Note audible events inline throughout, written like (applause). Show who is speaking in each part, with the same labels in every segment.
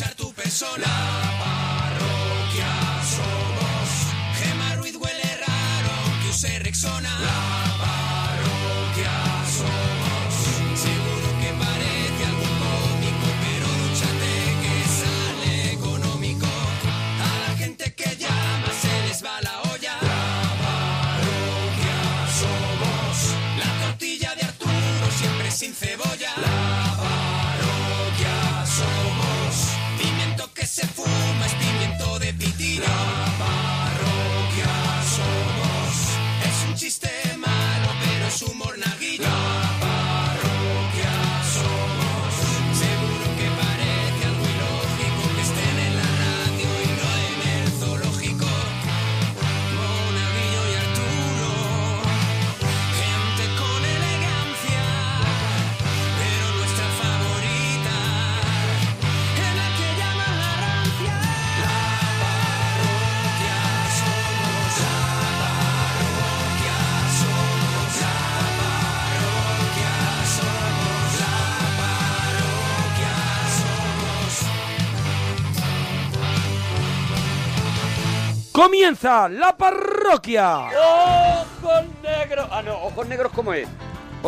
Speaker 1: Somos la parroquia, somos Gema Ruiz huele raro, que use Rexona. La parroquia somos, seguro que parece algo cómico, pero duchate que sale económico. A la gente que llama se les va la olla. La parroquia somos, la tortilla de Arturo siempre sin cebolla. La parroquia somos. Pimiento que se fuma es pimiento de pitina. La parroquia somos. Es un chiste malo, pero es humor naguillo. La parroquia somos. Seguro que parece algo ilógico que estén en la radio y no en el zoológico. Con Naguillo y Arturo. Gente con elegancia, pero nuestra favorita. En la que llaman la rancia. La parroquia somos, la parroquia somos, la parroquia somos, la parroquia somos.
Speaker 2: Comienza la parroquia.
Speaker 3: ¡Ojos negros! Ah, no, ojos negros, ¿cómo es?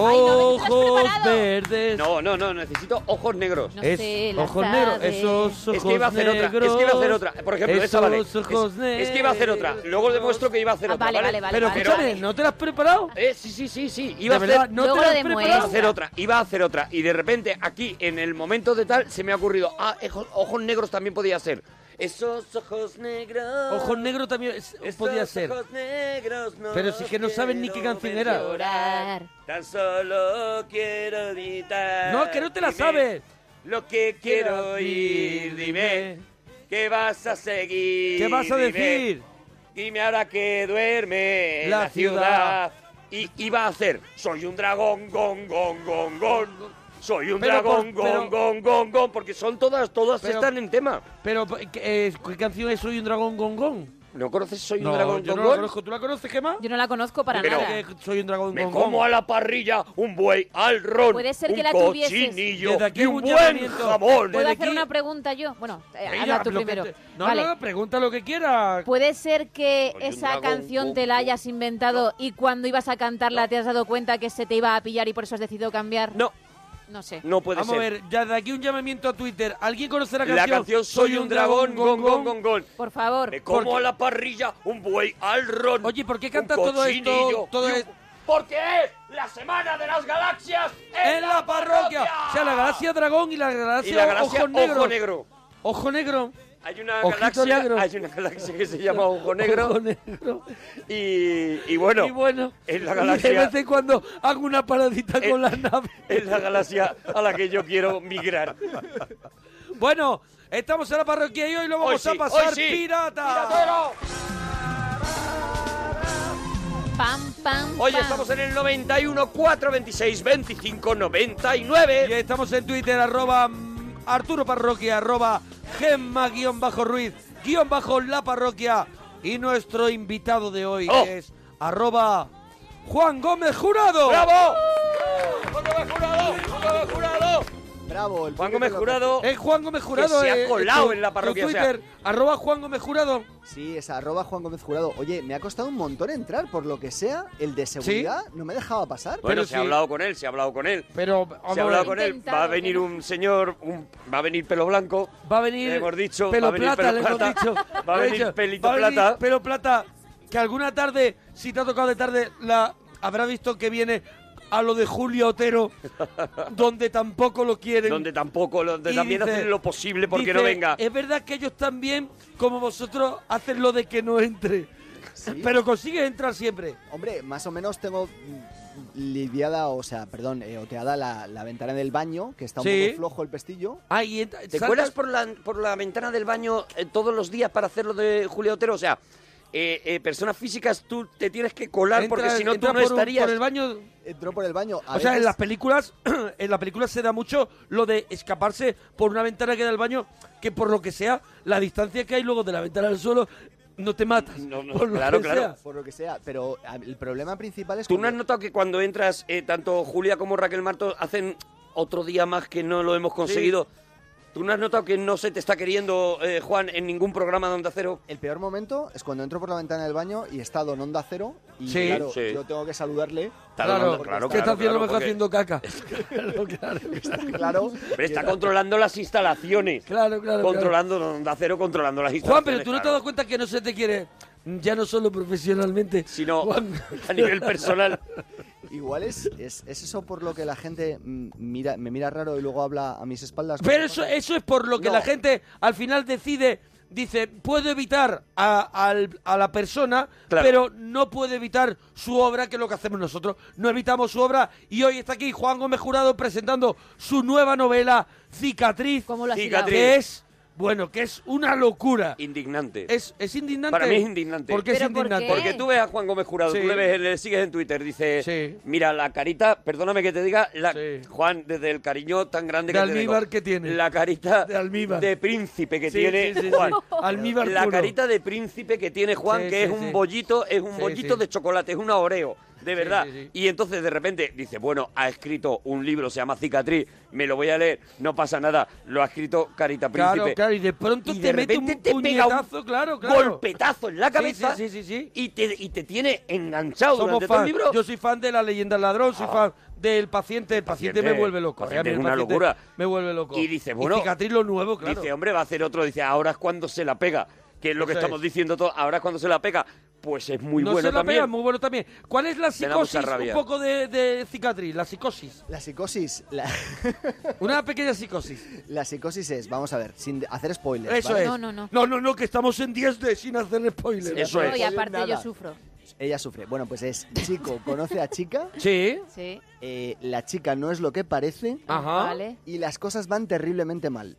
Speaker 2: Ojos verdes.
Speaker 3: No, no, no, necesito ojos negros.
Speaker 2: No Es sé, la ojos negros, sabe. esos
Speaker 3: Es que iba a hacer
Speaker 2: ojos
Speaker 3: otra, es que iba a hacer otra. Por ejemplo, esa vale.
Speaker 2: esos
Speaker 3: Es-
Speaker 2: ojos
Speaker 3: es, que iba a hacer otra. Luego os demuestro que iba a hacer
Speaker 2: Ah,
Speaker 3: otra.
Speaker 2: vale,
Speaker 3: Vale,
Speaker 2: vale, vale, Pero vale. escúchame, ¿no te la has preparado?
Speaker 3: Eh, sí, sí, sí, sí. Iba
Speaker 2: De
Speaker 3: a
Speaker 2: verdad,
Speaker 3: hacer,
Speaker 2: ¿no Luego te la has lo preparado?
Speaker 3: Iba a hacer otra, iba a hacer otra. Y de repente, aquí, en el momento de tal, se me ha ocurrido. Ah, ojos, ojos negros también podía ser. Esos ojos negros.
Speaker 2: Ojos negros también es- podía ser.
Speaker 3: Ojos negros no.
Speaker 2: Pero si es que no saben ni qué canción era.
Speaker 3: llorar. Tan solo quiero gritar.
Speaker 2: No, que no te la
Speaker 3: Dime
Speaker 2: sabes.
Speaker 3: Lo que quiero oír, dime. ¿Qué vas a seguir?
Speaker 2: ¿Qué vas a
Speaker 3: Dime.
Speaker 2: decir?
Speaker 3: Dime ahora que duerme en
Speaker 2: La
Speaker 3: la, ciudad. Y iba a hacer. Soy un dragón, gon, gon, gon, gon. Soy un
Speaker 2: Pero
Speaker 3: dragón,
Speaker 2: por-
Speaker 3: gon, gon, gon, gon. Porque son todas, todas
Speaker 2: Pero-
Speaker 3: están en tema.
Speaker 2: Pero, ¿qué, eh, ¿qué canción es Soy un dragón gongón?
Speaker 3: ¿No conoces Soy un
Speaker 2: No,
Speaker 3: dragón,
Speaker 2: yo
Speaker 3: gon,
Speaker 2: no la
Speaker 3: gon?
Speaker 2: conozco. ¿Tú la conoces, Gemma?
Speaker 4: Yo no la conozco para
Speaker 3: Pero-
Speaker 4: nada.
Speaker 2: Que Soy un dragón
Speaker 3: Me
Speaker 2: gongón.
Speaker 3: como a la parrilla un buey al ron.
Speaker 4: Puede ser que
Speaker 3: un
Speaker 4: la tuvieses.
Speaker 3: cochinillo
Speaker 2: Desde aquí
Speaker 3: y
Speaker 2: un
Speaker 3: un buen
Speaker 2: llamamiento.
Speaker 3: jamón.
Speaker 4: ¿Puedo hacer una pregunta yo? Bueno, eh,
Speaker 2: Ella,
Speaker 4: habla tú
Speaker 2: lo que
Speaker 4: primero.
Speaker 2: te- No,
Speaker 4: vale.
Speaker 2: no, pregunta lo que quieras.
Speaker 4: ¿Puede ser que
Speaker 2: Soy un
Speaker 4: esa
Speaker 2: dragón,
Speaker 4: canción
Speaker 2: gon,
Speaker 4: te la hayas inventado y cuando ibas a cantarla te has dado cuenta que se te iba a pillar y por eso has decidido cambiar?
Speaker 3: No.
Speaker 4: No sé.
Speaker 3: No puede
Speaker 2: Vamos
Speaker 3: ser.
Speaker 2: a ver, ya de aquí un llamamiento a Twitter. ¿Alguien conoce la
Speaker 3: La
Speaker 2: canción?
Speaker 3: canción Soy un dragón, gon, gon, gon, gon.
Speaker 4: Por favor.
Speaker 3: Me como
Speaker 2: Porque-
Speaker 3: a la parrilla un buey al ron. Oye,
Speaker 2: ¿por qué cantas todo esto- todo es-
Speaker 3: Porque es la semana de las galaxias en,
Speaker 2: En la parroquia. O sea, la galaxia dragón y la galaxia,
Speaker 3: Y la galaxia
Speaker 2: ojo negro.
Speaker 3: Ojo Negro.
Speaker 2: Ojo negro.
Speaker 3: Hay una,
Speaker 2: Ojito
Speaker 3: galaxia,
Speaker 2: negro.
Speaker 3: hay una galaxia que
Speaker 2: (laughs)
Speaker 3: se llama Ojo Negro.
Speaker 2: Ojo negro.
Speaker 3: Y, y bueno,
Speaker 2: Y bueno,
Speaker 3: en la
Speaker 2: y de
Speaker 3: galaxia,
Speaker 2: vez en cuando hago una paradita con las naves.
Speaker 3: es la galaxia a la que yo quiero migrar.
Speaker 2: Bueno, estamos en la parroquia y hoy lo
Speaker 3: Hoy
Speaker 2: vamos
Speaker 3: sí,
Speaker 2: a pasar
Speaker 3: hoy sí.
Speaker 2: pirata.
Speaker 4: Pam, pam,
Speaker 3: Hoy
Speaker 4: pam.
Speaker 3: estamos en el 91 426 25 99.
Speaker 2: Y estamos en Twitter, arroba mm, Arturo Parroquia, arroba Gemma guión bajo Ruiz, guión bajo La Parroquia. Y nuestro invitado de hoy
Speaker 3: Oh.
Speaker 2: es arroba Juan Gómez Jurado.
Speaker 3: ¡Bravo! ¡Juan Gómez Jurado! ¡Juan Gómez Jurado!
Speaker 5: Bravo, el
Speaker 3: Juan Gómez Jurado.
Speaker 2: Es Juan Gómez Jurado.
Speaker 3: Que se ha
Speaker 2: eh,
Speaker 3: colado
Speaker 2: tu-
Speaker 3: en la parroquia,
Speaker 2: tu
Speaker 3: o sea.
Speaker 2: Twitter, arroba Juan Gómez Jurado.
Speaker 5: Sí, es arroba Juan Gómez Jurado. Oye, me ha costado un montón entrar, por lo que sea, el de seguridad no me dejaba pasar.
Speaker 3: Bueno,
Speaker 2: Pero
Speaker 3: se
Speaker 2: sí.
Speaker 3: ha hablado con él, se ha hablado con él.
Speaker 2: Pero
Speaker 3: Se ha
Speaker 2: vamos a
Speaker 3: hablado
Speaker 2: ver,
Speaker 3: con él. Va a
Speaker 4: Intentado,
Speaker 3: venir
Speaker 4: pero-
Speaker 3: un señor, un- va a venir pelo blanco.
Speaker 2: va a venir
Speaker 3: Le hemos dicho,
Speaker 2: pelo
Speaker 3: va a venir
Speaker 2: plata,
Speaker 3: pelo
Speaker 2: le hemos
Speaker 3: plata,
Speaker 2: dicho.
Speaker 3: (laughs) va a
Speaker 2: Le he
Speaker 3: venir
Speaker 2: dicho,
Speaker 3: pelito
Speaker 2: va a venir
Speaker 3: plata.
Speaker 2: Pelo plata, que alguna tarde, si te ha tocado de tarde, la habrá visto que viene a lo de Julio
Speaker 3: (laughs)
Speaker 2: Otero, donde tampoco lo quieren.
Speaker 3: Donde tampoco, donde
Speaker 2: Y
Speaker 3: también
Speaker 2: dice-
Speaker 3: hacen lo posible porque
Speaker 2: Dice,
Speaker 3: no venga.
Speaker 2: Es verdad que ellos también, como vosotros, hacen lo de que no entre. Pero consigue entrar siempre.
Speaker 5: Hombre, más o menos tengo mm, lidiada, o sea, perdón, eh, oteada la, la ventana del baño, que está un
Speaker 2: Sí.
Speaker 5: poco flojo el pestillo.
Speaker 2: Ah, y entra-
Speaker 3: ¿Te
Speaker 2: salta-
Speaker 3: cuelas por la, por la ventana del baño eh, todos los días para hacer lo de Julio Otero? O sea, eh, eh, personas físicas tú te tienes que colar
Speaker 2: entra-
Speaker 3: porque si no tú
Speaker 2: entra
Speaker 3: no
Speaker 2: por un-
Speaker 3: estarías.
Speaker 2: por el baño
Speaker 5: Entró por el baño. a
Speaker 2: O sea, en
Speaker 5: veces-
Speaker 2: las películas, (clears throat) en la película se da mucho lo de escaparse por una ventana que da al baño, que por lo que sea, la distancia que hay luego de la ventana al suelo, no te matas.
Speaker 3: No, no,
Speaker 2: por lo
Speaker 3: claro,
Speaker 2: que
Speaker 3: claro.
Speaker 2: sea.
Speaker 5: Por lo que sea, pero a- el problema principal es
Speaker 3: ¿Tú no has
Speaker 5: cuando-
Speaker 3: notado que cuando entras, eh, tanto Julia como Raquel Marto hacen otro día más que no lo hemos conseguido? ¿Tú no has notado que no se te está queriendo, eh, Juan, en ningún programa de Onda Cero?
Speaker 5: El peor momento es cuando entro por la ventana del baño y he estado en onda cero y
Speaker 2: Sí.
Speaker 5: claro,
Speaker 3: Sí.
Speaker 5: yo tengo que saludarle.
Speaker 2: Claro,
Speaker 5: porque
Speaker 3: claro,
Speaker 2: que está
Speaker 3: claro,
Speaker 2: haciendo lo
Speaker 3: claro,
Speaker 2: mejor haciendo
Speaker 3: (laughs)
Speaker 2: caca. Claro, claro,
Speaker 5: (laughs) Claro,
Speaker 3: Hombre, está controlando las instalaciones.
Speaker 2: claro, claro.
Speaker 3: controlando, Onda Cero controlando las instalaciones.
Speaker 2: Juan, pero tú no te has
Speaker 3: claro.
Speaker 2: dado cuenta que no se te quiere ya no solo profesionalmente,
Speaker 3: Sino
Speaker 2: Juan.
Speaker 3: (laughs) a nivel personal.
Speaker 5: igual es, es, es eso por lo que la gente mm, mira, me mira raro y luego habla a mis espaldas.
Speaker 2: Pero eso, eso es por lo que
Speaker 5: No.
Speaker 2: la gente al final decide, dice, puedo evitar a, al- a la persona,
Speaker 3: Claro.
Speaker 2: pero no puedo evitar su obra, que es lo que hacemos nosotros. No evitamos su obra y hoy está aquí Juan Gómez Jurado presentando su nueva novela, Cicatriz,
Speaker 4: ¿Cómo lo has
Speaker 3: Cicatriz.
Speaker 2: que es, bueno, que es una locura.
Speaker 3: Indignante.
Speaker 2: Es, es indignante.
Speaker 3: Para mí es indignante.
Speaker 2: ¿Por qué es
Speaker 4: ¿Pero por
Speaker 2: indignante?
Speaker 4: qué?
Speaker 3: Porque tú ves a Juan Gómez Jurado,
Speaker 2: Sí.
Speaker 3: tú le, ves, le sigues en Twitter, dice,
Speaker 2: Sí.
Speaker 3: mira, la carita, perdóname que te diga, la,
Speaker 2: Sí.
Speaker 3: Juan, desde el cariño tan
Speaker 2: De
Speaker 3: grande que te tengo,
Speaker 2: almíbar que tiene.
Speaker 3: La carita
Speaker 2: De almíbar.
Speaker 3: príncipe que
Speaker 2: Sí,
Speaker 3: tiene
Speaker 2: sí, sí, sí.
Speaker 3: Juan.
Speaker 2: Almíbar
Speaker 3: La
Speaker 2: puro.
Speaker 3: carita de príncipe que tiene Juan,
Speaker 2: Sí,
Speaker 3: que
Speaker 2: sí,
Speaker 3: es un
Speaker 2: sí.
Speaker 3: bollito, es un
Speaker 2: Sí,
Speaker 3: bollito
Speaker 2: sí.
Speaker 3: de chocolate, es una oreo, de verdad.
Speaker 2: sí, sí.
Speaker 3: Y entonces de repente dice, bueno, ha escrito un libro, se llama Cicatriz, me lo voy a leer, no pasa nada, lo ha escrito Carita Príncipe.
Speaker 2: Claro, claro, y de pronto
Speaker 3: Y
Speaker 2: te
Speaker 3: de
Speaker 2: mete
Speaker 3: repente
Speaker 2: un
Speaker 3: te pega un
Speaker 2: puñetazo, claro, claro.
Speaker 3: golpetazo en la
Speaker 2: Sí,
Speaker 3: cabeza
Speaker 2: sí, sí, sí, sí.
Speaker 3: Y, te, y te tiene enganchado
Speaker 2: Somos
Speaker 3: durante todo el
Speaker 2: fan.
Speaker 3: libro. Ah.
Speaker 2: Yo soy fan de la leyenda del ladrón, soy fan del paciente. El paciente,
Speaker 3: Paciente,
Speaker 2: me vuelve loco.
Speaker 3: paciente
Speaker 2: A mí el
Speaker 3: es una
Speaker 2: paciente
Speaker 3: locura.
Speaker 2: Me vuelve loco.
Speaker 3: Y dice, bueno,
Speaker 2: cicatriz lo nuevo, claro.
Speaker 3: Dice, hombre, va a hacer otro, dice, ahora es cuando se la pega, que es lo que
Speaker 2: Eso
Speaker 3: estamos
Speaker 2: es.
Speaker 3: diciendo todos, ahora es cuando se la pega. Pues es muy
Speaker 2: no
Speaker 3: bueno
Speaker 2: se la
Speaker 3: también.
Speaker 2: pega, muy bueno también. ¿Cuál es la
Speaker 3: Me da mucha
Speaker 2: psicosis? Un
Speaker 3: rabia.
Speaker 2: poco de, de cicatriz, la psicosis.
Speaker 5: La psicosis, la, (laughs)
Speaker 2: Una pequeña psicosis.
Speaker 5: la psicosis es, vamos a ver, sin hacer spoilers.
Speaker 2: Eso
Speaker 5: ¿vale?
Speaker 2: es.
Speaker 4: No, no, no.
Speaker 2: No, no, no, que estamos en 10 de sin hacer spoilers.
Speaker 3: Sí, eso es.
Speaker 4: No, y aparte
Speaker 5: Nada.
Speaker 4: yo sufro.
Speaker 5: Ella sufre. Bueno, pues es chico, conoce a chica,
Speaker 2: Sí.
Speaker 4: Sí.
Speaker 5: eh, la chica no es lo que parece
Speaker 2: Ajá.
Speaker 4: Vale.
Speaker 5: y las cosas van terriblemente mal.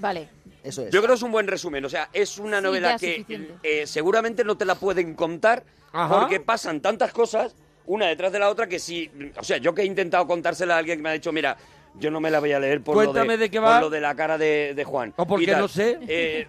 Speaker 4: Vale.
Speaker 5: Eso es.
Speaker 3: Yo creo que es un buen resumen, o sea, es una
Speaker 4: Sí,
Speaker 3: novela
Speaker 4: ya,
Speaker 3: que
Speaker 4: suficiente.
Speaker 3: eh, seguramente no te la pueden contar
Speaker 2: Ajá.
Speaker 3: porque pasan tantas cosas una detrás de la otra que si, o sea, yo que he intentado contársela a alguien que me ha dicho, mira, yo no me la voy a leer por, lo
Speaker 2: Cuéntame
Speaker 3: de,
Speaker 2: de qué
Speaker 3: por
Speaker 2: va.
Speaker 3: lo de la cara de, de Juan.
Speaker 2: O porque
Speaker 3: Y tal.
Speaker 2: no sé.
Speaker 3: Eh,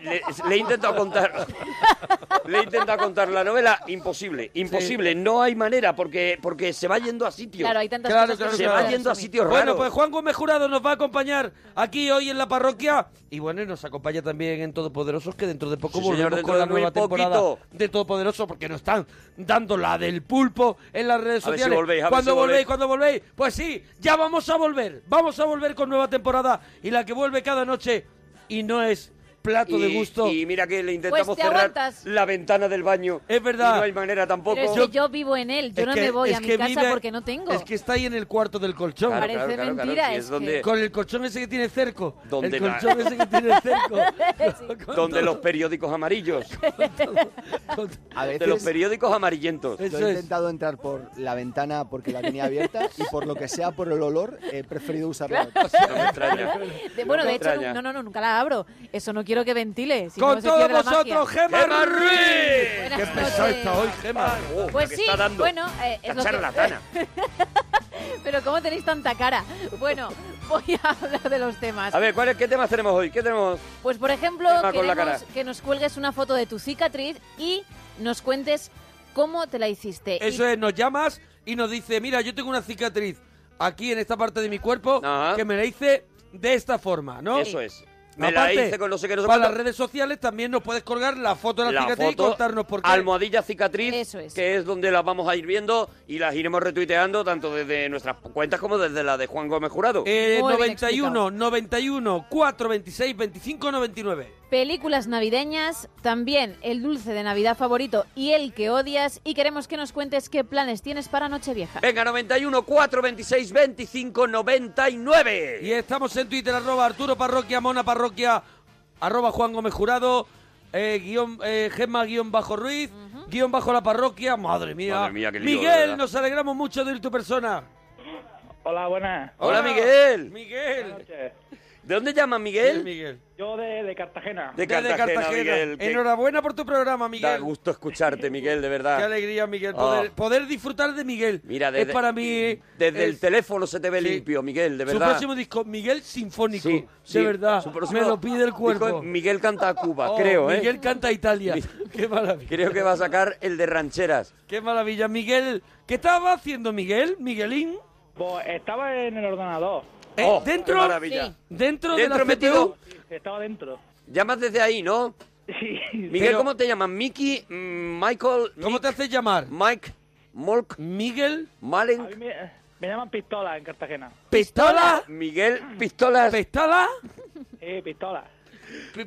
Speaker 3: le, le he intentado contar (laughs) le he intentado contar la novela imposible imposible no hay manera porque porque se va yendo a sitios
Speaker 4: Claro, hay tantas
Speaker 2: Claro,
Speaker 4: cosas
Speaker 2: claro,
Speaker 4: que
Speaker 3: se
Speaker 4: no
Speaker 2: claro.
Speaker 3: va
Speaker 4: puedo
Speaker 3: yendo a
Speaker 4: resumir.
Speaker 3: sitios
Speaker 2: Bueno,
Speaker 3: raros
Speaker 2: pues Juan Gómez Jurado nos va a acompañar aquí hoy en la parroquia. Y bueno, y nos acompaña también en Todopoderosos, que dentro de poco
Speaker 3: Sí, señor,
Speaker 2: volvemos
Speaker 3: dentro
Speaker 2: con la
Speaker 3: de muy
Speaker 2: nueva temporada
Speaker 3: poquito.
Speaker 2: de Todopoderosos, porque nos están dando la del pulpo en las redes
Speaker 3: A ver si
Speaker 2: sociales.
Speaker 3: volvéis, a ver
Speaker 2: ¿Cuándo
Speaker 3: si
Speaker 2: volvéis?
Speaker 3: volvéis?
Speaker 2: ¿Cuándo volvéis? Pues sí, ya vamos a volver. Vamos a volver con nueva temporada y la que vuelve cada noche y no es plato de
Speaker 3: Y-
Speaker 2: gusto.
Speaker 3: Y mira que le intentamos
Speaker 4: Pues te
Speaker 3: cerrar
Speaker 4: aguantas.
Speaker 3: la ventana del baño.
Speaker 2: Es verdad.
Speaker 3: Y no hay manera tampoco.
Speaker 4: Pero es que yo vivo en él, yo
Speaker 2: Es
Speaker 4: no
Speaker 2: que-
Speaker 4: me voy
Speaker 2: es
Speaker 4: a mi
Speaker 2: que
Speaker 4: casa
Speaker 2: vive-
Speaker 4: porque no tengo.
Speaker 2: Es que está ahí en el cuarto del colchón.
Speaker 3: Claro,
Speaker 4: Parece
Speaker 3: claro, claro,
Speaker 4: mentira,
Speaker 3: sí,
Speaker 4: es
Speaker 3: es donde,
Speaker 2: Con el colchón ese que tiene cerco.
Speaker 3: Donde
Speaker 2: el
Speaker 3: la-
Speaker 2: colchón ese que tiene cerco. Con
Speaker 3: donde
Speaker 2: todo-
Speaker 3: los
Speaker 2: (laughs)
Speaker 3: periódicos amarillos.
Speaker 2: con-
Speaker 5: A
Speaker 3: de los
Speaker 5: veces
Speaker 3: periódicos amarillentos.
Speaker 5: yo
Speaker 2: Eso
Speaker 5: he
Speaker 2: es.
Speaker 5: intentado entrar por la ventana porque la tenía abierta y por lo que sea, por el olor, he preferido usar
Speaker 3: (laughs)
Speaker 5: la otra.
Speaker 3: No me extraña.
Speaker 4: De- bueno,
Speaker 3: No
Speaker 4: de hecho,
Speaker 3: extraña.
Speaker 4: no, no, no, nunca la abro. Eso no quiero que ventile. si
Speaker 2: Con
Speaker 4: no se
Speaker 2: todos
Speaker 4: pierde la
Speaker 2: vosotros,
Speaker 4: magia.
Speaker 2: Gemma
Speaker 3: ¡Gemma
Speaker 2: Ruiz.
Speaker 3: Ruiz!
Speaker 2: Qué
Speaker 4: Buenas
Speaker 2: pesado
Speaker 4: noches.
Speaker 2: está hoy, Gemma.
Speaker 3: Oh,
Speaker 4: Pues
Speaker 3: la que
Speaker 4: sí,
Speaker 3: está dando.
Speaker 4: bueno, eh, es
Speaker 3: La
Speaker 4: lo que- (laughs)
Speaker 3: charlatana.
Speaker 4: Pero ¿cómo tenéis tanta cara? Bueno, voy a hablar de los temas.
Speaker 3: A ver, ¿cuál es- ¿qué temas tenemos hoy? ¿Qué tenemos?
Speaker 4: Pues por ejemplo,
Speaker 3: Tema con la
Speaker 4: queremos
Speaker 3: cara.
Speaker 4: que nos cuelgues una foto de tu cicatriz y nos cuentes cómo te la hiciste. este, Y
Speaker 2: Eso es, nos llamas y nos dice, mira, yo tengo una cicatriz aquí en esta parte de mi cuerpo
Speaker 3: Ajá.
Speaker 2: que me la hice de esta forma, ¿no?
Speaker 3: Eso es. Me la
Speaker 2: Aparte,
Speaker 3: hice con no sé qué, no sé
Speaker 2: Para las
Speaker 3: cuánto.
Speaker 2: redes sociales también nos puedes colgar la foto de la,
Speaker 3: la
Speaker 2: cicatriz
Speaker 3: foto,
Speaker 2: y contarnos por qué.
Speaker 3: Almohadilla cicatriz,
Speaker 4: Eso es.
Speaker 3: que es donde las vamos a ir viendo y las iremos retuiteando tanto desde nuestras cuentas como desde la de Juan Gómez Jurado.
Speaker 2: Eh,
Speaker 4: Muy bien
Speaker 2: 91,
Speaker 4: explicado.
Speaker 2: 91, 4, 26, 25, 99.
Speaker 4: Películas navideñas, también el dulce de Navidad favorito y el que odias. Y queremos que nos cuentes qué planes tienes para Nochevieja.
Speaker 3: Venga, 91, 4, 26, 25, 99.
Speaker 2: Y estamos en Twitter, arroba Arturo Parroquia, Mona Parroquia, arroba Juan Gómez Jurado, eh, guión, eh, Gemma guión bajo Ruiz, guión bajo la parroquia. Madre mía.
Speaker 3: Madre mía, qué lío, de
Speaker 2: Miguel,
Speaker 3: verdad.
Speaker 2: nos alegramos mucho de ir tu persona.
Speaker 6: Hola, buenas.
Speaker 3: Hola, Miguel.
Speaker 6: Buenas
Speaker 2: Miguel.
Speaker 6: noches.
Speaker 3: ¿De dónde llamas,
Speaker 2: Miguel,
Speaker 3: Miguel?
Speaker 2: Miguel.
Speaker 6: Yo de, de Cartagena.
Speaker 3: De
Speaker 2: Desde
Speaker 3: Cartagena, Miguel. Qué-
Speaker 2: Enhorabuena por tu programa,
Speaker 3: Da
Speaker 2: Miguel. (laughs)
Speaker 3: gusto escucharte, Miguel, de
Speaker 2: Qué
Speaker 3: verdad.
Speaker 2: alegría, Miguel,
Speaker 3: Ah.
Speaker 2: poder, poder disfrutar de Miguel.
Speaker 3: Mira,
Speaker 2: es
Speaker 3: desde,
Speaker 2: para mí...
Speaker 3: desde
Speaker 2: es-
Speaker 3: el teléfono se te ve
Speaker 2: sí.
Speaker 3: limpio, Miguel, de
Speaker 2: Su
Speaker 3: verdad.
Speaker 2: próximo disco, Miguel Sinfónico,
Speaker 3: Sí,
Speaker 2: de
Speaker 3: sí.
Speaker 2: verdad,
Speaker 3: Su próximo
Speaker 2: me lo pide el cuerpo.
Speaker 3: disco es Miguel canta a Cuba,
Speaker 2: Oh,
Speaker 3: creo, ¿eh?
Speaker 2: Miguel canta Italia. (laughs) Qué maravilla.
Speaker 3: Creo que va a sacar el de rancheras.
Speaker 2: Qué maravilla, Miguel. ¿Qué estaba haciendo Miguel? Miguelín.
Speaker 6: Pues estaba en el ordenador.
Speaker 2: Eh,
Speaker 3: Oh,
Speaker 2: dentro,
Speaker 3: qué maravilla. Sí.
Speaker 2: dentro, de la
Speaker 3: ¿Dentro metido?
Speaker 2: CPU,
Speaker 6: Estaba dentro.
Speaker 3: Llamas desde ahí, ¿no?
Speaker 6: Sí.
Speaker 3: Miguel,
Speaker 2: Pero-
Speaker 3: ¿cómo te llaman? ¿Mickey? mm, ¿Michael?
Speaker 2: ¿Cómo te haces llamar?
Speaker 3: ¿Mike? ¿Molk?
Speaker 2: Miguel
Speaker 6: A
Speaker 3: ¿Malen?
Speaker 6: mí me, me llaman pistola en Cartagena.
Speaker 2: Pestola.
Speaker 3: ¿Miguel? ¿Pistolas?
Speaker 2: ¿Pestola?
Speaker 6: Eh, pistola.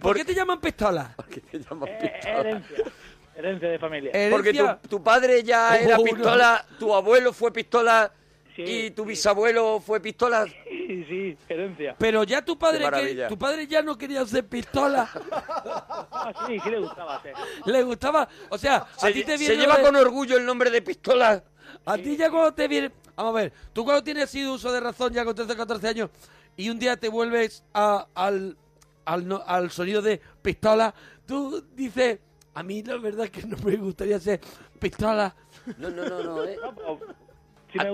Speaker 2: ¿Por qué te llaman Pestola?
Speaker 3: ¿Por qué te llaman
Speaker 6: Eh,
Speaker 3: pistola?
Speaker 6: herencia. Herencia de familia.
Speaker 3: Porque
Speaker 2: Herencia.
Speaker 3: tu, tu padre ya era
Speaker 2: Oh, no.
Speaker 3: pistola, tu abuelo fue pistola
Speaker 6: Sí,
Speaker 3: y tu
Speaker 6: sí.
Speaker 3: bisabuelo fue pistola.
Speaker 6: Sí, sí, herencia.
Speaker 2: Pero ya tu
Speaker 3: Qué
Speaker 2: padre, que,
Speaker 3: maravilla.
Speaker 2: tu padre ya no quería ser pistola.
Speaker 6: Ah, sí, sí le gustaba hacer.
Speaker 2: Le gustaba. O sea, a
Speaker 3: Se,
Speaker 2: ti
Speaker 3: se
Speaker 2: te viene. lo
Speaker 3: lleva
Speaker 2: de-
Speaker 3: con orgullo el nombre de pistola.
Speaker 2: A ti ya cuando te viene... Vamos a ver, tú cuando tienes sido uso de razón ya con 13 o 14 años y un día te vuelves a- al, al, no- al sonido de pistola, tú dices, a mí la verdad es que no me gustaría ser pistola.
Speaker 3: No, no, no, no. eh.
Speaker 6: No, pero sí me-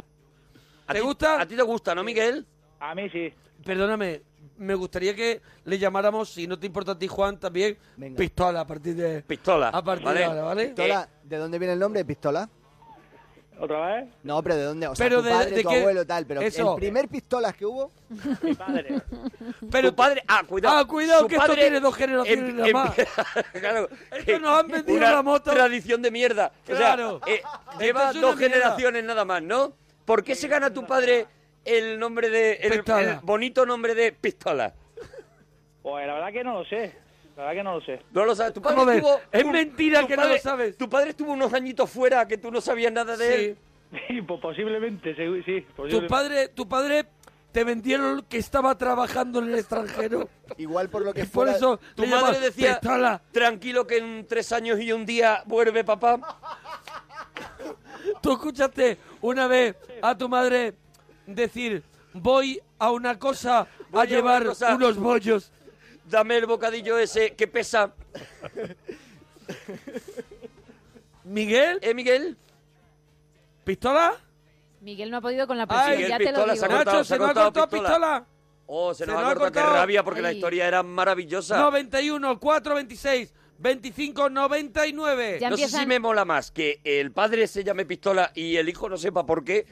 Speaker 3: ¿A
Speaker 2: ¿Te
Speaker 3: ti-
Speaker 2: gusta?
Speaker 3: A ti te gusta, ¿no, Miguel?
Speaker 6: a mí sí.
Speaker 2: Perdóname, me gustaría que le llamáramos, si no te importa a ti Juan, también
Speaker 5: Venga.
Speaker 2: pistola a partir de...
Speaker 3: Pistola.
Speaker 2: A partir
Speaker 3: ¿vale?
Speaker 2: de ahora, ¿vale? Eh.
Speaker 5: Pistola, ¿De dónde viene el nombre? ¿Pistola?
Speaker 6: ¿Otra vez?
Speaker 5: No, pero ¿de dónde? O sea,
Speaker 2: Pero
Speaker 5: tu
Speaker 2: de-
Speaker 5: padre,
Speaker 2: de
Speaker 5: tu
Speaker 2: qué-
Speaker 5: abuelo, tal. Pero
Speaker 2: eso.
Speaker 5: el primer pistolas que hubo...
Speaker 6: Mi padre.
Speaker 2: Pero
Speaker 3: tu padre. Ah, cuidado.
Speaker 2: Ah, cuidado,
Speaker 3: su
Speaker 2: que esto
Speaker 3: padre
Speaker 2: tiene dos generaciones
Speaker 3: em-
Speaker 2: nada
Speaker 3: em-
Speaker 2: más.
Speaker 3: (laughs) claro.
Speaker 2: Esto
Speaker 3: que
Speaker 2: nos han vendido
Speaker 3: una
Speaker 2: la moto.
Speaker 3: Tradición de mierda. O sea,
Speaker 2: Claro.
Speaker 3: eh,
Speaker 2: Esto
Speaker 3: lleva
Speaker 2: es una
Speaker 3: dos
Speaker 2: mierda.
Speaker 3: generaciones nada más, ¿no? ¿Por qué se gana tu padre el nombre de. El,
Speaker 2: Pistola.
Speaker 3: el bonito nombre de pistola?
Speaker 6: Pues la verdad que no lo sé. La verdad que no lo sé.
Speaker 3: No lo sabes. Tu padre
Speaker 2: Vamos a ver,
Speaker 3: estuvo-
Speaker 2: es
Speaker 3: tu-
Speaker 2: mentira
Speaker 3: tu
Speaker 2: que no
Speaker 3: padre-
Speaker 2: lo sabes.
Speaker 3: Tu padre estuvo unos añitos fuera que tú no sabías nada de
Speaker 2: Sí.
Speaker 3: él.
Speaker 6: Sí, pues posiblemente, sí, sí.
Speaker 2: Tu
Speaker 6: posiblemente.
Speaker 2: padre, tu padre te vendieron que estaba trabajando en el extranjero.
Speaker 5: Igual por lo que
Speaker 2: Y (laughs) por
Speaker 5: fuera-
Speaker 2: eso
Speaker 3: Tu
Speaker 2: le
Speaker 3: madre
Speaker 2: llamas
Speaker 3: decía,
Speaker 2: Pistola.
Speaker 3: tranquilo que en tres años y un día vuelve papá.
Speaker 2: (laughs) ¿Tú escuchaste una vez a tu madre decir, voy a una cosa
Speaker 3: Voy
Speaker 2: a
Speaker 3: a llevar
Speaker 2: llevar
Speaker 3: cosa".
Speaker 2: unos bollos?
Speaker 3: Dame el bocadillo ese que pesa.
Speaker 2: (laughs) ¿Miguel?
Speaker 3: ¿Eh, Miguel?
Speaker 2: ¿Pistola?
Speaker 4: Miguel no ha podido con la
Speaker 2: Ay,
Speaker 4: presión,
Speaker 2: Miguel
Speaker 4: ya te lo
Speaker 3: Pistola
Speaker 4: digo.
Speaker 3: Se ha
Speaker 2: Nacho,
Speaker 3: cortado,
Speaker 2: ¿se,
Speaker 3: se ha
Speaker 2: me ha
Speaker 3: cortado
Speaker 2: cortado
Speaker 3: pistola.
Speaker 2: pistola?
Speaker 3: Oh, se,
Speaker 2: Se
Speaker 3: nos,
Speaker 2: nos
Speaker 3: ha
Speaker 2: ha
Speaker 3: cortado. Qué
Speaker 2: cortado.
Speaker 3: rabia, porque la
Speaker 4: Ay.
Speaker 3: historia era maravillosa.
Speaker 2: 91, 4, 26, 25, 99.
Speaker 4: Ya
Speaker 3: no sé si
Speaker 4: empiezan-
Speaker 3: me mola más que el padre se llame pistola y el hijo no sepa por qué,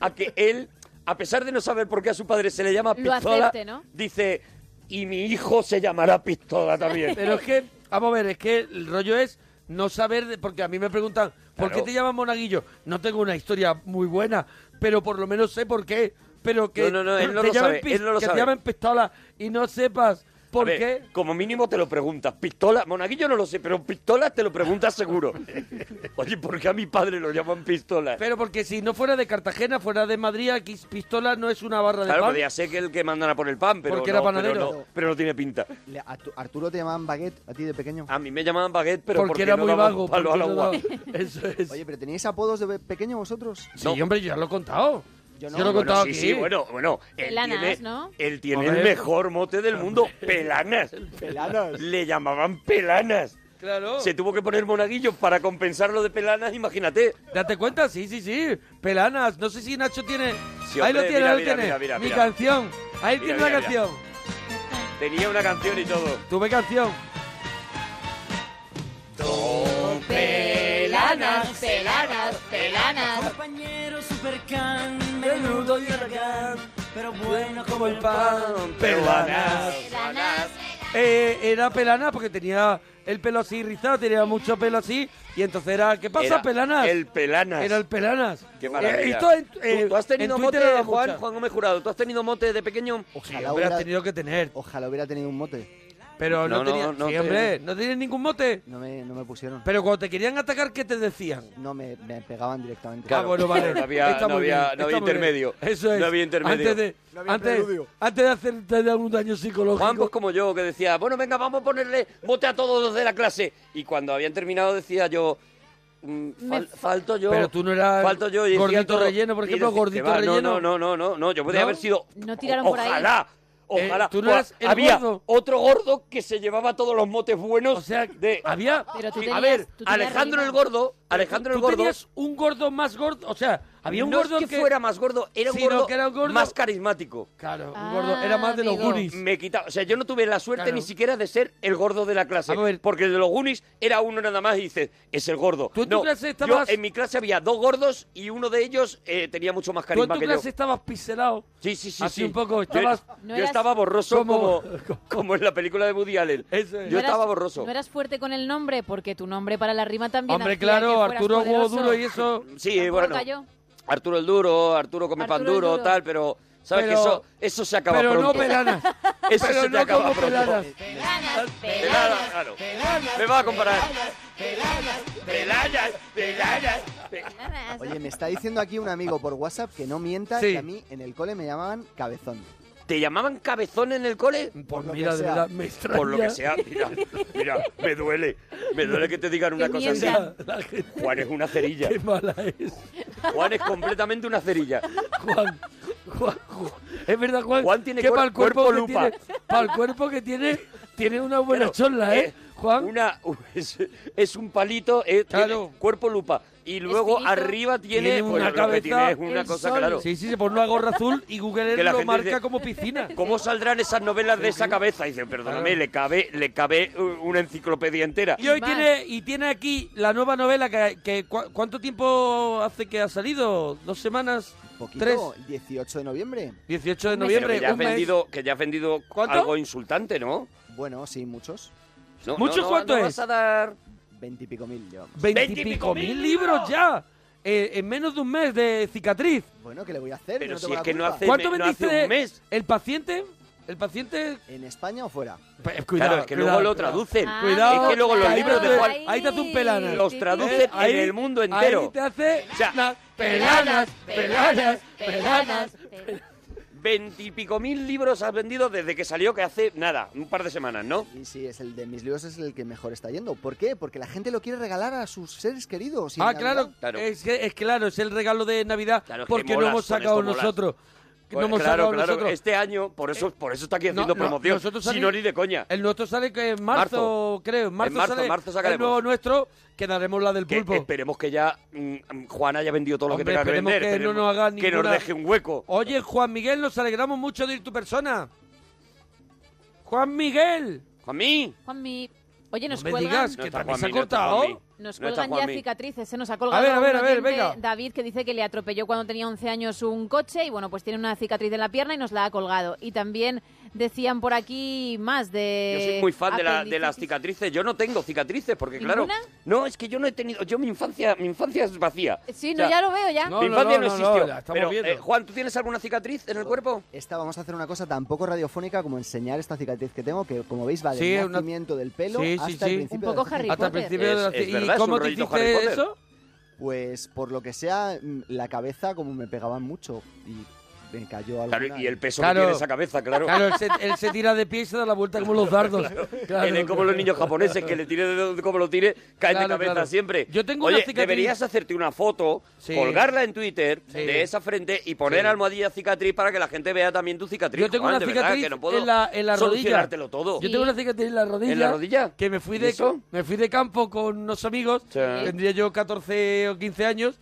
Speaker 3: a que él, a pesar de no saber por qué a su padre se le llama
Speaker 4: Lo
Speaker 3: pistola,
Speaker 4: acepte, ¿no?
Speaker 3: dice, y mi hijo se llamará pistola también.
Speaker 2: Pero es que, vamos a ver, es que el rollo es no saber, de- porque a mí me preguntan, ¿por
Speaker 3: Claro.
Speaker 2: qué te llaman Monaguillo? No tengo una historia muy buena, pero por lo menos sé por qué. Pero que
Speaker 3: No, no, no, él no
Speaker 2: te
Speaker 3: lo
Speaker 2: llamen
Speaker 3: sabe,
Speaker 2: pis-
Speaker 3: él no lo
Speaker 2: que
Speaker 3: sabe.
Speaker 2: te llamen pistola y no sepas
Speaker 3: A
Speaker 2: por
Speaker 3: ver,
Speaker 2: qué.
Speaker 3: Como mínimo te lo preguntas. Pistola, monaguillo no lo sé, pero pistola te lo
Speaker 2: (laughs)
Speaker 3: preguntas seguro. Oye, ¿por qué a mi padre lo llaman pistola?
Speaker 2: Pero porque si no fuera de Cartagena, fuera de Madrid, aquí pistola no es una barra de
Speaker 3: claro,
Speaker 2: pan.
Speaker 3: pero ya sé que el que mandan a por el pan, pero,
Speaker 2: Porque
Speaker 3: no,
Speaker 2: era
Speaker 3: pero,
Speaker 2: panadero.
Speaker 3: no, pero no tiene pinta.
Speaker 5: Le- a tu- Arturo te llamaban baguette a ti de pequeño.
Speaker 3: A mí me llamaban baguette, pero
Speaker 2: porque,
Speaker 3: porque,
Speaker 2: era
Speaker 3: no
Speaker 2: muy
Speaker 3: daban
Speaker 2: vago.
Speaker 3: palo
Speaker 2: porque
Speaker 3: al
Speaker 2: no
Speaker 3: agua.
Speaker 2: daba- (laughs) Eso es.
Speaker 5: Oye, pero ¿teníais apodos de pe- pequeño vosotros?
Speaker 2: sí,
Speaker 3: no.
Speaker 2: hombre, yo ya lo he contado.
Speaker 5: Yo
Speaker 2: Yo,
Speaker 5: no.
Speaker 2: lo he
Speaker 3: Bueno,
Speaker 2: contado
Speaker 3: sí,
Speaker 2: aquí.
Speaker 3: sí, bueno, bueno. Él
Speaker 4: Pelanas,
Speaker 3: tiene,
Speaker 4: ¿no?
Speaker 3: él tiene
Speaker 2: A
Speaker 3: el
Speaker 2: ver.
Speaker 3: mejor mote
Speaker 2: (laughs)
Speaker 3: del mundo, Pelanas.
Speaker 5: Pelanos.
Speaker 3: Le llamaban Pelanas.
Speaker 2: Claro.
Speaker 3: Se tuvo que poner monaguillo para compensar lo de Pelanas, imagínate.
Speaker 2: Date cuenta, sí, sí, sí. Pelanas. No sé si Nacho tiene.
Speaker 3: Sí,
Speaker 2: ahí lo
Speaker 3: hombre,
Speaker 2: tiene,
Speaker 3: mira,
Speaker 2: ahí lo
Speaker 3: mira,
Speaker 2: tiene.
Speaker 3: mira, mira,
Speaker 2: Mi
Speaker 3: mira.
Speaker 2: canción. Ahí tiene
Speaker 3: Mira, mira,
Speaker 2: la
Speaker 3: mira.
Speaker 2: canción.
Speaker 3: Tenía una canción y todo.
Speaker 2: Tuve canción.
Speaker 4: Pelanas, pelanas, pelanas.
Speaker 7: Compañero Supercan, menudo y aragán, pero bueno como el pan.
Speaker 3: Pelanas.
Speaker 4: Pelanas.
Speaker 2: Eh, era pelana porque tenía el pelo así rizado, tenía mucho pelo así. Y entonces era. ¿Qué pasa,
Speaker 3: Era
Speaker 2: pelanas?
Speaker 3: El Pelanas.
Speaker 2: Era el pelanas.
Speaker 3: Qué maravilla.
Speaker 2: Eh, esto en, eh,
Speaker 3: ¿Tú, tú has tenido
Speaker 2: en
Speaker 3: mote,
Speaker 2: Twitter era
Speaker 3: Juan,
Speaker 2: mucha.
Speaker 3: Juan Gómez Jurado? ¿Tú has tenido mote de pequeño?
Speaker 2: Sí,
Speaker 5: Ojalá
Speaker 2: hombre, has
Speaker 5: hubiera-
Speaker 2: tenido que tener.
Speaker 5: Ojalá hubiera tenido un mote.
Speaker 2: Pero no,
Speaker 3: No, no,
Speaker 2: tenía.
Speaker 3: no
Speaker 2: sí,
Speaker 3: te-
Speaker 2: hombre, no tenías ningún mote.
Speaker 5: No me, no me pusieron.
Speaker 2: Pero cuando te querían atacar, ¿qué te decían?
Speaker 5: No, me, me pegaban directamente.
Speaker 2: Ah, bueno, vale.
Speaker 3: No había-
Speaker 2: Está
Speaker 3: no
Speaker 2: muy
Speaker 3: había-
Speaker 2: bien,
Speaker 3: no había
Speaker 2: está muy
Speaker 3: intermedio.
Speaker 2: bien. Eso es.
Speaker 3: No había intermedio.
Speaker 2: Antes de,
Speaker 5: No había
Speaker 2: antes,
Speaker 5: preludio.
Speaker 2: antes de hacerte algún daño psicológico.
Speaker 3: Juan, pues como yo, que decía, bueno, venga, vamos a ponerle mote a todos los de la clase. Y cuando habían terminado decía yo, mm, fal- falto yo.
Speaker 2: Pero tú no eras
Speaker 3: falto yo y decía
Speaker 2: gordito
Speaker 3: todo-
Speaker 2: relleno, por
Speaker 3: y
Speaker 2: ejemplo,
Speaker 3: decía,
Speaker 2: gordito
Speaker 3: que va,
Speaker 2: relleno.
Speaker 3: No, no, no, no, no, yo podría
Speaker 2: ¿No?
Speaker 3: haber sido...
Speaker 4: No tiraron
Speaker 3: o-
Speaker 4: por ahí.
Speaker 3: Ojalá, ojalá.
Speaker 2: Eh, tú no eras el
Speaker 3: había
Speaker 2: gordo.
Speaker 3: otro gordo que se llevaba todos los motes buenos.
Speaker 2: O sea,
Speaker 3: de...
Speaker 2: había.
Speaker 4: Pero tú
Speaker 3: a
Speaker 4: tenías-
Speaker 3: ver,
Speaker 4: tú tenías
Speaker 3: Alejandro
Speaker 4: relleno.
Speaker 3: el gordo Alejandro el
Speaker 2: ¿Tú
Speaker 3: Gordo.
Speaker 2: tenías un gordo más gordo? O sea, había un
Speaker 3: no
Speaker 2: gordo
Speaker 3: es que, fuera más gordo, era un
Speaker 2: Sino
Speaker 3: gordo,
Speaker 2: que era un gordo-
Speaker 3: más carismático.
Speaker 2: Claro,
Speaker 4: Ah,
Speaker 2: un gordo. Era más de los Goonies.
Speaker 3: Me quitaba, o sea, yo no tuve la suerte
Speaker 2: Claro.
Speaker 3: ni siquiera de ser el gordo de la clase,
Speaker 2: Vamos a ver.
Speaker 3: porque el de los Goonies era uno nada más y dices, es el gordo.
Speaker 2: ¿Tú en tu
Speaker 3: No,
Speaker 2: clase
Speaker 3: yo
Speaker 2: estabas-
Speaker 3: en mi clase había dos gordos y uno de ellos eh, tenía mucho más
Speaker 2: Tú en
Speaker 3: carisma
Speaker 2: tu
Speaker 3: que
Speaker 2: clase
Speaker 3: yo.
Speaker 2: estabas pincelado.
Speaker 3: Sí, sí, sí,
Speaker 2: Así
Speaker 3: sí.
Speaker 2: un poco,
Speaker 3: Yo-
Speaker 2: estabas-
Speaker 4: No
Speaker 3: Yo,
Speaker 4: eras-
Speaker 3: estaba borroso
Speaker 2: Como-
Speaker 3: como,
Speaker 4: (laughs)
Speaker 3: como en la película de Woody Allen.
Speaker 2: Eso es.
Speaker 3: Yo
Speaker 4: No eras-
Speaker 3: estaba borroso.
Speaker 4: No eras fuerte con el nombre porque tu nombre para la rima también.
Speaker 2: Hombre,
Speaker 4: hacía
Speaker 2: claro,
Speaker 4: que fueras
Speaker 2: Arturo huevo
Speaker 4: poderoso.
Speaker 2: duro y eso.
Speaker 3: Sí,
Speaker 4: Tampoco
Speaker 3: bueno,
Speaker 4: cayó.
Speaker 3: Arturo el Duro, Arturo come
Speaker 4: Arturo
Speaker 3: pan
Speaker 4: el
Speaker 3: duro,
Speaker 4: Duro.
Speaker 3: tal, pero... ¿Sabes
Speaker 2: Pero-
Speaker 3: que eso, eso se acaba
Speaker 2: Pero
Speaker 3: pronto?
Speaker 2: no pelanas.
Speaker 3: (laughs) Eso
Speaker 2: pero
Speaker 3: se te
Speaker 2: no
Speaker 3: acaba
Speaker 2: como
Speaker 3: pronto.
Speaker 2: pelanas.
Speaker 4: Pelanas,
Speaker 3: Peladas, claro. Me va a comparar. Peladas, peladas, peladas.
Speaker 4: pelanas.
Speaker 5: Oye, me está diciendo aquí un amigo por WhatsApp que no mientas
Speaker 2: Sí.
Speaker 5: que a mí en el cole me llamaban cabezón.
Speaker 3: ¿Te llamaban cabezón en el cole?
Speaker 2: Por
Speaker 5: lo
Speaker 2: mira,
Speaker 5: que
Speaker 2: de
Speaker 5: sea.
Speaker 2: verdad, me extraña.
Speaker 3: Por lo que sea, mira, mira, me duele. Me duele que te digan una
Speaker 4: Que
Speaker 3: cosa así.
Speaker 4: mientan.
Speaker 2: La gente,
Speaker 3: Juan es una
Speaker 2: (laughs)
Speaker 3: cerilla.
Speaker 2: qué mala es.
Speaker 3: Juan es (laughs) completamente una cerilla.
Speaker 2: Juan, Juan, Juan. Es verdad, Juan.
Speaker 3: Juan tiene
Speaker 2: que
Speaker 3: cuer-
Speaker 2: para el cuerpo,
Speaker 3: cuerpo
Speaker 2: que
Speaker 3: lupa.
Speaker 2: tiene, para el cuerpo que tiene, tiene una buena
Speaker 3: Bueno,
Speaker 2: chorla, ¿eh? Juan.
Speaker 3: Una, es, es un palito, eh, tiene
Speaker 2: Claro.
Speaker 3: cuerpo lupa. Y luego
Speaker 4: finito.
Speaker 3: arriba tiene,
Speaker 2: Tiene una
Speaker 3: pues, lo
Speaker 2: cabeza,
Speaker 3: que tiene es una
Speaker 4: el
Speaker 3: cosa,
Speaker 4: sol.
Speaker 3: claro.
Speaker 2: Sí, sí, se pone una gorra azul y Google
Speaker 3: Que la
Speaker 2: lo
Speaker 3: gente
Speaker 2: marca
Speaker 3: dice-
Speaker 2: como piscina.
Speaker 3: ¿Cómo saldrán esas novelas de esa cabeza? Y dicen, perdóname, le cabe, le cabe u- una enciclopedia entera.
Speaker 2: Y hoy
Speaker 4: Más.
Speaker 2: tiene, y tiene aquí la nueva novela que, que cua- ¿cuánto tiempo hace que ha salido? ¿Dos semanas?
Speaker 5: Poquito,
Speaker 2: ¿Tres?
Speaker 5: el 18 de noviembre.
Speaker 2: 18 de
Speaker 4: Pero
Speaker 3: Pero
Speaker 2: noviembre,
Speaker 3: que ya has
Speaker 2: un mes.
Speaker 3: vendido, que ya has vendido
Speaker 2: ¿Cuánto?
Speaker 3: algo insultante, ¿no?
Speaker 5: Bueno, sí, muchos.
Speaker 3: No,
Speaker 2: ¿Mucho
Speaker 3: no, no,
Speaker 2: cuánto
Speaker 3: no
Speaker 2: es?
Speaker 3: vas a dar...
Speaker 5: Veintipico mil llevamos.
Speaker 2: Veintipico mil libros ya. eh, en menos de un mes de cicatriz.
Speaker 5: Bueno, ¿qué le voy a hacer?
Speaker 3: Pero
Speaker 5: Yo no
Speaker 3: si
Speaker 5: tengo
Speaker 3: es
Speaker 5: la
Speaker 3: que no
Speaker 5: culpa.
Speaker 3: hace-
Speaker 2: ¿Cuánto
Speaker 3: me- no hace
Speaker 2: vendiste
Speaker 3: un mes.
Speaker 2: el paciente? El paciente...
Speaker 5: ¿En España o fuera?
Speaker 2: Pe- Cuidado,
Speaker 3: claro, es que
Speaker 2: cuidado,
Speaker 3: luego
Speaker 2: cuidado.
Speaker 3: lo traducen.
Speaker 4: Ah,
Speaker 2: Cuidado,
Speaker 3: es que luego los
Speaker 2: ahí
Speaker 3: libros
Speaker 2: te-
Speaker 3: de Juan...
Speaker 4: ahí.
Speaker 2: Ahí te hace un pelana.
Speaker 3: Los traduce en el mundo
Speaker 2: Ahí
Speaker 3: entero.
Speaker 2: te hace
Speaker 3: O sea,
Speaker 2: na- pelanas, pelanas, pelanas.
Speaker 3: Veintipico mil libros has vendido desde que salió, que hace nada, un par de semanas, ¿no?
Speaker 5: Y sí, es el de mis libros es el que mejor está yendo. ¿Por qué? Porque la gente lo quiere regalar a sus seres queridos. y en
Speaker 2: Ah,
Speaker 5: Navidad-
Speaker 2: claro,
Speaker 3: Claro.
Speaker 2: Es, que, es claro, es el regalo de Navidad
Speaker 3: Claro, es que
Speaker 2: porque no
Speaker 3: molas,
Speaker 2: hemos
Speaker 3: con
Speaker 2: sacado
Speaker 3: esto molas. Pues
Speaker 2: nosotros. Que no hemos
Speaker 3: claro,
Speaker 2: sacado
Speaker 3: claro,
Speaker 2: nosotros. Eh,
Speaker 3: este año, por eso, por eso está aquí haciendo
Speaker 2: No, no,
Speaker 3: promoción.
Speaker 2: nosotros
Speaker 3: si
Speaker 2: sali-
Speaker 3: no, ni de coña.
Speaker 2: El nuestro sale que en marzo,
Speaker 3: Marzo.
Speaker 2: creo. En marzo,
Speaker 3: marzo,
Speaker 2: sale
Speaker 3: marzo
Speaker 2: el
Speaker 3: sacaremos.
Speaker 2: nuevo nuestro, que daremos la del
Speaker 3: Que
Speaker 2: pulpo.
Speaker 3: esperemos que ya mm, Juan haya vendido todo lo que
Speaker 2: Hombre,
Speaker 3: tenga que
Speaker 2: esperemos
Speaker 3: vender.
Speaker 2: que no
Speaker 3: esperemos
Speaker 2: nos haga
Speaker 3: que
Speaker 2: ninguna-
Speaker 3: nos deje un hueco.
Speaker 2: Oye, Juan Miguel, nos alegramos mucho de ir tu persona. Juan Miguel.
Speaker 3: ¿A mí?
Speaker 4: Juanmi, oye, nos
Speaker 2: no me
Speaker 4: cuelgan,
Speaker 2: digas
Speaker 3: No
Speaker 2: que
Speaker 3: está
Speaker 2: también se ha
Speaker 3: Juanmi, no está
Speaker 2: cortado.
Speaker 3: Juanmi.
Speaker 4: nos
Speaker 3: No está
Speaker 4: cuelgan ya
Speaker 3: Juanmi.
Speaker 4: cicatrices, se nos ha colgado
Speaker 2: A ver, a ver,
Speaker 4: un
Speaker 2: a ver,
Speaker 4: oyente,
Speaker 2: venga.
Speaker 4: David que dice que le atropelló cuando tenía 11 años un coche y bueno, pues tiene una cicatriz en la pierna y nos la ha colgado. Y también decían por aquí más de
Speaker 3: Yo soy muy fan de, la- de las
Speaker 4: apendicitis.
Speaker 3: cicatrices. Yo no tengo cicatrices porque, claro.
Speaker 4: ¿Ninguna?
Speaker 3: No, es que yo no he tenido. Yo, mi infancia, mi infancia es vacía.
Speaker 4: Sí,
Speaker 3: O
Speaker 4: no,
Speaker 3: sea,
Speaker 4: ya lo veo ya.
Speaker 2: No,
Speaker 3: mi infancia no,
Speaker 2: no, no,
Speaker 3: existió.
Speaker 2: ya estamos
Speaker 3: Pero,
Speaker 2: viendo.
Speaker 3: eh, Juan, ¿tú tienes alguna cicatriz en el cuerpo?
Speaker 5: Esta vamos a hacer una cosa tan poco radiofónica como enseñar esta cicatriz que tengo, que como veis va del
Speaker 2: Sí, es una-
Speaker 5: nacimiento del pelo
Speaker 2: Sí, sí,
Speaker 5: hasta el
Speaker 2: sí. Un
Speaker 5: principio.
Speaker 4: poco
Speaker 5: de la
Speaker 4: Harry
Speaker 5: cicatriz.
Speaker 2: Hasta el
Speaker 4: Potter.
Speaker 2: principio de la
Speaker 3: Es- es
Speaker 2: ¿Y
Speaker 3: verdad, es
Speaker 2: cómo
Speaker 3: un
Speaker 2: te
Speaker 3: rollito Harry
Speaker 2: hiciste
Speaker 3: Potter.
Speaker 2: eso?
Speaker 5: Pues por lo que sea, mm, la cabeza como me pegaban mucho y me cayó algo.
Speaker 3: Claro, y el peso
Speaker 2: Claro.
Speaker 3: que tiene esa cabeza, claro.
Speaker 2: Claro, él se, él se tira de pie y se da la vuelta como los
Speaker 3: (laughs)
Speaker 2: dardos. Claro,
Speaker 3: Él es como los niños japoneses que le tire de donde como lo tire, cae
Speaker 2: Claro,
Speaker 3: de cabeza
Speaker 2: claro.
Speaker 3: siempre.
Speaker 2: Yo tengo
Speaker 3: Oye,
Speaker 2: una cicatriz-
Speaker 3: deberías hacerte una foto,
Speaker 2: Sí.
Speaker 3: colgarla en Twitter
Speaker 2: Sí.
Speaker 3: de esa frente y poner almohadilla cicatriz para que la gente vea también tu cicatriz.
Speaker 2: Yo tengo
Speaker 3: Juan,
Speaker 2: una
Speaker 3: de verdad,
Speaker 2: cicatriz
Speaker 3: que no puedo
Speaker 2: en la, en la rodilla.
Speaker 3: solucionártelo todo.
Speaker 2: Yo tengo una cicatriz en la rodilla.
Speaker 3: ¿En la rodilla?
Speaker 2: Que me fui
Speaker 3: ¿Y
Speaker 2: de,
Speaker 3: eso?
Speaker 2: me fui de campo con unos amigos.
Speaker 3: Sí.
Speaker 2: Tendría yo 14 o 15 años.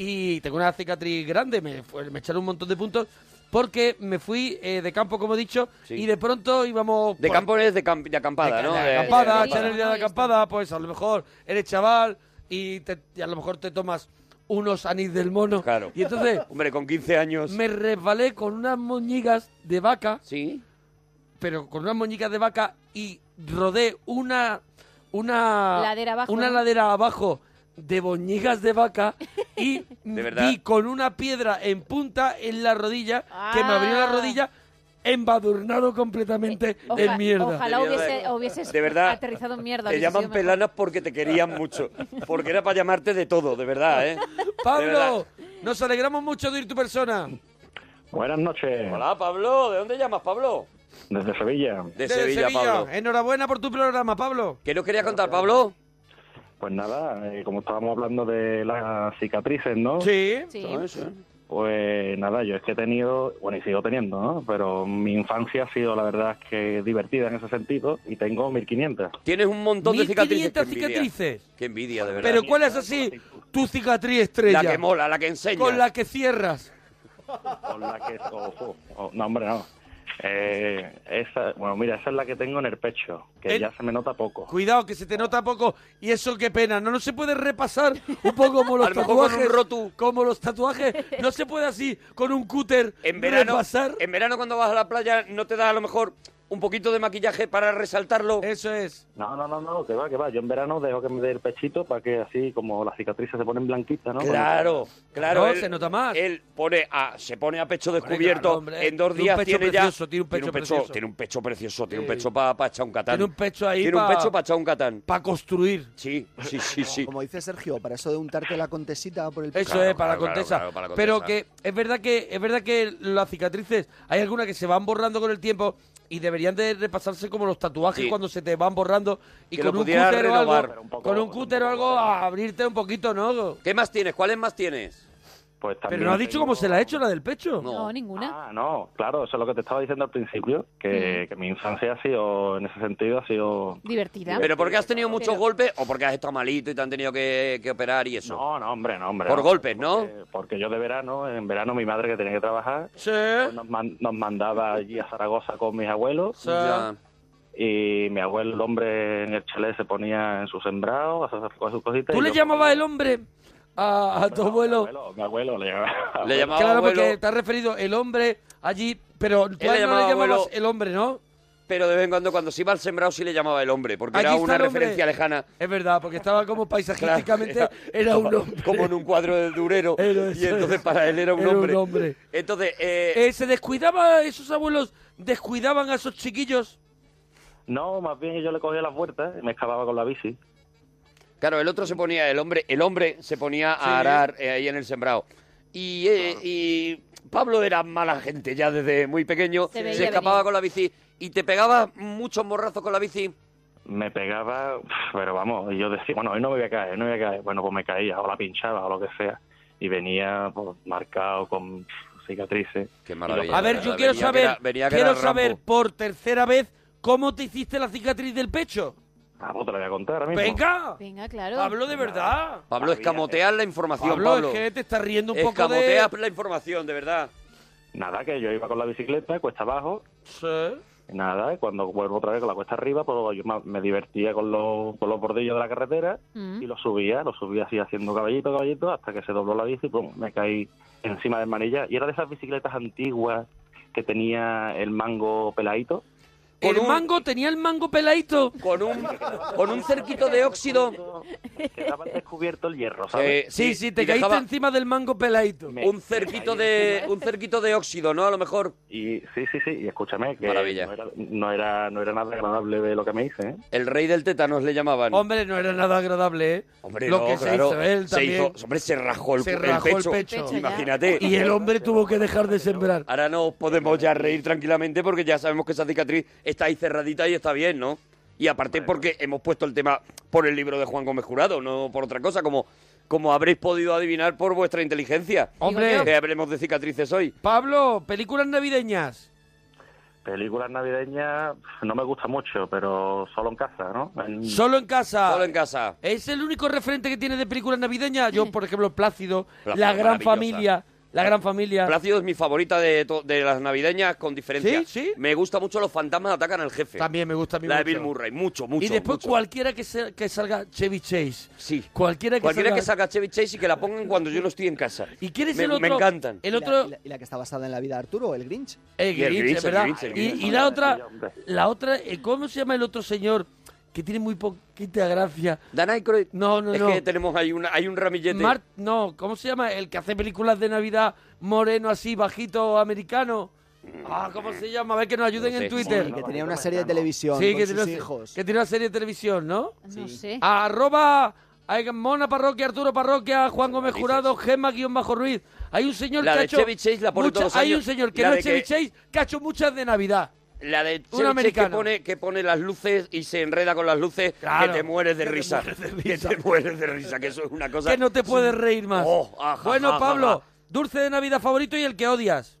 Speaker 2: Y tengo una cicatriz grande. Me, fue- me echaron un montón de puntos. Porque me fui eh, de campo, como he dicho.
Speaker 3: Sí.
Speaker 2: Y de pronto íbamos.
Speaker 3: De
Speaker 2: por-
Speaker 3: campo es de, camp- de acampada,
Speaker 2: de,
Speaker 3: ¿no?
Speaker 2: de
Speaker 3: De-
Speaker 2: acampada,
Speaker 4: de-
Speaker 2: echar el día de
Speaker 4: Ah, ya está.
Speaker 2: acampada, pues a lo mejor eres chaval y, te- y a lo mejor te tomas unos anís del mono.
Speaker 3: Claro.
Speaker 2: Y entonces
Speaker 3: (laughs) Hombre, con 15 años.
Speaker 2: me resbalé con unas moñigas de vaca,
Speaker 3: Sí.
Speaker 2: pero con unas moñigas de vaca y rodé una una
Speaker 4: Ladera abajo,
Speaker 2: una
Speaker 4: ¿no?
Speaker 2: ladera abajo de boñigas
Speaker 4: (laughs)
Speaker 2: de vaca y
Speaker 3: De verdad.
Speaker 2: di con una piedra en punta en la rodilla que me abrió la
Speaker 4: Ah. Eh,
Speaker 2: rodilla embadurnado completamente
Speaker 4: Oja-
Speaker 2: en mierda.
Speaker 4: Ojalá
Speaker 3: De mierda.
Speaker 4: hubiese, hubieses
Speaker 3: De verdad,
Speaker 4: aterrizado en mierda.
Speaker 3: Te
Speaker 4: hubiese
Speaker 3: llaman
Speaker 4: sido mejor.
Speaker 3: pelanas porque te querían mucho. Porque era para llamarte de todo, de verdad, ¿eh? De verdad.
Speaker 2: Pablo, nos alegramos mucho de ir tu persona.
Speaker 8: Buenas noches,
Speaker 3: Hola, Pablo. ¿De dónde llamas, Pablo?
Speaker 8: desde Sevilla.
Speaker 3: De
Speaker 2: Desde
Speaker 3: Sevilla, Pablo.
Speaker 2: Enhorabuena por tu programa, Pablo.
Speaker 3: ¿Qué nos querías contar, Pablo?
Speaker 8: Pues nada, eh, como estábamos hablando de las cicatrices, ¿no?
Speaker 2: Sí.
Speaker 4: Sí.
Speaker 3: Todo eso, ¿eh?
Speaker 2: Pues nada, yo es que he tenido, bueno, y sigo teniendo, ¿no? Pero mi infancia ha sido, la verdad, es que divertida en ese sentido y tengo 1500.
Speaker 1: Tienes un montón de cicatrices.
Speaker 3: 1500
Speaker 1: qué envidia.
Speaker 3: cicatrices.
Speaker 1: Qué envidia, de verdad.
Speaker 3: Pero ¿cuál es así tu cicatriz estrella?
Speaker 1: La que mola, la que enseña.
Speaker 3: Con la que cierras.
Speaker 2: Con la que. ojo, o- no, hombre, no. Eh, esa, bueno, mira, esa es la que tengo en el pecho, que
Speaker 3: El-
Speaker 2: ya se me nota poco.
Speaker 3: Cuidado, que se te nota poco. Y eso, qué pena. No, no se puede repasar un
Speaker 1: (laughs)
Speaker 3: poco como los
Speaker 1: A lo mejor con un
Speaker 3: tatuajes. Como los tatuajes. No se puede así, con un cúter,
Speaker 1: En verano,
Speaker 3: repasar.
Speaker 1: en verano cuando vas a la playa no te da a lo mejor un poquito de maquillaje para resaltarlo.
Speaker 3: Eso es.
Speaker 2: No, no, no, no, que va, que va. Yo en verano dejo que me dé el pechito para que así, como las cicatrices se ponen blanquitas, ¿no?
Speaker 1: Claro, claro.
Speaker 3: No,
Speaker 1: él-
Speaker 3: se nota más.
Speaker 1: Él pone a, se pone a pecho
Speaker 3: Hombre,
Speaker 1: descubierto.
Speaker 3: claro, hombre. eh.
Speaker 1: En dos
Speaker 3: Tiene un
Speaker 1: días
Speaker 3: pecho
Speaker 1: tiene ya.
Speaker 3: precioso, tiene un pecho precioso.
Speaker 1: Tiene un pecho precioso, tiene un
Speaker 3: Sí.
Speaker 1: pecho para echar un catán.
Speaker 3: Tiene un pecho ahí
Speaker 1: Tiene un
Speaker 3: pa-
Speaker 1: pecho para echar un catán.
Speaker 3: Para construir.
Speaker 1: Sí, sí, sí, sí.
Speaker 5: Como dice Sergio, para eso de untarte la contesita por el
Speaker 3: Eso
Speaker 1: Claro,
Speaker 3: es, para,
Speaker 1: claro,
Speaker 3: la contesa.
Speaker 1: claro, claro, para la contesa.
Speaker 3: Pero que es verdad que es verdad que las cicatrices, hay algunas que se van borrando con el tiempo y deberían de repasarse como los tatuajes
Speaker 1: Sí.
Speaker 3: cuando se te van borrando y
Speaker 1: Que
Speaker 3: con
Speaker 1: lo
Speaker 3: un
Speaker 1: pudiera
Speaker 3: cúter o
Speaker 1: renovar,
Speaker 3: algo,
Speaker 2: pero un poco-
Speaker 3: con un cúter o algo a abrirte un poquito, ¿no?
Speaker 1: ¿Qué más tienes? ¿Cuáles más tienes?
Speaker 2: Pues también
Speaker 3: Pero no has dicho cómo
Speaker 2: tengo-
Speaker 3: se la ha hecho la del pecho.
Speaker 1: No.
Speaker 4: No, ninguna.
Speaker 2: Ah, no, claro, eso es lo que te estaba diciendo al principio, que,
Speaker 3: Mm.
Speaker 2: que mi infancia ha sido, en ese sentido, ha sido...
Speaker 4: Divertida.
Speaker 1: ¿Pero porque has tenido muchos
Speaker 4: Pero-
Speaker 1: golpes o porque has estado malito y te han tenido que, que operar y eso?
Speaker 2: No, no, hombre, no, hombre.
Speaker 1: Por
Speaker 2: no.
Speaker 1: golpes, ¿no?
Speaker 2: Porque, porque yo de verano, en verano mi madre que tenía que trabajar,
Speaker 3: Sí.
Speaker 2: pues nos, man- nos mandaba allí a Zaragoza con mis abuelos
Speaker 3: Sí.
Speaker 1: Ya.
Speaker 2: y mi abuelo, el hombre en el chalet, se ponía en su sembrado, a hacer sus- sus cositas.
Speaker 3: ¿Tú
Speaker 2: y
Speaker 3: le
Speaker 2: yo-
Speaker 3: llamabas el hombre a, a tu
Speaker 2: No,
Speaker 3: abuelo?
Speaker 2: Mi abuelo, mi abuelo le llamaba.
Speaker 1: Le llamaba
Speaker 3: Ah, Claro,
Speaker 1: abuelo,
Speaker 3: porque te has referido el hombre allí, pero tú
Speaker 1: le
Speaker 3: a él no
Speaker 1: llamaba
Speaker 3: le llamabas
Speaker 1: abuelo.
Speaker 3: el hombre, ¿no?
Speaker 1: pero de vez en cuando cuando se iba al sembrado sí le llamaba el hombre, porque
Speaker 3: Aquí
Speaker 1: era
Speaker 3: está
Speaker 1: una
Speaker 3: el hombre.
Speaker 1: referencia lejana.
Speaker 3: Es verdad, porque estaba como
Speaker 1: Claro,
Speaker 3: paisajísticamente era, un
Speaker 1: como-
Speaker 3: hombre.
Speaker 1: Como en un cuadro de Durero.
Speaker 3: (laughs) Era
Speaker 1: y
Speaker 3: eso,
Speaker 1: entonces
Speaker 3: es.
Speaker 1: para él era un
Speaker 3: Era un
Speaker 1: hombre.
Speaker 3: hombre.
Speaker 1: Entonces, eh,
Speaker 3: Eh, se descuidaba, esos abuelos descuidaban a esos chiquillos.
Speaker 2: No, más bien yo le cogía las vueltas y me excavaba con la bici.
Speaker 1: claro, el otro se ponía, el hombre, el hombre se ponía
Speaker 3: Sí.
Speaker 1: a arar eh, ahí en el sembrado. Y, eh, y Pablo era mala gente ya desde muy pequeño.
Speaker 4: Se veía
Speaker 1: escapaba
Speaker 4: venir.
Speaker 1: con la bici y te pegaba muchos morrazos con la bici.
Speaker 2: me pegaba, pero vamos, yo decía, bueno, hoy no me voy a caer, no me voy a caer. Bueno, pues me caía, o la pinchaba, o lo que sea. Y venía pues, marcado con cicatrices.
Speaker 1: Qué maravilla.
Speaker 3: A ver,
Speaker 1: Venía
Speaker 3: yo quiero
Speaker 1: que
Speaker 3: saber,
Speaker 1: era- venía que
Speaker 3: quiero
Speaker 1: era
Speaker 3: saber
Speaker 1: Rambo.
Speaker 3: por tercera vez cómo te hiciste la cicatriz del pecho.
Speaker 2: Ah, pues te lo voy a contar ahora mismo.
Speaker 3: Venga,
Speaker 4: Venga, claro.
Speaker 3: Pablo de verdad.
Speaker 1: Pablo, escamotea la información,
Speaker 3: eh. Pablo,
Speaker 1: Pablo.
Speaker 3: es que te estás riendo un poco
Speaker 1: Escamotea
Speaker 3: de.
Speaker 1: la información, de verdad.
Speaker 2: Nada, que yo iba con la bicicleta, cuesta abajo,
Speaker 3: Sí.
Speaker 2: nada, y cuando vuelvo otra vez con la cuesta arriba, pues yo ma- me divertía con los, con los bordillos de la carretera
Speaker 4: Mm.
Speaker 2: y lo subía, lo subía así haciendo caballito, caballito, hasta que se dobló la bici y pum, me caí encima del manillar. Y era de esas bicicletas antiguas que tenía el mango peladito.
Speaker 1: Con
Speaker 3: El
Speaker 1: un-
Speaker 3: mango tenía el mango peladito.
Speaker 1: Con un, con un cerquito de óxido.
Speaker 2: Quedaba descubierto el hierro,
Speaker 1: eh,
Speaker 2: ¿sabes?
Speaker 3: Pues, Sí,
Speaker 1: y-
Speaker 3: sí,
Speaker 1: y
Speaker 3: te caíste
Speaker 1: dejaba
Speaker 3: encima del mango peladito.
Speaker 2: Me-
Speaker 1: Un cerquito de un cerquito de óxido, ¿no? A lo mejor.
Speaker 2: Y sí, sí, sí, y escúchame, que
Speaker 1: Maravilla.
Speaker 2: No, era, no, era, no era nada agradable de lo que me hice, ¿eh?
Speaker 1: El rey del tétanos le llamaban.
Speaker 3: Hombre, no era nada agradable, ¿eh?
Speaker 1: Hombre,
Speaker 3: Lo
Speaker 1: no,
Speaker 3: que
Speaker 1: claro,
Speaker 3: se hizo él
Speaker 1: se
Speaker 3: también.
Speaker 1: hizo- hombre, se rajó el,
Speaker 3: Se
Speaker 1: el
Speaker 3: rajó el
Speaker 1: pecho.
Speaker 3: pecho.
Speaker 4: Pecho ya.
Speaker 1: Imagínate.
Speaker 3: Y el hombre tuvo que dejar de sembrar.
Speaker 1: Ahora nos podemos ya reír tranquilamente porque ya sabemos que esa cicatriz está ahí cerradita y está bien, ¿no? Y aparte porque hemos puesto el tema por el libro de Juan Gómez Jurado, no por otra cosa, como, como habréis podido adivinar por vuestra inteligencia.
Speaker 3: Hombre.
Speaker 1: Que hablemos de cicatrices hoy.
Speaker 3: Pablo, películas navideñas.
Speaker 2: Películas navideñas no me gusta mucho, pero solo en casa, ¿no? En-
Speaker 3: Solo en casa.
Speaker 1: Solo en casa.
Speaker 3: Es el único referente que tiene de películas navideñas. Yo, por ejemplo, Plácido,
Speaker 1: Plácido,
Speaker 3: La Gran
Speaker 1: maravillosa. Eh,
Speaker 3: Familia. La Gran Familia.
Speaker 1: Plácido es mi favorita de, to- de las navideñas con diferencia.
Speaker 3: Sí, sí.
Speaker 1: Me gusta mucho Los fantasmas atacan al jefe.
Speaker 3: También me gusta a mí
Speaker 1: La de
Speaker 3: mucho.
Speaker 1: Bill Murray, mucho, mucho.
Speaker 3: Y después
Speaker 1: mucho.
Speaker 3: cualquiera que, se- que salga Chevy Chase.
Speaker 1: Sí.
Speaker 3: Cualquiera que
Speaker 1: Cualquiera
Speaker 3: salga...
Speaker 1: que salga Chevy Chase y que la pongan cuando yo no estoy en casa.
Speaker 3: ¿Y quién es
Speaker 1: me,
Speaker 3: el otro?
Speaker 1: Me encantan.
Speaker 5: Y
Speaker 3: El
Speaker 5: la-
Speaker 3: otro...
Speaker 5: y la, y la que está basada en la vida de Arturo, el Grinch.
Speaker 3: El
Speaker 1: Y el
Speaker 3: Grinch,
Speaker 1: Grinch,
Speaker 3: es
Speaker 1: el
Speaker 3: ¿verdad?
Speaker 1: Grinch, el
Speaker 3: Y-
Speaker 1: Grinch.
Speaker 3: y, la otra,
Speaker 2: Sí, hombre.
Speaker 3: la otra, eh, ¿cómo se llama el otro señor que tiene muy poquita gracia?
Speaker 1: Dan Aykroyd.
Speaker 3: No, no,
Speaker 1: es
Speaker 3: no.
Speaker 1: que tenemos ahí una, hay un ramillete.
Speaker 3: Mart, no, ¿cómo se llama? El que hace películas de Navidad moreno así, bajito, americano. Ah, ¿cómo se llama? A ver que nos ayuden
Speaker 1: Mm. No sé.
Speaker 3: en
Speaker 5: Y
Speaker 3: Twitter.
Speaker 5: que tenía una serie de televisión
Speaker 3: Sí,
Speaker 5: con
Speaker 3: que
Speaker 5: sus
Speaker 3: tiene, una-
Speaker 5: hijos.
Speaker 3: que tiene una serie de televisión, ¿no?
Speaker 4: No sé.
Speaker 3: Arroba a Mona Parroquia, Arturo Parroquia, Juan Gómez Jurado, Gemma guión bajo Ruiz. Hay un señor
Speaker 1: La
Speaker 3: que ha
Speaker 1: de
Speaker 3: hecho
Speaker 1: Chevy Chase la pone
Speaker 3: mucha-
Speaker 1: todos los
Speaker 3: Hay
Speaker 1: años.
Speaker 3: un señor que
Speaker 1: La
Speaker 3: no
Speaker 1: de
Speaker 3: es Chevy
Speaker 1: que-
Speaker 3: Chase que ha hecho muchas de (laughs) Navidad.
Speaker 1: La de Chevy
Speaker 3: Un
Speaker 1: Chase que
Speaker 3: americano.
Speaker 1: pone, que pone las luces y se enreda con las luces
Speaker 3: Claro.
Speaker 1: que te mueres de
Speaker 3: Que te
Speaker 1: risa.
Speaker 3: mueres de
Speaker 1: (laughs) Que
Speaker 3: risa.
Speaker 1: te mueres de risa, que eso es una cosa...
Speaker 3: que no te puedes reír más.
Speaker 1: Oh, ajá,
Speaker 3: bueno,
Speaker 1: ajá,
Speaker 3: Pablo,
Speaker 1: ajá.
Speaker 2: Dulce de Navidad favorito y el que odias.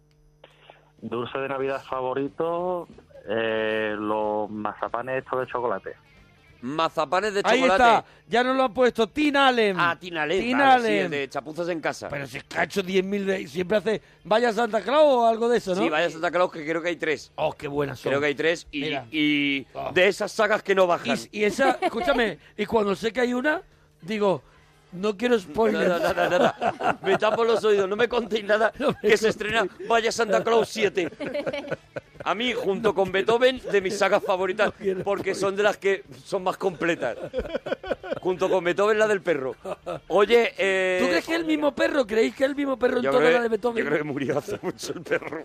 Speaker 8: Dulce de Navidad favorito, eh, los mazapanes estos de chocolate.
Speaker 3: Mazapanes de
Speaker 2: Ahí
Speaker 3: chocolate.
Speaker 2: está, ya nos lo han puesto. Tin Allen.
Speaker 3: Ah, Tinalé.
Speaker 2: Tin
Speaker 3: vale, sí,
Speaker 2: Allen.
Speaker 3: el de chapuzas en casa.
Speaker 2: Pero si es que ha hecho 10.000 de... Siempre hace... Vaya Santa Claus o algo de eso, ¿no?
Speaker 3: Sí, vaya Santa Claus, que creo que hay tres.
Speaker 2: Oh, qué buenas son.
Speaker 3: Creo que hay tres y,
Speaker 2: Mira.
Speaker 3: y de esas sagas que no bajan.
Speaker 2: Y esa, escúchame, y cuando sé que hay una, digo, no quiero spoiler.
Speaker 3: Nada, nada, nada. Me tapo los oídos, no me contéis
Speaker 2: (laughs)
Speaker 3: nada que se estrena Vaya Santa Claus 7. A mí, junto con Beethoven, de mis sagas favoritas, porque son de las que son más completas. Junto con Beethoven, la del perro. Oye, eh,
Speaker 2: ¿Tú crees que es el mismo perro? ¿Creéis que es el mismo perro en
Speaker 3: yo
Speaker 2: toda
Speaker 3: creo-
Speaker 2: la de Beethoven?
Speaker 3: Yo creo que murió hace mucho el perro.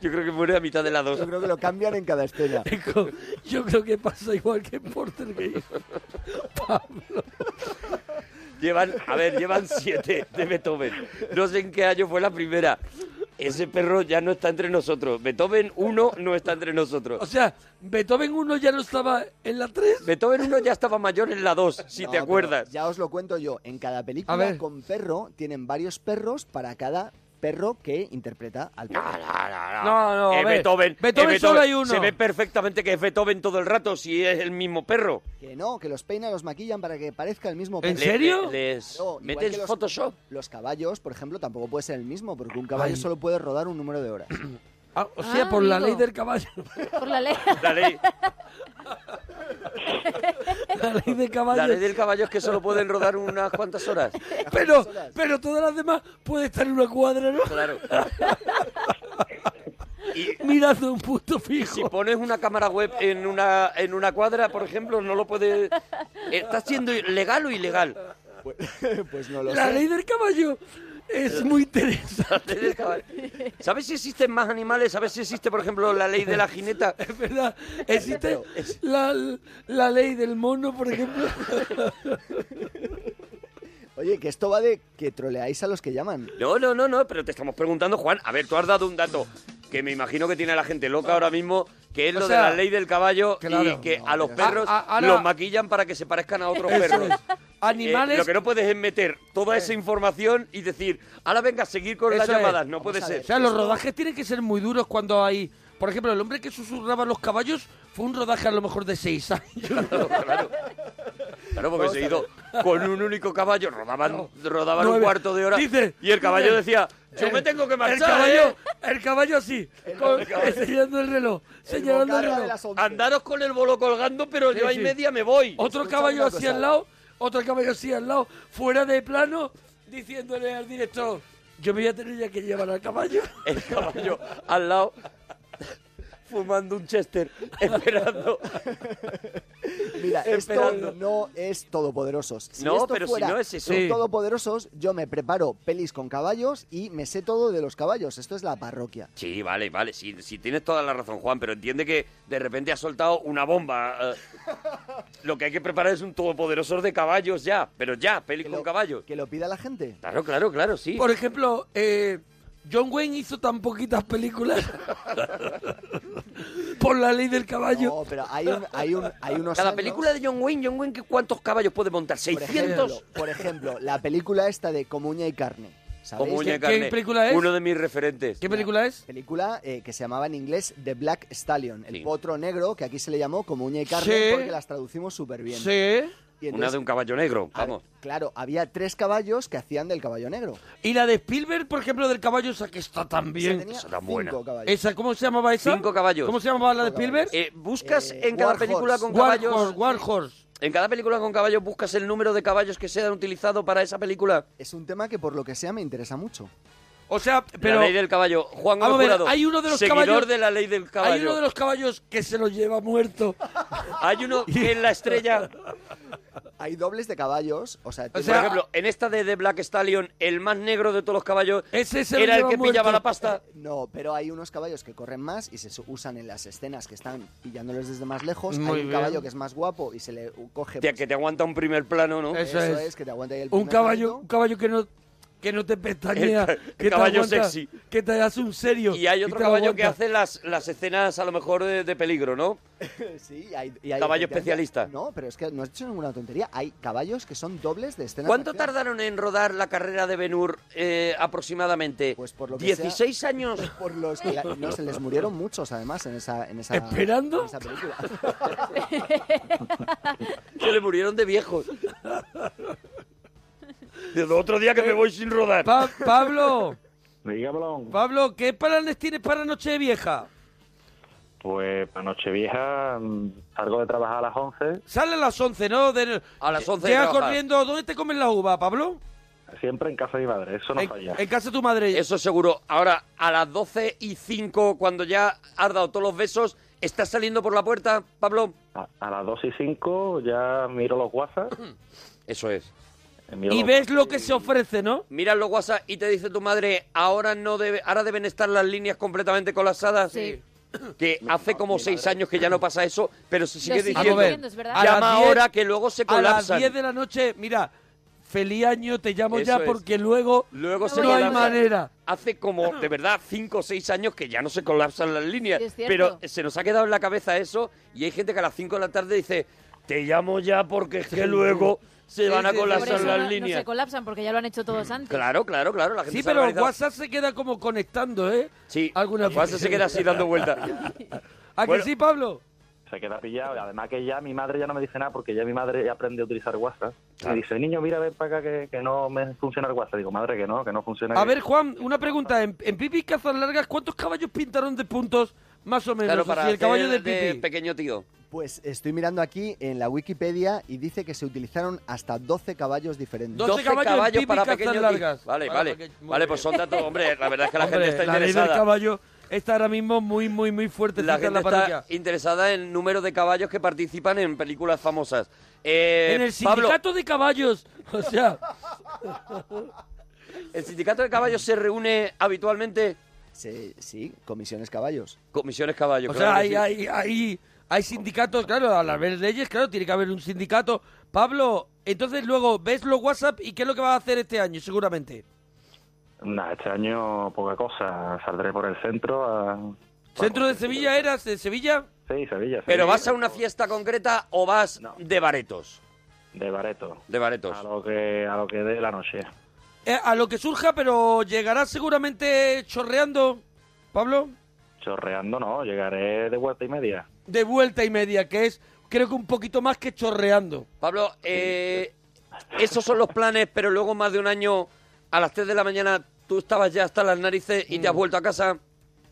Speaker 3: Yo creo que murió a mitad de la dos.
Speaker 5: Yo creo que lo cambian en cada escena.
Speaker 3: (laughs)
Speaker 2: Eco, Yo creo que pasa igual que en Poltergeist.
Speaker 3: Llevan, a ver, llevan siete de Beethoven. No sé en qué año fue la primera. Ese perro ya no está entre nosotros. Beethoven 1 no está entre
Speaker 2: O
Speaker 3: nosotros.
Speaker 2: sea, Beethoven 1 ya no estaba en la 3.
Speaker 3: Beethoven 1 ya estaba mayor en la 2, si
Speaker 5: No,
Speaker 3: te
Speaker 5: pero
Speaker 3: acuerdas.
Speaker 5: Ya os lo cuento yo. En cada
Speaker 2: A ver.
Speaker 5: película con perro tienen varios perros para cada perro que interpreta al
Speaker 3: No,
Speaker 5: perro.
Speaker 3: no, no.
Speaker 2: No, no, a ver,
Speaker 3: Eh, Beethoven,
Speaker 2: Beethoven solo hay uno.
Speaker 3: Se ve perfectamente que es Beethoven todo el rato, si es el mismo perro.
Speaker 5: Que no, que los peinan, los maquillan para que parezca el mismo
Speaker 2: ¿En
Speaker 5: perro.
Speaker 3: Le-
Speaker 2: serio?
Speaker 3: le- les
Speaker 5: Claro, igual
Speaker 3: metes
Speaker 5: que los-
Speaker 3: Photoshop.
Speaker 5: Los caballos, por ejemplo, tampoco puede ser el mismo, porque un caballo
Speaker 2: Ay.
Speaker 5: solo puede rodar un número de horas.
Speaker 2: (clears throat) Ah, o sea,
Speaker 4: Ah,
Speaker 2: por la
Speaker 4: amigo.
Speaker 2: ley del caballo.
Speaker 4: Por la ley.
Speaker 3: (laughs) La ley,
Speaker 2: La ley del
Speaker 3: la
Speaker 2: caballo.
Speaker 3: ley del caballo es que solo pueden rodar unas cuantas horas.
Speaker 2: (laughs) Pero, pero todas las demás pueden estar en una cuadra, ¿no? (laughs)
Speaker 3: Claro.
Speaker 2: Mirando un punto
Speaker 3: Si
Speaker 2: fijo.
Speaker 3: pones una cámara web en una, en una cuadra, por ejemplo, no lo puedes... Está siendo legal o ilegal. (laughs)
Speaker 5: Pues, pues no lo
Speaker 2: La
Speaker 5: sé.
Speaker 2: ley del caballo es muy interesante.
Speaker 3: La ley del caballo. ¿Sabes si existen más animales? ¿Sabes si existe, por ejemplo, la ley de la jineta?
Speaker 2: Es verdad. Existe la, la ley del mono, por
Speaker 3: (laughs)
Speaker 2: ejemplo.
Speaker 5: Oye, que esto va de que troleáis a los que llaman.
Speaker 3: No, no, no, no, pero te estamos preguntando, Juan. A ver, tú has dado un dato que me imagino que tiene a la gente loca ahora mismo, que es
Speaker 2: O
Speaker 3: lo
Speaker 2: sea,
Speaker 3: de la ley del caballo y
Speaker 2: claro,
Speaker 3: que
Speaker 2: no,
Speaker 3: a los
Speaker 2: mira.
Speaker 3: perros
Speaker 2: A- a- ahora-
Speaker 3: los maquillan para que se parezcan a otros
Speaker 2: Eso
Speaker 3: perros.
Speaker 2: es. Animales. Eh.
Speaker 3: Eh, lo que no puedes es meter toda esa información y decir, ahora venga, seguir con las
Speaker 2: Eso es.
Speaker 3: llamadas. No puede
Speaker 5: a
Speaker 3: ser.
Speaker 2: O sea, los rodajes tienen que ser muy duros cuando hay. Por ejemplo, el hombre que susurraba los caballos fue un rodaje a lo mejor de seis (laughs) años.
Speaker 3: Claro, claro. Claro, porque seguido con un único caballo rodaban, rodaban un
Speaker 2: Nueve.
Speaker 3: cuarto de hora
Speaker 2: Dice,
Speaker 3: y el caballo
Speaker 2: dice,
Speaker 3: decía, yo
Speaker 2: el-
Speaker 3: me tengo que marchar.
Speaker 2: El caballo,
Speaker 3: ¿eh?
Speaker 2: el caballo así, con- señalando el reloj, señalando
Speaker 5: bocarra
Speaker 2: el
Speaker 5: de
Speaker 2: reloj.
Speaker 5: las once.
Speaker 3: Andaros con el bolo colgando, pero
Speaker 2: Sí,
Speaker 3: yo ahí
Speaker 2: sí.
Speaker 3: media me voy.
Speaker 2: Otro
Speaker 5: Escucha
Speaker 2: caballo
Speaker 5: una
Speaker 2: así
Speaker 5: cosa.
Speaker 2: al lado, otro caballo así al lado, fuera de plano, diciéndole al director, yo me voy a tener ya que llevar al caballo.
Speaker 3: (laughs) El caballo al lado (laughs) fumando un chester, (laughs) esperando.
Speaker 2: (laughs)
Speaker 3: (laughs)
Speaker 5: Mira,
Speaker 3: Esperando.
Speaker 5: esto no es Todopoderosos. Si
Speaker 3: No,
Speaker 5: esto
Speaker 3: pero si
Speaker 5: fuera
Speaker 3: no es eso.
Speaker 2: Sí.
Speaker 5: Todopoderosos, yo me preparo pelis con caballos y me sé todo de los caballos. Esto es la parroquia.
Speaker 3: Sí, vale, vale, sí, sí, tienes toda la razón, Juan, pero entiende que de repente ha soltado una bomba. eh. lo que hay que preparar es un todopoderoso de caballos ya, pero ya, peli
Speaker 5: Que
Speaker 3: con
Speaker 5: lo-
Speaker 3: caballos.
Speaker 5: Que lo pida la gente.
Speaker 3: Claro, claro, claro, sí.
Speaker 2: Por ejemplo, eh, John Wayne hizo tan poquitas películas por la ley del caballo.
Speaker 5: No, pero hay, un- hay, un- hay unos.
Speaker 3: Cada
Speaker 5: años-
Speaker 3: película de John Wayne, John Wayne, ¿qué- ¿cuántos caballos puede montar?
Speaker 5: por ejemplo,
Speaker 3: ¿600?
Speaker 5: Por ejemplo, la película esta de Como uña y carne. ¿Sabéis?
Speaker 3: Como uña de
Speaker 2: ¿Qué-
Speaker 3: carne.
Speaker 2: qué película es?
Speaker 3: Uno de mis referentes.
Speaker 2: ¿Qué película es?
Speaker 5: Película eh, que se llamaba en inglés The Black Stallion, el
Speaker 3: Sí.
Speaker 5: potro negro, que aquí se le llamó Como uña y carne
Speaker 2: Sí.
Speaker 5: porque las traducimos súper bien.
Speaker 2: Sí.
Speaker 5: Y entonces,
Speaker 3: Una de un caballo negro,
Speaker 5: a ver,
Speaker 3: vamos.
Speaker 5: Claro, había tres caballos que hacían del caballo negro.
Speaker 2: Y la de Spielberg, por ejemplo, del caballo, esa que está tan
Speaker 5: Se
Speaker 2: bien.
Speaker 5: tenía
Speaker 3: esa tan
Speaker 5: cinco
Speaker 3: buena.
Speaker 5: caballos.
Speaker 2: Esa, ¿Cómo se llamaba esa?
Speaker 3: Cinco caballos.
Speaker 2: ¿Cómo se llamaba la de Spielberg?
Speaker 3: Eh, buscas
Speaker 5: Eh,
Speaker 3: en cada
Speaker 5: War
Speaker 3: película
Speaker 5: Horse.
Speaker 3: con
Speaker 2: War
Speaker 3: caballos.
Speaker 2: Horse, War Horse.
Speaker 3: En cada película con caballos buscas el número de caballos que se han utilizado para esa película.
Speaker 5: Es un tema que por lo que sea me interesa mucho.
Speaker 2: O sea,
Speaker 3: Pero,
Speaker 2: pero
Speaker 3: la ley del caballo. Juan
Speaker 2: Vamos a ver,
Speaker 3: Jurado,
Speaker 2: hay uno de los
Speaker 3: seguidor
Speaker 2: caballos-
Speaker 3: de la ley del caballo.
Speaker 2: hay uno de los caballos que se lo lleva muerto.
Speaker 3: Hay uno que en la
Speaker 2: (laughs)
Speaker 3: estrella.
Speaker 5: Hay dobles de caballos, o sea,
Speaker 2: O
Speaker 5: tiene-
Speaker 3: Por
Speaker 2: sea,
Speaker 3: ejemplo, en esta de The Black Stallion, el más negro de todos los caballos
Speaker 2: Ese se lo
Speaker 3: era el
Speaker 2: lleva
Speaker 3: que
Speaker 2: muerto.
Speaker 3: pillaba la pasta.
Speaker 5: Eh, no, pero hay unos caballos que corren más y se su- usan en las escenas que están pillándoles desde más lejos.
Speaker 2: Muy
Speaker 5: hay un
Speaker 2: bien.
Speaker 5: caballo que es más guapo y se le coge
Speaker 3: Tía,
Speaker 5: pues,
Speaker 3: que te aguanta un primer plano, ¿no?
Speaker 2: Eso
Speaker 5: eso,
Speaker 2: es.
Speaker 5: es. que te aguanta ahí el
Speaker 2: un
Speaker 5: primer
Speaker 2: caballo,
Speaker 5: palito.
Speaker 2: un caballo que no que no te pestañea.
Speaker 3: El ca-
Speaker 2: que te
Speaker 3: caballo
Speaker 2: aguanta,
Speaker 3: sexy.
Speaker 2: Que te hace un serio.
Speaker 3: Y hay otro
Speaker 2: te
Speaker 3: caballo
Speaker 2: aguanta.
Speaker 3: que hace las, las escenas a lo mejor de, de peligro, ¿no?
Speaker 5: (laughs) Sí, hay, y hay- efectivamente-
Speaker 3: Caballo especialista.
Speaker 5: No, pero es que no has dicho ninguna tontería. Hay caballos que son dobles de escena.
Speaker 3: ¿Cuánto tardaron en rodar la carrera de Benur aproximadamente?
Speaker 5: Pues por lo que sea-
Speaker 3: 16 años.
Speaker 5: Por los que la- no, se les murieron muchos además en esa, en esa,
Speaker 2: ¿Esperando?
Speaker 5: en esa
Speaker 2: (laughs)
Speaker 5: película.
Speaker 3: Se le murieron de (laughs) viejos. Desde otro día que me voy sin rodar.
Speaker 2: Pa- Pablo,
Speaker 8: Dígamelo.
Speaker 2: Pablo, ¿qué planes tienes para Nochevieja?
Speaker 8: Pues para Nochevieja mm, salgo de trabajar a las 11.
Speaker 2: Sale a las 11, ¿no? De-
Speaker 3: A las 11 de
Speaker 2: Llega
Speaker 3: trabajar.
Speaker 2: corriendo. ¿Dónde te comen la uva, Pablo?
Speaker 8: Siempre en casa de mi madre, eso no
Speaker 2: en,
Speaker 8: falla.
Speaker 2: en casa de tu madre.
Speaker 3: Eso seguro. Ahora, a las 12 y 5, cuando ya has dado todos los besos, ¿estás saliendo por la puerta, Pablo?
Speaker 8: A, a las 2 y 5 ya miro los WhatsApp.
Speaker 3: Eso es.
Speaker 8: eh, miro
Speaker 2: Y
Speaker 8: los-
Speaker 2: ves lo que se ofrece, ¿no?
Speaker 3: Miras los WhatsApp y te dice tu madre, ahora no debe, ahora deben estar las líneas completamente colapsadas.
Speaker 4: Sí.
Speaker 3: (clears throat) Que hace como seis años que ya no pasa eso, pero se sigue
Speaker 4: sigue
Speaker 3: diciendo.
Speaker 4: diciendo, es verdad.
Speaker 2: A las
Speaker 3: Llama
Speaker 2: 10,
Speaker 3: ahora que luego se
Speaker 2: A las
Speaker 3: colapsan.
Speaker 2: 10 de la noche, mira, feliz año, te llamo
Speaker 3: Eso
Speaker 2: ya
Speaker 3: es.
Speaker 2: porque luego
Speaker 3: Luego se
Speaker 4: voy a
Speaker 2: no hay
Speaker 3: colapsan.
Speaker 4: colapsa.
Speaker 2: manera.
Speaker 3: Hace como, de verdad, cinco o seis años que ya no se colapsan las líneas.
Speaker 4: Sí, es cierto.
Speaker 3: pero se nos ha quedado en la cabeza eso y hay gente que a las cinco de la tarde dice, te llamo ya porque es que luego se
Speaker 2: Sí,
Speaker 3: van a
Speaker 2: sí, sí.
Speaker 4: Por
Speaker 3: colapsar
Speaker 4: eso
Speaker 3: las
Speaker 4: no, no
Speaker 3: líneas.
Speaker 4: se colapsan porque ya lo han hecho todos antes.
Speaker 3: Claro, claro, claro. La gente
Speaker 2: Sí,
Speaker 3: se ha
Speaker 2: pero
Speaker 3: organizado.
Speaker 2: WhatsApp se queda como conectando, ¿eh?
Speaker 3: Sí,
Speaker 2: Algunas
Speaker 3: WhatsApp se queda así dando vueltas.
Speaker 2: ¿A que
Speaker 3: Bueno.
Speaker 2: sí, Pablo?
Speaker 8: Se queda pillado. Y además que ya mi madre ya no me dice nada porque ya mi madre ya aprende a utilizar WhatsApp.
Speaker 3: Claro.
Speaker 8: Me dice, niño, mira, ven para acá que, que no me funciona el WhatsApp. Digo, madre, que no, que no funciona.
Speaker 2: A
Speaker 8: que-
Speaker 2: ver, Juan, una pregunta. En, en Pipi Cazas Largas, ¿cuántos caballos pintaron de puntos más o menos?
Speaker 3: Claro,
Speaker 2: O sea,
Speaker 3: para
Speaker 2: el caballo de
Speaker 3: hacer
Speaker 2: Pipi.
Speaker 3: pequeño tío.
Speaker 5: Pues estoy mirando aquí en la Wikipedia y dice que se utilizaron hasta 12 caballos diferentes.
Speaker 2: 12 caballos en Pipi Cazas
Speaker 3: pequeño tío.
Speaker 2: Largas.
Speaker 3: Vale,
Speaker 2: Para
Speaker 3: vale.
Speaker 2: peque- muy
Speaker 3: Vale,
Speaker 2: bien.
Speaker 3: pues son datos, hombre, la verdad es que la
Speaker 2: Hombre,
Speaker 3: gente está
Speaker 2: la ley del
Speaker 3: interesada.
Speaker 2: caballo está ahora mismo muy, muy, muy fuerte
Speaker 3: La
Speaker 2: en
Speaker 3: gente
Speaker 2: la parroquia.
Speaker 3: está interesada en número de caballos que participan en películas famosas. Eh,
Speaker 2: en el
Speaker 3: Pablo,
Speaker 2: sindicato de caballos. (laughs) O
Speaker 3: (laughs)
Speaker 2: sea,
Speaker 3: ¿el sindicato de caballos se reúne habitualmente?
Speaker 5: Sí, sí, comisiones caballos.
Speaker 3: Comisiones caballos.
Speaker 2: o
Speaker 3: claro
Speaker 2: sea
Speaker 3: que
Speaker 2: hay, hay,
Speaker 3: sí.
Speaker 2: hay, hay sindicatos, claro, al haber leyes, claro, tiene que haber un sindicato. Pablo, entonces luego ves los WhatsApp y qué es lo que vas a hacer este año, seguramente.
Speaker 8: Nah, este año poca cosa. Saldré por el centro a...
Speaker 2: ¿Centro de
Speaker 8: Vamos,
Speaker 2: Sevilla eras? ¿De Sevilla?
Speaker 8: Sí, Sevilla. Sevilla,
Speaker 3: ¿Pero vas a una fiesta concreta o vas
Speaker 8: Eh, No.
Speaker 3: de baretos?
Speaker 8: De Bareto.
Speaker 3: De baretos.
Speaker 8: A lo que, a lo que dé la noche.
Speaker 2: Eh, a lo que surja, pero llegarás seguramente chorreando, Pablo,
Speaker 8: Chorreando no, llegaré de vuelta y media.
Speaker 2: de vuelta y media, que es creo que un poquito más que chorreando.
Speaker 3: Pablo, eh, esos son los planes, pero luego más de un año, a las 3 de la mañana, tú estabas ya hasta las narices y te has
Speaker 2: Mm.
Speaker 3: vuelto a casa.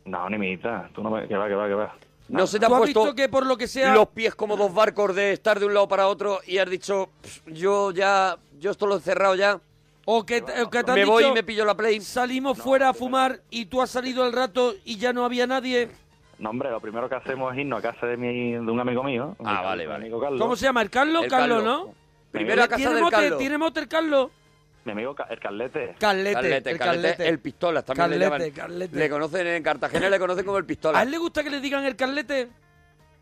Speaker 8: No, ni mitad. Tú no me... Que va, que va, que va.
Speaker 3: No se te
Speaker 2: Ah. ¿Tú
Speaker 3: ha
Speaker 2: has visto
Speaker 3: puesto
Speaker 2: que por lo que sea...
Speaker 3: los pies como dos barcos de estar de un lado para otro y has dicho, "Pff, yo ya, yo esto lo he cerrado ya,
Speaker 2: O que, o que te han
Speaker 3: me voy y
Speaker 2: dicho-
Speaker 3: me pillo la play.
Speaker 2: Salimos fuera a fumar y tú has salido al rato y ya no había nadie.
Speaker 8: No, hombre, lo primero que hacemos es irnos a casa de, mi, de un amigo mío.
Speaker 3: Ah,
Speaker 8: mi-
Speaker 3: vale,
Speaker 8: mi
Speaker 3: vale.
Speaker 8: amigo Carlos.
Speaker 2: ¿Cómo se llama? ¿El Carlos?
Speaker 3: El
Speaker 2: Carlos,
Speaker 3: Carlos.
Speaker 2: ¿no?
Speaker 3: Primero a casa
Speaker 2: ¿Tiene
Speaker 3: del
Speaker 2: mote?
Speaker 3: Carlos.
Speaker 2: ¿Tiene mote el Carlos?
Speaker 8: Mi amigo Ca- el Carlete.
Speaker 2: Carlete.
Speaker 3: Carlete,
Speaker 2: el
Speaker 3: Carlete, el pistolas también le
Speaker 2: Carlete,
Speaker 3: llaman.
Speaker 2: Carlete.
Speaker 3: Le conocen en Cartagena, le conocen como el pistola.
Speaker 2: ¿A él le gusta que le digan el Carlete?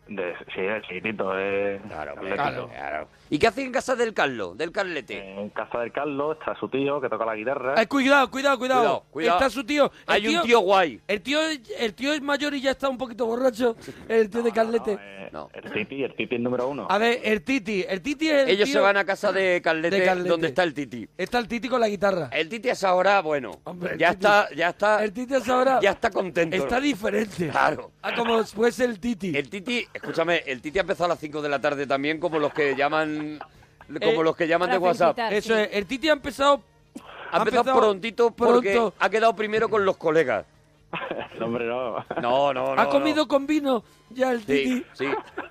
Speaker 8: De, sí, de chiquitito. De,
Speaker 3: Claro, hombre,
Speaker 8: Carlete.
Speaker 3: claro, claro. ¿Y qué hacen en casa del Carlos, del Carlete?
Speaker 8: Eh, En casa del Carlos está su tío que toca la guitarra.
Speaker 2: Ay, Eh, cuidado, cuidado, cuidado.
Speaker 3: Cuidado, cuidado.
Speaker 2: Está su tío. El
Speaker 3: Hay un tío guay.
Speaker 2: El tío, el tío es mayor y ya está un poquito
Speaker 3: (laughs)
Speaker 2: borracho. El tío de Carlete.
Speaker 8: No, eh,
Speaker 3: No.
Speaker 8: El Titi, el Titi es número uno.
Speaker 2: A ver, el Titi. El Titi es el
Speaker 3: Ellos
Speaker 2: tío-
Speaker 3: se van a casa de Carlete,
Speaker 2: de Carlete.
Speaker 3: donde está el Titi.
Speaker 2: Está el Titi con la guitarra.
Speaker 3: El Titi es ahora, bueno,
Speaker 2: Hombre, el
Speaker 3: ya
Speaker 2: Titi-
Speaker 3: está, ya está,
Speaker 2: El Titi es ahora...
Speaker 3: ya está contento.
Speaker 2: Está diferente.
Speaker 3: Claro.
Speaker 2: Ah, como fuese el Titi.
Speaker 3: El Titi, escúchame, el Titi ha empezado a las 5 de la tarde también, como los que llaman, como
Speaker 2: Eh,
Speaker 3: los que llaman de
Speaker 4: para
Speaker 3: WhatsApp.
Speaker 4: felicitar.
Speaker 2: Eso
Speaker 4: sí.
Speaker 2: es. El Titi ha empezado
Speaker 3: Ha empezado, prontito porque
Speaker 2: pronto.
Speaker 3: ha quedado primero con los colegas.
Speaker 8: No, hombre, no.
Speaker 3: No, no, no.
Speaker 2: ha
Speaker 3: no.
Speaker 2: comido con vino ya el Titi.
Speaker 3: Sí, sí.
Speaker 2: (laughs)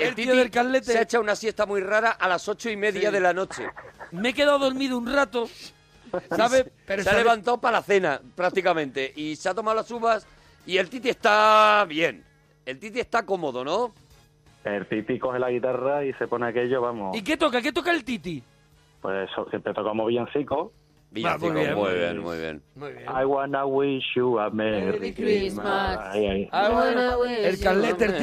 Speaker 2: El tío del Carlete.
Speaker 3: se ha hecho una siesta muy rara a las ocho y media de la noche.
Speaker 2: Me he quedado dormido un rato, ¿sabes? Pero
Speaker 3: se ha
Speaker 2: sabe-
Speaker 3: levantado para la cena, prácticamente. Y se ha tomado las uvas y el Titi está bien. El Titi está cómodo, ¿no?
Speaker 8: El Titi coge la guitarra y se pone aquello, vamos.
Speaker 2: ¿Y qué toca? ¿Qué toca el Titi?
Speaker 8: Pues eso, siempre tocamos villancicos.
Speaker 1: Villancico,
Speaker 3: muy bien,
Speaker 1: muy
Speaker 3: muy
Speaker 1: bien,
Speaker 3: bien.
Speaker 1: muy bien.
Speaker 2: I wanna wish you a Merry Christmas. Ay, ay.
Speaker 3: I wanna wish El Carlete, el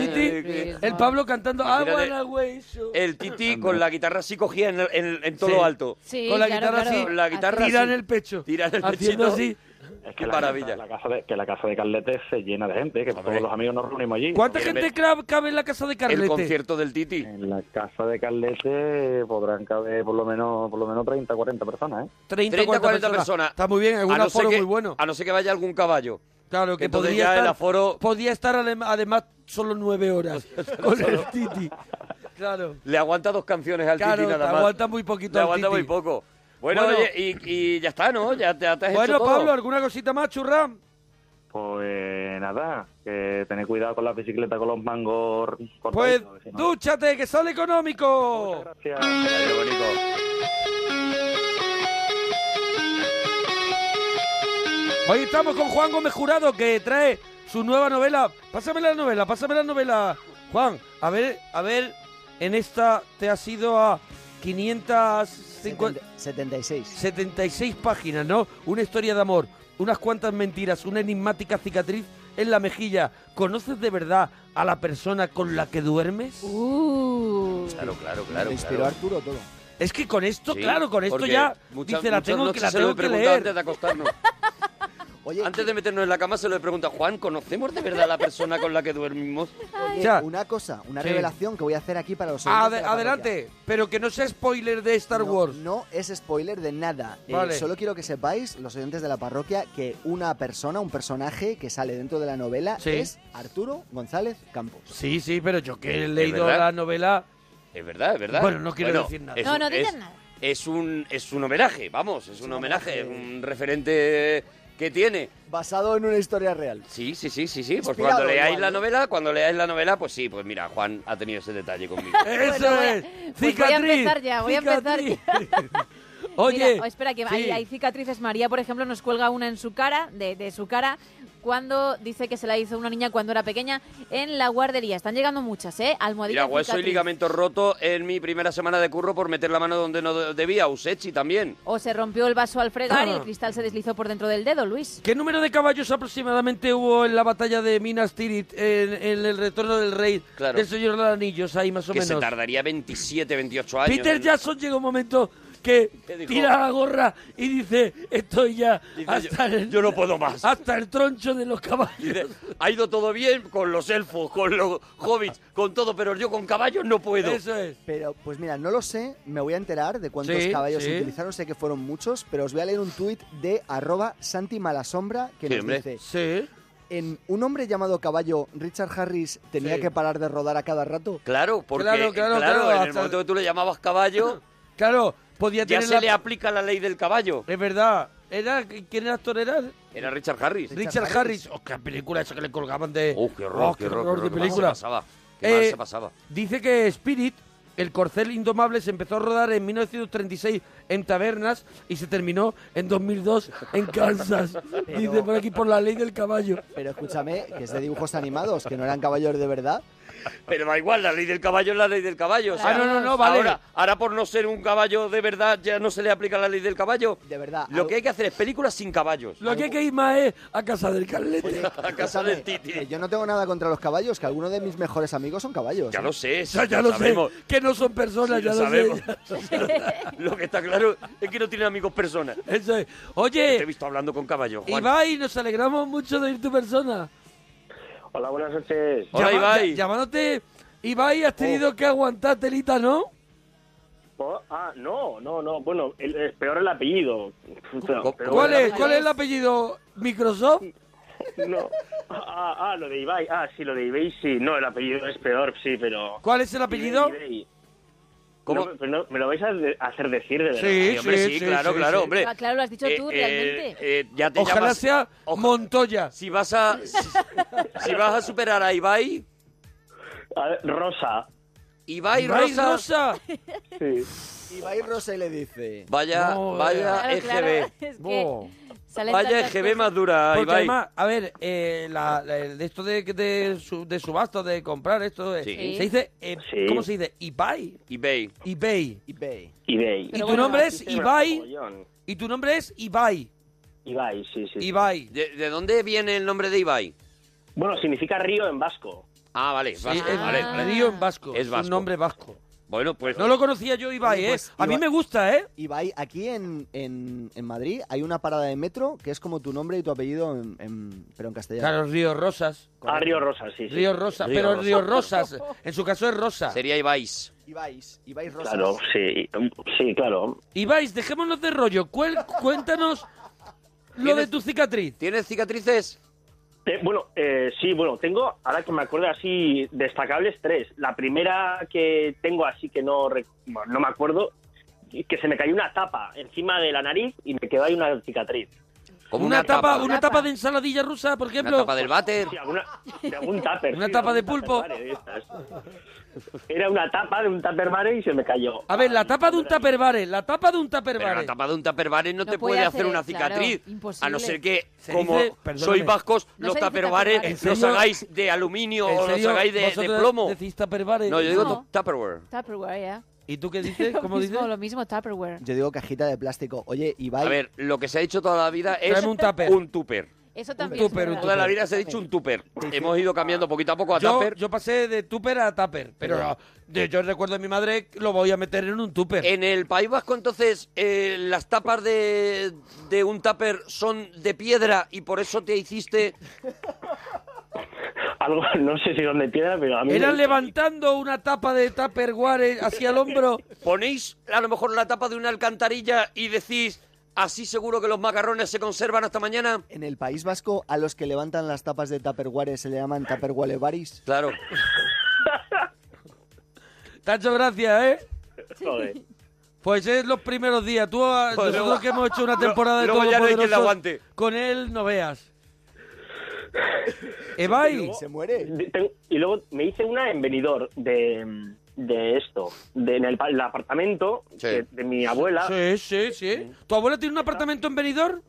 Speaker 3: Titi, el Pablo cantando
Speaker 2: Ah,
Speaker 3: I
Speaker 1: Imagínate,
Speaker 3: wanna wish you.
Speaker 1: El Titi con la guitarra así cogía en, el- en- en todo
Speaker 3: Sí.
Speaker 1: lo alto.
Speaker 4: Sí,
Speaker 3: Con la
Speaker 4: claro,
Speaker 3: guitarra
Speaker 4: claro.
Speaker 3: así,
Speaker 1: Con la guitarra
Speaker 3: tira
Speaker 1: así.
Speaker 3: en el pecho.
Speaker 1: Tira en el
Speaker 3: haciendo
Speaker 1: pechito.
Speaker 3: así.
Speaker 2: Es
Speaker 1: Qué
Speaker 2: que la
Speaker 1: maravilla.
Speaker 2: Casa, la casa de, que la casa de Carlete se llena de gente, que todos los amigos nos reunimos allí.
Speaker 3: ¿Cuánta
Speaker 1: Bien,
Speaker 3: gente
Speaker 1: bien.
Speaker 3: cra- cabe en la casa de Carlete?
Speaker 1: El concierto del Titi.
Speaker 2: En la casa de Carlete podrán caber por lo menos por lo menos 30, 40 personas, ¿eh?
Speaker 3: 30,
Speaker 1: 30, 40 personas.
Speaker 3: Está muy bien, es un
Speaker 1: A no ser
Speaker 3: aforo
Speaker 1: que-
Speaker 3: muy bueno.
Speaker 1: A no ser que vaya algún caballo.
Speaker 3: Claro, que
Speaker 1: Entonces
Speaker 3: podría
Speaker 1: ya el
Speaker 3: estar,
Speaker 1: aforo-
Speaker 3: podría estar adem- además solo
Speaker 1: (laughs)
Speaker 3: nueve horas con el Titi. Claro.
Speaker 1: Le aguanta dos canciones al
Speaker 3: Claro,
Speaker 1: Titi nada
Speaker 3: te
Speaker 1: más.
Speaker 3: aguanta muy poquito
Speaker 1: Le
Speaker 3: al
Speaker 1: aguanta
Speaker 3: Titi.
Speaker 1: muy poco. Bueno,
Speaker 3: Bueno.
Speaker 1: oye, y, y ya está, ¿no? Ya te, ya te has
Speaker 3: Bueno,
Speaker 1: hecho todo.
Speaker 3: Pablo, ¿alguna cosita más, churram?
Speaker 2: Pues nada, que tened cuidado con la bicicleta, con los mangos cortaditos,
Speaker 3: Pues
Speaker 2: que si no-
Speaker 3: dúchate, que sale económico.
Speaker 2: Gracias, que vaya bonito.
Speaker 3: Hoy estamos con Juan Gómez Jurado, que trae su nueva novela. Pásame la novela, pásame la novela. Juan, a ver, a ver, en esta te has ido a 550...
Speaker 5: 76.
Speaker 3: 76 páginas, ¿no? Una historia de amor, unas cuantas mentiras, una enigmática cicatriz en la mejilla. ¿Conoces de verdad a la persona con la que duermes?
Speaker 4: Uh.
Speaker 1: Claro, claro,
Speaker 5: Te
Speaker 1: claro.
Speaker 5: inspiró
Speaker 1: claro.
Speaker 5: Arturo todo.
Speaker 3: Es que con esto,
Speaker 1: Sí,
Speaker 3: claro, con esto
Speaker 1: porque
Speaker 3: ya
Speaker 1: muchas-
Speaker 3: dice la
Speaker 1: muchas
Speaker 3: tengo que
Speaker 1: noches
Speaker 3: la
Speaker 1: se lo he
Speaker 3: tengo que
Speaker 1: preguntado
Speaker 3: leer.
Speaker 1: antes de acostarnos.
Speaker 5: (laughs) Oye,
Speaker 1: antes de meternos en la cama se lo he preguntado Juan, ¿conocemos de verdad a la persona con la que dormimos?
Speaker 5: oye,
Speaker 3: Ya.
Speaker 5: una cosa, una
Speaker 3: Sí.
Speaker 5: revelación que voy a hacer aquí para los oyentes
Speaker 3: Ade-
Speaker 5: de la parroquia.
Speaker 3: adelante, pero que no sea spoiler de Star
Speaker 5: No,
Speaker 3: Wars.
Speaker 5: No es spoiler de nada. Eh,
Speaker 3: Vale.
Speaker 5: solo quiero que sepáis, los oyentes de la parroquia, que una persona, un personaje que sale dentro de la novela
Speaker 3: Sí.
Speaker 5: es Arturo González Campos.
Speaker 3: Sí, sí, pero yo que he leído
Speaker 1: verdad?
Speaker 3: la novela.
Speaker 1: Es verdad, es verdad.
Speaker 3: Bueno, no quiero decir nada.
Speaker 1: es
Speaker 4: No,
Speaker 1: un-
Speaker 4: no digas
Speaker 1: es-
Speaker 4: nada.
Speaker 1: Es un, es un homenaje, vamos, es un homenaje, es un referente que tiene.
Speaker 5: Basado en una historia real.
Speaker 1: Sí, sí, sí, sí, sí. Pues
Speaker 5: Inspirado
Speaker 1: cuando leáis
Speaker 5: igual,
Speaker 1: la
Speaker 5: ¿no?
Speaker 1: novela, cuando leáis la novela, pues sí, pues mira, Juan ha tenido ese detalle conmigo.
Speaker 3: (laughs) Eso
Speaker 4: Bueno, voy a-
Speaker 3: es.
Speaker 4: pues voy a empezar ya, voy a empezar
Speaker 3: cicatriz.
Speaker 4: (laughs) Mira, oh,
Speaker 3: Oye,
Speaker 4: espera, que
Speaker 3: sí.
Speaker 4: hay, hay cicatrices. María, por ejemplo, nos cuelga una en su cara, de, de su cara, cuando dice que se la hizo una niña cuando era pequeña en la guardería. Están llegando muchas, ¿eh?
Speaker 1: Mira,
Speaker 4: Almohadilla
Speaker 1: hueso y
Speaker 4: cicatriz.
Speaker 1: ligamento roto en mi primera semana de curro por meter la mano donde no de- debía, Usechi también.
Speaker 4: O se rompió el vaso al fregar y el cristal se deslizó por dentro del dedo, Luis.
Speaker 3: ¿Qué número de caballos aproximadamente hubo en la batalla de Minas Tirith en, en el retorno del rey
Speaker 1: Claro.
Speaker 3: del Señor de los Anillos? Ahí más o
Speaker 1: que se
Speaker 3: menos.
Speaker 1: tardaría 27, 28 años.
Speaker 3: Peter
Speaker 1: en-
Speaker 3: Jackson llega un momento que
Speaker 1: ¿Qué dijo?
Speaker 3: tira la gorra y dice, estoy ya
Speaker 1: Dice,
Speaker 3: hasta
Speaker 1: yo-
Speaker 3: el,
Speaker 1: yo no puedo más.
Speaker 3: Hasta el troncho de los
Speaker 1: Dice,
Speaker 3: caballos.
Speaker 1: ha ido todo bien con los elfos, con los hobbits, con todo, pero yo con caballos no puedo.
Speaker 3: Eso es.
Speaker 5: Pero, pues mira, no lo sé, me voy a enterar de cuántos
Speaker 3: Sí,
Speaker 5: caballos
Speaker 3: sí.
Speaker 5: se utilizaron, sé que fueron muchos, pero os voy a leer un tuit de arroba Santi Malasombra que
Speaker 1: Sí,
Speaker 5: nos
Speaker 1: hombre.
Speaker 5: dice,
Speaker 3: Sí.
Speaker 5: en un hombre llamado caballo, Richard Harris tenía
Speaker 3: Sí.
Speaker 5: que parar de rodar a cada rato.
Speaker 1: Claro, porque
Speaker 3: Claro,
Speaker 1: claro,
Speaker 3: claro, claro,
Speaker 1: en el
Speaker 3: hasta-
Speaker 1: momento que tú le llamabas caballo,
Speaker 3: (laughs) Claro, podía
Speaker 1: ya
Speaker 3: tener
Speaker 1: se
Speaker 3: la-
Speaker 1: le aplica la ley del caballo.
Speaker 3: Es verdad. Era, ¿Quién era actor? Era
Speaker 1: Era Richard Harris.
Speaker 3: Richard
Speaker 5: Richard
Speaker 3: Harris. Oh, qué película esa que le colgaban de...
Speaker 1: ¡Oh, qué horror,
Speaker 3: Oh,
Speaker 1: qué horror, qué
Speaker 3: de
Speaker 1: horror, qué mal
Speaker 3: película.
Speaker 1: se pasaba. Qué mal
Speaker 3: Eh,
Speaker 1: se pasaba.
Speaker 3: Dice que Spirit, el corcel indomable, se empezó a rodar en 1936 en tabernas y se terminó en 2002 (laughs)
Speaker 1: (laughs)
Speaker 3: en Kansas. Dice por aquí, por la ley del caballo.
Speaker 5: Pero escúchame, que es de dibujos animados, que no eran caballos de verdad.
Speaker 1: Pero da igual, la ley del caballo es la ley del caballo. o sea,
Speaker 3: Ah, no, no, no, vale.
Speaker 1: Ahora, ahora por no ser un caballo de verdad, ya no se le aplica la ley del caballo.
Speaker 5: De verdad,
Speaker 1: Lo
Speaker 5: al-
Speaker 1: que hay que hacer es películas sin caballos.
Speaker 3: Lo que hay que ir más es a casa del (laughs) Carlete.
Speaker 1: A casa
Speaker 5: Escúchame,
Speaker 1: del
Speaker 5: que
Speaker 1: Titi.
Speaker 5: yo no tengo nada contra los caballos, que algunos de mis mejores amigos son caballos.
Speaker 1: Ya
Speaker 5: ¿eh?
Speaker 1: lo sé,
Speaker 3: O sea, ya lo sé,
Speaker 1: sabemos.
Speaker 3: que no son personas,
Speaker 1: Sí,
Speaker 3: ya
Speaker 1: lo
Speaker 3: lo
Speaker 1: sabemos.
Speaker 3: sé.
Speaker 1: (laughs) Lo que está claro es que no tienen amigos personas.
Speaker 3: Eso es.
Speaker 1: Te he
Speaker 3: Oye,
Speaker 1: visto hablando con caballos, Juan.
Speaker 3: Ibai, nos alegramos mucho de ir tu persona.
Speaker 2: Hola, buenas noches.
Speaker 1: Hola,
Speaker 3: Llama-
Speaker 1: Ibai. Oh.
Speaker 3: ll- Llamándote, Ibai, has tenido que aguantar telita, ¿no?
Speaker 9: Oh, ah, no, no, no. Bueno, el, es peor el apellido.
Speaker 1: ¿Cu-
Speaker 9: Pero
Speaker 3: ¿Cuál
Speaker 9: bueno,
Speaker 3: es, ¿Cuál es el apellido? ¿Microsoft?
Speaker 9: No. Ah, ah, lo de Ibai. Ah, sí, lo de Ibai, sí. No, el apellido es peor, sí, pero...
Speaker 3: ¿Cuál es el apellido?
Speaker 9: Ibai, Ibai.
Speaker 1: ¿Cómo?
Speaker 9: No, pero no, ¿Me lo vais a de- hacer decir de verdad?
Speaker 1: Sí, hombre, sí, claro, claro, hombre.
Speaker 4: Ah, claro, lo has dicho
Speaker 9: eh,
Speaker 4: tú, realmente.
Speaker 1: eh, ya te
Speaker 3: Ojalá
Speaker 1: llamas-
Speaker 3: sea
Speaker 1: Oja-
Speaker 3: (laughs) Montoya.
Speaker 1: Si vas a... Si, si vas a superar a Ibai...
Speaker 9: A ver, Rosa.
Speaker 1: Ibai,
Speaker 3: Ibai
Speaker 1: Rosa...
Speaker 3: Rosa.
Speaker 9: Sí.
Speaker 5: Y va a ir Rosa y le dice...
Speaker 1: Vaya,
Speaker 2: eh,
Speaker 3: Madre.
Speaker 1: vaya
Speaker 4: eh,
Speaker 3: E
Speaker 4: Claro, claro,
Speaker 1: EGB.
Speaker 4: es que
Speaker 3: Bo.
Speaker 4: salen
Speaker 1: Vaya
Speaker 3: E
Speaker 4: tantas
Speaker 1: EGB
Speaker 4: cosas.
Speaker 1: más dura,
Speaker 3: Porque
Speaker 1: Ibai.
Speaker 3: además, a ver, eh, la- la- el de esto de, de, su- de subasta, de comprar esto, eh,
Speaker 1: Sí.
Speaker 3: se dice, eh,
Speaker 9: Sí.
Speaker 3: ¿cómo se dice? Ibai,
Speaker 1: Ibai.
Speaker 3: eBay.
Speaker 5: eBay.
Speaker 9: Ibai.
Speaker 3: ¿Y tu
Speaker 4: bueno,
Speaker 3: nombre
Speaker 9: Sí,
Speaker 3: es
Speaker 9: sí, me
Speaker 3: Ibai?
Speaker 9: mogollón.
Speaker 2: Y tu nombre es Ibai.
Speaker 9: Ibai, sí, sí.
Speaker 2: Ibai.
Speaker 3: ¿De, de dónde viene el nombre de Ibai?
Speaker 9: Bueno, significa río en vasco.
Speaker 3: Ah, vale, vasco,
Speaker 2: es-
Speaker 3: vale.
Speaker 2: Río en vasco.
Speaker 3: Es vasco.
Speaker 2: Un nombre vasco.
Speaker 3: Bueno, pues...
Speaker 2: No lo conocía yo, Ibai,
Speaker 5: Oye,
Speaker 2: ¿eh?
Speaker 5: pues,
Speaker 2: a mí
Speaker 5: Ibai-
Speaker 2: me gusta, ¿eh?
Speaker 5: Ibai, aquí en, en, en Madrid hay una parada de metro que es como tu nombre y tu apellido, en, en- pero en castellano.
Speaker 2: Claro, Río Rosas.
Speaker 9: Ah, río rosa, sí, sí.
Speaker 2: Río Rosas,
Speaker 3: Río
Speaker 2: pero
Speaker 3: Rosas.
Speaker 2: Río Rosas. En su caso es Rosa.
Speaker 3: Sería Ibais.
Speaker 5: Ibais, Ibai Rosas.
Speaker 9: Claro, sí, um, sí, claro.
Speaker 2: Ibais, dejémonos de rollo. Cuel- cuéntanos lo
Speaker 3: ¿Tienes-
Speaker 2: de tu cicatriz.
Speaker 3: ¿Tienes cicatrices?
Speaker 9: Te- bueno, eh, sí, bueno, tengo, ahora que me acuerdo así, destacables tres. La primera que tengo así que no, rec- bueno, no me acuerdo, que se me cayó una tapa encima de la nariz y me quedó ahí una cicatriz.
Speaker 3: Como
Speaker 2: una, tapa, una
Speaker 4: Tapa.
Speaker 2: tapa de ensaladilla rusa, por
Speaker 3: una
Speaker 2: ejemplo.
Speaker 3: tapa del váter.
Speaker 9: Sí, alguna- de algún tupper,
Speaker 2: Una
Speaker 9: sí,
Speaker 2: tapa de
Speaker 9: algún
Speaker 2: pulpo.
Speaker 9: tupperware de estas. Era una tapa de un tupperware y se me cayó. (laughs)
Speaker 2: A ver, la tapa de un tupperware, la tapa de un
Speaker 3: Pero
Speaker 2: tupperware.
Speaker 3: la tapa de un tupperware no,
Speaker 4: No
Speaker 3: te
Speaker 4: puede
Speaker 3: puede hacer
Speaker 4: hacer,
Speaker 3: una cicatriz.
Speaker 4: claro, imposible.
Speaker 3: A no ser que,
Speaker 2: Se
Speaker 3: como
Speaker 2: dice- perdóname.
Speaker 3: sois vascos,
Speaker 4: No
Speaker 3: los
Speaker 4: se dice tupperware. ¿En
Speaker 3: tupperwares los
Speaker 2: serio?
Speaker 3: hagáis de aluminio
Speaker 2: ¿En
Speaker 3: o los
Speaker 2: serio?
Speaker 3: hagáis de, de
Speaker 2: ¿Vosotros
Speaker 3: plomo.
Speaker 2: decís tupperware?
Speaker 3: No, yo digo
Speaker 4: No.
Speaker 3: tupperware.
Speaker 4: Tupperware, ya.
Speaker 5: (laughs)
Speaker 2: ¿Y tú
Speaker 4: (laughs)
Speaker 2: qué dices?
Speaker 4: Lo
Speaker 2: ¿Cómo
Speaker 4: mismo,
Speaker 2: dices?
Speaker 4: Lo mismo, Tupperware.
Speaker 5: Yo digo cajita de plástico. Oye, Ibai.
Speaker 3: A ver, lo que se ha dicho toda la vida es
Speaker 2: Tráeme un tupper.
Speaker 3: Un tupper.
Speaker 4: Eso también es
Speaker 2: tupper, un
Speaker 4: verdad.
Speaker 3: Toda la vida se ha dicho un tupper. Hemos ido cambiando poquito a poco a
Speaker 2: Yo,
Speaker 3: tupper.
Speaker 2: yo pasé de tupper a tupper, pero
Speaker 3: Pero-
Speaker 2: de- yo recuerdo a mi madre que lo voy a meter en un tupper.
Speaker 3: En el País Vasco, entonces, eh, las tapas de, de un tupper son de piedra y por eso te hiciste...
Speaker 9: Algo, no sé si donde piedra, pero a mí...
Speaker 2: Era
Speaker 9: me-
Speaker 2: levantando una tapa de tupperware hacia el hombro.
Speaker 3: (laughs) Ponéis a lo mejor la tapa de una alcantarilla y decís, así seguro que los macarrones se conservan hasta mañana.
Speaker 5: En el País Vasco, a los que levantan las tapas de Tupperware se le llaman Tupperware Baris.
Speaker 3: Claro.
Speaker 2: Tacho, gracias, ¿eh?
Speaker 9: Joder.
Speaker 2: Pues es los primeros días. Tú, ah,
Speaker 3: Joder,
Speaker 2: nosotros
Speaker 3: (laughs) luego-
Speaker 2: que hemos hecho una temporada de
Speaker 3: luego
Speaker 2: todo
Speaker 3: ya no hay quien la aguante.
Speaker 2: con él no veas. Ebai,
Speaker 5: Se muere.
Speaker 9: De- tengo- y luego me hice una en venidor de, de esto, de, en el, pa- el apartamento
Speaker 3: Sí.
Speaker 9: de, de mi abuela.
Speaker 2: sí, sí, sí. ¿Tu abuela tiene un apartamento en Benidorm?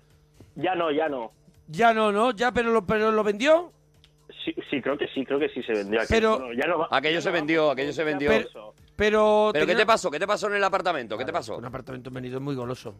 Speaker 9: Ya no, ya no.
Speaker 2: Ya no, no, ya, pero lo, pero lo vendió.
Speaker 9: Sí, sí, creo que sí, creo que sí se vendió. aquello.
Speaker 2: Pero-
Speaker 9: Bueno, ya no va-
Speaker 3: Aquello
Speaker 9: ya
Speaker 3: se
Speaker 9: no va
Speaker 3: vendió,
Speaker 9: porque
Speaker 3: aquello se
Speaker 9: ya
Speaker 3: vendió.
Speaker 9: pasó.
Speaker 2: Pero,
Speaker 3: ¿Pero qué
Speaker 2: tenía-
Speaker 3: te pasó? ¿Qué te pasó en el apartamento? ¿Qué te pasó?
Speaker 2: Un apartamento en Benidorm muy goloso.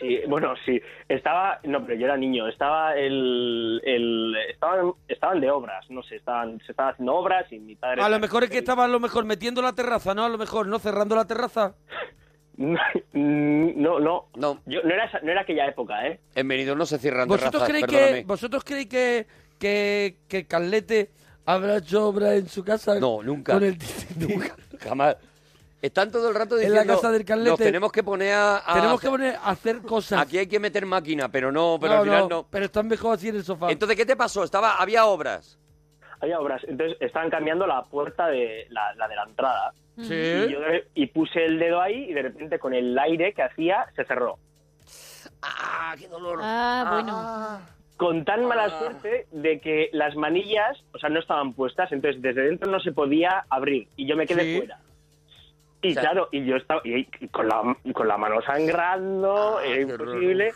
Speaker 9: Sí, bueno, sí. Estaba, no, pero yo era niño. Estaba el, el estaban, estaban de obras, no sé, estaban, se estaban haciendo obras y mi padre.
Speaker 2: A lo mejor es que estaba a lo mejor metiendo la terraza, ¿no? A lo mejor, ¿no? Cerrando la terraza.
Speaker 9: (laughs) No, no,
Speaker 3: No.
Speaker 9: Yo, no era, esa- no era aquella época, ¿eh?
Speaker 3: En Benidorm no se cierran
Speaker 2: ¿Vosotros
Speaker 3: terrazas,
Speaker 2: creéis, que,
Speaker 3: perdóname.
Speaker 2: ¿Vosotros creéis que, que, que Carlete habrá hecho obra en su casa?
Speaker 3: No, nunca.
Speaker 2: Con el distintivo?
Speaker 3: Jamás. Están todo el rato
Speaker 2: En
Speaker 3: diciendo...
Speaker 2: la casa del Carlete.
Speaker 3: Nos tenemos que poner a... a
Speaker 2: Tenemos que
Speaker 3: hacer-
Speaker 2: poner a hacer cosas.
Speaker 3: Aquí hay que meter máquina, pero no, pero al final no.
Speaker 2: Pero están mejor así en el sofá.
Speaker 3: Entonces, ¿qué te pasó? Estaba, había obras.
Speaker 9: Había obras. Entonces estaban cambiando la puerta de la, la de la entrada. Y,
Speaker 2: sí.
Speaker 9: yo de- y puse el dedo ahí y de repente con el aire que hacía se cerró.
Speaker 3: ¡Ah, qué dolor!
Speaker 4: Ah, bueno.
Speaker 9: Con tan
Speaker 2: Ah.
Speaker 9: mala suerte de que las manillas, o sea, no estaban puestas, entonces desde dentro no se podía abrir y yo me quedé
Speaker 2: Sí.
Speaker 9: fuera. Y
Speaker 3: O sea-
Speaker 9: claro, y yo estaba y- y con, la, con la mano sangrando,
Speaker 3: Ah,
Speaker 9: era
Speaker 3: qué
Speaker 9: imposible.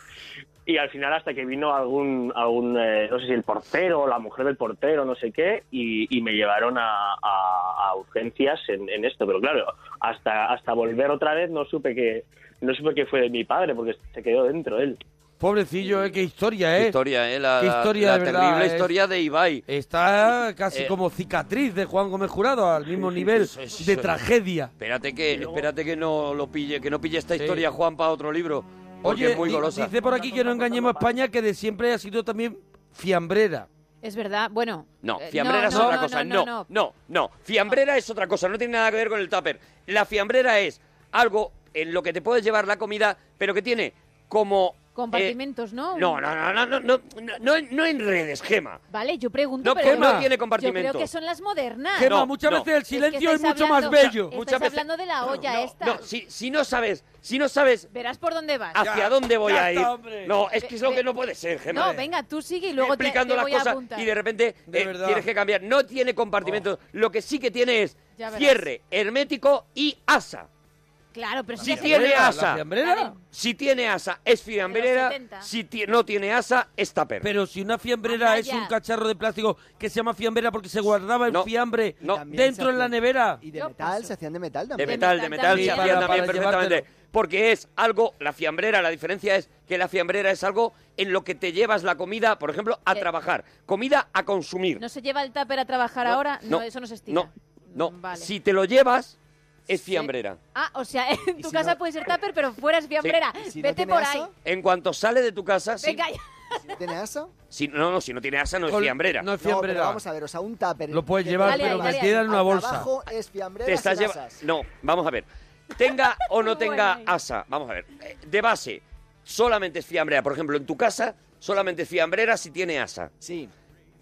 Speaker 9: Y al final hasta que vino algún, algún eh, no sé si el portero o la mujer del portero, no sé qué, y, y me llevaron a, a- a urgencias en, en esto. Pero claro, hasta, hasta volver otra vez no supe que no supe que fue de mi padre, porque se quedó dentro él.
Speaker 2: Pobrecillo, ¿eh? qué historia,
Speaker 3: Qué
Speaker 2: ¿eh?
Speaker 3: historia, ¿eh? La,
Speaker 2: Qué
Speaker 3: la-
Speaker 2: historia,
Speaker 3: la
Speaker 2: de verdad,
Speaker 3: terrible
Speaker 2: es-
Speaker 3: historia de Ibai.
Speaker 2: Está casi
Speaker 3: Eh,
Speaker 2: como cicatriz de Juan Gómez Jurado, al mismo nivel
Speaker 3: sí, sí,
Speaker 2: de
Speaker 3: sí.
Speaker 2: tragedia.
Speaker 3: Espérate que, espérate que no lo pille, que no pille esta
Speaker 2: Sí.
Speaker 3: historia, Juan, para otro libro. Porque
Speaker 2: Oye,
Speaker 3: es muy
Speaker 2: di-
Speaker 3: golosa.
Speaker 2: dice por aquí que no engañemos a España, que de siempre ha sido también fiambrera.
Speaker 4: Es verdad, bueno.
Speaker 3: No,
Speaker 4: eh,
Speaker 3: fiambrera es
Speaker 4: no,
Speaker 3: otra
Speaker 4: no,
Speaker 3: cosa. No no, no, Fiambrera es otra cosa, no tiene nada que ver con el tupper. La fiambrera es algo en lo que te puedes llevar la comida, pero que tiene como... eh,
Speaker 4: Compartimentos, ¿no?
Speaker 3: no, no, no, no, no, no, no, no enredes, Gema.
Speaker 4: Vale, yo pregunto.
Speaker 3: No,
Speaker 4: pero
Speaker 2: Gema.
Speaker 4: yo-
Speaker 3: Tiene
Speaker 4: Yo
Speaker 3: compartimentos.
Speaker 4: creo que son las modernas.
Speaker 2: Gema,
Speaker 3: no,
Speaker 2: muchas
Speaker 3: no.
Speaker 2: veces el
Speaker 4: Es que
Speaker 2: silencio es,
Speaker 4: estáis
Speaker 2: muchas
Speaker 4: hablando-
Speaker 2: más bello.
Speaker 3: muchas
Speaker 4: Estáis
Speaker 3: veces-
Speaker 4: hablando de la olla esta.
Speaker 3: No, si, si no sabes, si no sabes
Speaker 4: Verás por dónde vas.
Speaker 3: hacia
Speaker 2: Ya,
Speaker 3: dónde voy
Speaker 2: ya
Speaker 3: a ir.
Speaker 2: está, hombre.
Speaker 3: No, es que es lo
Speaker 4: Ve-
Speaker 3: que no puede ser, Gemma.
Speaker 4: no, venga, tú sigue y luego te,
Speaker 3: explicando
Speaker 4: te
Speaker 3: las
Speaker 4: voy a
Speaker 3: cosas
Speaker 4: apuntar.
Speaker 3: y de repente
Speaker 2: De
Speaker 3: eh,
Speaker 2: verdad.
Speaker 3: tienes que cambiar. No tiene compartimentos. Lo que sí que tiene es
Speaker 4: Ya verás.
Speaker 3: cierre hermético y asa.
Speaker 4: Claro, pero
Speaker 3: Si
Speaker 4: sí
Speaker 3: tiene
Speaker 2: ¿La
Speaker 3: asa.
Speaker 2: fiambrera?
Speaker 3: Si tiene asa es fiambrera,
Speaker 4: 70.
Speaker 3: si ti- no tiene asa es tupper.
Speaker 2: Pero si una fiambrera
Speaker 4: Anda
Speaker 2: es
Speaker 4: ya.
Speaker 2: un cacharro de plástico que se llama fiambrera porque se guardaba el
Speaker 3: No,
Speaker 2: fiambre
Speaker 3: no.
Speaker 5: También se
Speaker 2: dentro en la
Speaker 5: hacían-
Speaker 2: nevera.
Speaker 5: Y de
Speaker 4: No,
Speaker 5: metal,
Speaker 4: pues-
Speaker 5: se hacían de metal
Speaker 3: de
Speaker 5: también.
Speaker 3: metal, de metal
Speaker 4: también.
Speaker 3: se
Speaker 2: Sí,
Speaker 3: hacía
Speaker 2: para-
Speaker 3: también
Speaker 2: para
Speaker 3: perfectamente.
Speaker 2: llevártelo.
Speaker 3: porque es algo, la fiambrera, la diferencia es que la fiambrera es algo en lo que te llevas la comida, por ejemplo, a
Speaker 4: Sí.
Speaker 3: trabajar, comida a consumir.
Speaker 4: Eh, ¿No se lleva el tupper a trabajar ahora? No, eso no se estira.
Speaker 3: No, no.
Speaker 4: Mm, Vale.
Speaker 3: Si te lo llevas, es fiambrera.
Speaker 4: Ah, o sea, (laughs) en tu casa puede ser tupper, pero fuera es fiambrera.
Speaker 3: Sí.
Speaker 4: Vete por ahí.
Speaker 3: En cuanto sale de tu
Speaker 2: Ah,
Speaker 3: casa, sí.
Speaker 4: Venga, ya.
Speaker 5: ¿Tiene
Speaker 2: (laughs)
Speaker 5: asa?
Speaker 3: Si, no, no, si no tiene asa, no es
Speaker 2: Col-
Speaker 3: fiambrera.
Speaker 2: No es
Speaker 5: No, pero
Speaker 2: fiambrera.
Speaker 5: vamos a ver, o sea, un tupper.
Speaker 2: Lo puedes
Speaker 5: que
Speaker 2: llevar,
Speaker 5: tenga
Speaker 4: Dale,
Speaker 2: pero
Speaker 4: dale,
Speaker 5: asas.
Speaker 2: metida en una
Speaker 5: Al
Speaker 2: bolsa.
Speaker 5: trabajo es fiambrera
Speaker 3: Te estás
Speaker 5: sin
Speaker 3: lleva-
Speaker 5: asas.
Speaker 3: No, vamos a ver. Tenga o no
Speaker 4: (laughs) Muy
Speaker 3: tenga
Speaker 4: buena.
Speaker 3: asa, vamos a ver. eh, De base, solamente es fiambrera. Por ejemplo, en tu casa, solamente es fiambrera si tiene asa.
Speaker 5: Sí.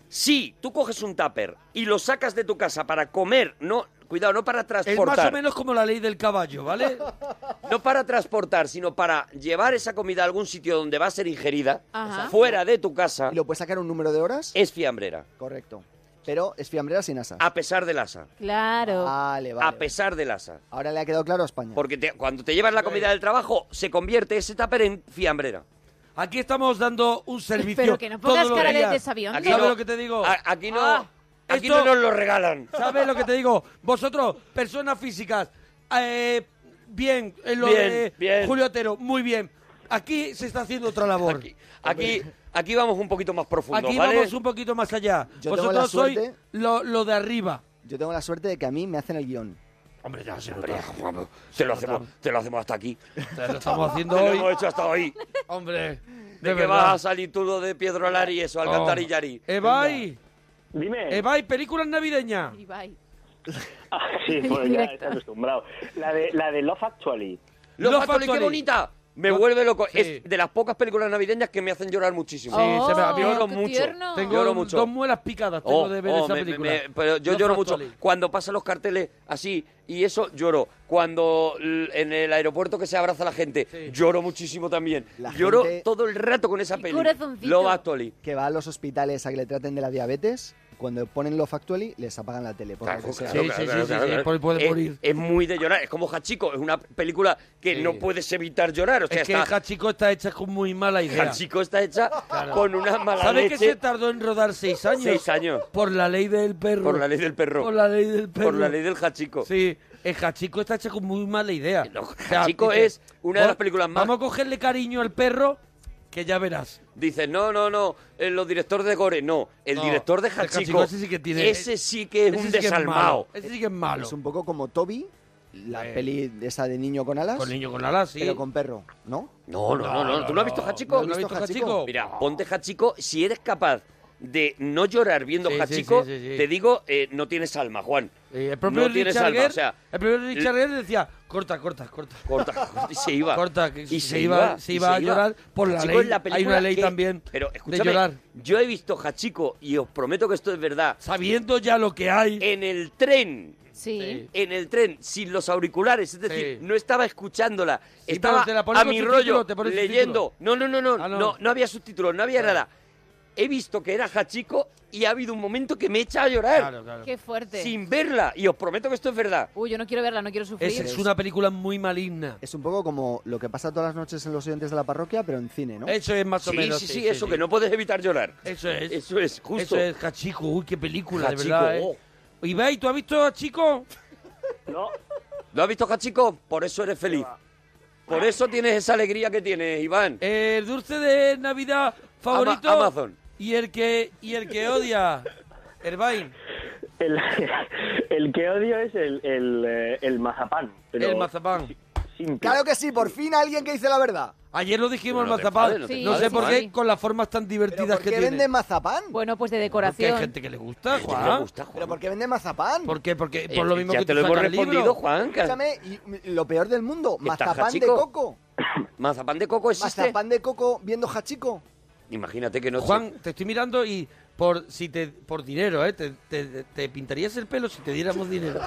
Speaker 3: Si tú coges un tupper y lo sacas de tu casa para comer, no, cuidado, no para
Speaker 2: Es más o
Speaker 3: transportar,
Speaker 2: menos como la ley del caballo, ¿vale?
Speaker 3: (laughs) no para transportar, sino para llevar esa comida a algún sitio donde va a ser ingerida,
Speaker 4: Ajá.
Speaker 3: fuera de tu casa,
Speaker 5: ¿Y lo puedes sacar un número de horas?
Speaker 3: es fiambrera,
Speaker 5: Correcto. Pero es fiambrera sin asas.
Speaker 3: a pesar del asa,
Speaker 4: Claro.
Speaker 5: Vale, vale.
Speaker 3: a pesar del asa.
Speaker 5: Ahora le ha quedado claro a España.
Speaker 3: Porque te- cuando te llevas la comida del trabajo, se convierte ese tupper en fiambrera.
Speaker 2: Aquí estamos dando un servicio.
Speaker 4: Pero que no pongas
Speaker 2: todos los
Speaker 4: cara de
Speaker 2: días.
Speaker 4: desabiondo.
Speaker 2: Aquí ¿Sabes
Speaker 3: no-
Speaker 2: lo que te digo?
Speaker 3: a- aquí no,
Speaker 2: Ah,
Speaker 3: aquí
Speaker 2: esto-
Speaker 3: no nos
Speaker 2: (laughs)
Speaker 3: lo regalan.
Speaker 2: ¿Sabes lo que te digo? Vosotros, personas físicas, eh, bien, en lo
Speaker 3: Bien,
Speaker 2: de
Speaker 3: bien.
Speaker 2: Julio Otero, muy bien. Aquí se está haciendo otra labor.
Speaker 3: Aquí, aquí, aquí vamos un poquito más profundo,
Speaker 2: Aquí
Speaker 3: ¿vale?
Speaker 2: vamos un poquito más allá.
Speaker 5: Yo tengo la
Speaker 2: Vosotros sois
Speaker 5: suerte-
Speaker 2: lo, lo de arriba.
Speaker 5: Yo tengo la suerte de que a mí me hacen el guión.
Speaker 2: Hombre, ya se
Speaker 3: Hombre, vamos, te lo hacemos, te lo hacemos hasta aquí.
Speaker 2: Te lo
Speaker 3: (laughs)
Speaker 2: estamos haciendo
Speaker 3: Te lo
Speaker 2: hoy.
Speaker 3: hemos hecho hasta hoy.
Speaker 2: Hombre,
Speaker 3: De, que vas a salir tú lo de Piedrolar y
Speaker 2: oh.
Speaker 3: eso, Alcantar y Yari.
Speaker 2: Evay,
Speaker 9: Dime.
Speaker 2: Evay, películas navideñas.
Speaker 4: Ibai.
Speaker 9: Ah, sí, pues ya estoy acostumbrado. La de, la de Love Actually.
Speaker 3: ¡Los
Speaker 2: Love
Speaker 3: Factory, qué
Speaker 2: Factory.
Speaker 3: bonita! Me
Speaker 2: Lo-
Speaker 3: vuelve loco.
Speaker 2: Sí.
Speaker 3: Es de las pocas películas navideñas que me hacen llorar muchísimo.
Speaker 2: Sí, se me- a mí me
Speaker 3: lloro
Speaker 4: Oh, qué
Speaker 3: mucho.
Speaker 4: tierno.
Speaker 2: Tengo
Speaker 3: Lloro mucho.
Speaker 2: dos muelas picadas tengo
Speaker 3: Oh,
Speaker 2: de ver
Speaker 3: oh,
Speaker 2: esa
Speaker 3: me- me-
Speaker 2: película.
Speaker 3: me- pero yo
Speaker 2: Los
Speaker 3: lloro
Speaker 2: Factory.
Speaker 3: mucho. Cuando pasan los carteles así y eso, lloro. Cuando l- en el aeropuerto que se abraza la gente, lloro muchísimo también.
Speaker 5: La
Speaker 3: lloro
Speaker 5: gente-
Speaker 3: todo el rato con esa
Speaker 4: Y
Speaker 3: peli.
Speaker 4: corazoncito.
Speaker 3: Love Actually.
Speaker 5: Que va a los hospitales a que le traten de la diabetes. Cuando ponen lo factually, les apagan la tele. Por
Speaker 3: Claro, Eh,
Speaker 5: lo que sea.
Speaker 2: claro, Sí, sí, sí, sí, sí, puede- puede
Speaker 3: es,
Speaker 2: morir.
Speaker 3: es muy de llorar. Es como Hachiko. Es una película que
Speaker 2: Sí.
Speaker 3: no puedes evitar llorar. O sea,
Speaker 2: Es que
Speaker 3: está,
Speaker 2: Hachico está hecha con muy mala idea.
Speaker 3: Hachiko está hecha con una mala
Speaker 2: ¿Sabes que
Speaker 3: leche
Speaker 2: se tardó en rodar seis años?
Speaker 3: Seis años.
Speaker 2: Por la ley del perro.
Speaker 3: por la ley del perro.
Speaker 2: Por la ley del perro.
Speaker 3: Por la ley del Hachiko.
Speaker 2: Sí, el Hachico está hecho con muy mala idea.
Speaker 3: No,
Speaker 2: O sea,
Speaker 3: Hachiko
Speaker 2: dice,
Speaker 3: es una de las películas más-
Speaker 2: Vamos a cogerle cariño al perro, que ya verás.
Speaker 3: Dices, no, no, no, eh, los directores de Gore, no, el
Speaker 2: No,
Speaker 3: director de
Speaker 2: el Hachiko,
Speaker 3: Hachiko,
Speaker 2: ese sí que tiene-
Speaker 3: ese sí que es
Speaker 2: Ese
Speaker 3: un
Speaker 2: sí que malo,
Speaker 3: desalmado.
Speaker 2: Ese sí que es malo.
Speaker 5: Es un poco como Toby, la
Speaker 2: Eh.
Speaker 5: peli de esa de niño con alas,
Speaker 2: Con niño con alas, sí.
Speaker 5: pero con perro, ¿no?
Speaker 3: No, no, no, no, ¿tú lo has visto Hachiko?
Speaker 2: ¿No lo has visto Hachiko?
Speaker 3: Mira, ponte Hachiko, si eres capaz de no llorar viendo
Speaker 2: Sí, sí,
Speaker 3: Hachiko,
Speaker 2: sí, sí, sí.
Speaker 3: te digo, eh, no tienes alma, Juan.
Speaker 2: Eh, el propio
Speaker 3: no tienes
Speaker 2: Richard
Speaker 3: alma,
Speaker 2: Gere,
Speaker 3: o sea,
Speaker 2: el propio Richard Gere decía, corta, corta, corta.
Speaker 3: corta, (laughs) y se iba.
Speaker 2: Corta, que se iba- se iba a llorar por la
Speaker 3: Hachiko
Speaker 2: ley.
Speaker 3: es la
Speaker 2: Hay
Speaker 3: película
Speaker 2: una ley
Speaker 3: que-
Speaker 2: también
Speaker 3: Pero
Speaker 2: de
Speaker 3: escúchame,
Speaker 2: llorar.
Speaker 3: yo he visto Hachiko y os prometo que esto es verdad.
Speaker 2: Sabiendo ya lo que hay.
Speaker 3: En el tren
Speaker 4: Sí.
Speaker 2: Sí.
Speaker 3: en el tren sin los auriculares, es decir,
Speaker 2: Sí.
Speaker 3: no estaba escuchándola,
Speaker 2: Sí,
Speaker 3: estaba
Speaker 2: pero te la pones
Speaker 3: a
Speaker 2: con
Speaker 3: mi
Speaker 2: subtítulo,
Speaker 3: rollo
Speaker 2: te pones
Speaker 3: leyendo. No, no, no, no,
Speaker 2: Ah, no.
Speaker 3: no, no había subtítulos, no había nada. He visto que era Hachiko y ha habido un momento que me echa a llorar
Speaker 2: Claro, claro.
Speaker 4: Qué fuerte.
Speaker 3: sin verla y os prometo que esto es verdad.
Speaker 4: Uy, yo no quiero verla, no quiero sufrir.
Speaker 2: Es, es una película muy maligna.
Speaker 5: Es un poco como lo que pasa todas las noches en los oyentes de la parroquia, pero en cine, ¿no?
Speaker 2: Eso es más
Speaker 3: Sí,
Speaker 2: o menos.
Speaker 3: sí, sí, eso que no puedes evitar llorar.
Speaker 2: Eso es.
Speaker 3: Eso es, justo.
Speaker 2: Eso es Hachico. Uy, qué película, de
Speaker 3: Hachiko,
Speaker 2: verdad. ¿eh?
Speaker 3: oh.
Speaker 2: Ibai, ¿tú has visto a Chico?
Speaker 9: No,
Speaker 3: ¿Lo has visto Hachiko? Por eso eres feliz. Por eso tienes esa alegría que tienes, Iván.
Speaker 2: El dulce de Navidad favorito.
Speaker 3: Ama- Amazon.
Speaker 2: Y el que, y el que odia. Herbain.
Speaker 9: el, (laughs) el que odio es el, el, eh, el mazapán. pero
Speaker 2: El mazapán.
Speaker 9: simple.
Speaker 5: ¡Claro que sí! ¡Por fin alguien que dice la verdad!
Speaker 2: Ayer lo dijimos
Speaker 3: Pero no
Speaker 2: el
Speaker 3: te
Speaker 2: mazapán.
Speaker 3: enfades, no
Speaker 2: no,
Speaker 4: te
Speaker 2: sé
Speaker 4: enfades,
Speaker 2: por
Speaker 4: Juan.
Speaker 2: qué, con las formas tan
Speaker 5: ¿Pero
Speaker 2: divertidas
Speaker 5: por
Speaker 2: que
Speaker 5: qué
Speaker 2: tiene.
Speaker 5: venden mazapán?
Speaker 4: Bueno, pues de
Speaker 2: Porque hay
Speaker 4: decoración.
Speaker 2: gente que le gusta,
Speaker 3: ¿Te le
Speaker 2: Juan.
Speaker 3: gusta, Juan?
Speaker 5: ¿Pero por qué venden mazapán?
Speaker 2: ¿Por qué? Porque por lo
Speaker 3: Eh,
Speaker 2: mismo
Speaker 3: ya
Speaker 2: que
Speaker 3: te
Speaker 2: tú
Speaker 3: lo hemos
Speaker 2: sacas libros.
Speaker 3: respondido, Juan. que-
Speaker 5: Escúchame, y m- lo peor del mundo,
Speaker 3: ¿Qué está,
Speaker 5: mazapán de
Speaker 3: Hachiko?
Speaker 5: coco.
Speaker 3: Mazapán de coco este? existe.
Speaker 5: Mazapán de coco viendo hachico.
Speaker 3: Imagínate que no
Speaker 2: Juan, te estoy mirando y por si te por dinero, ¿eh? Te, te- te pintarías el pelo si te diéramos dinero.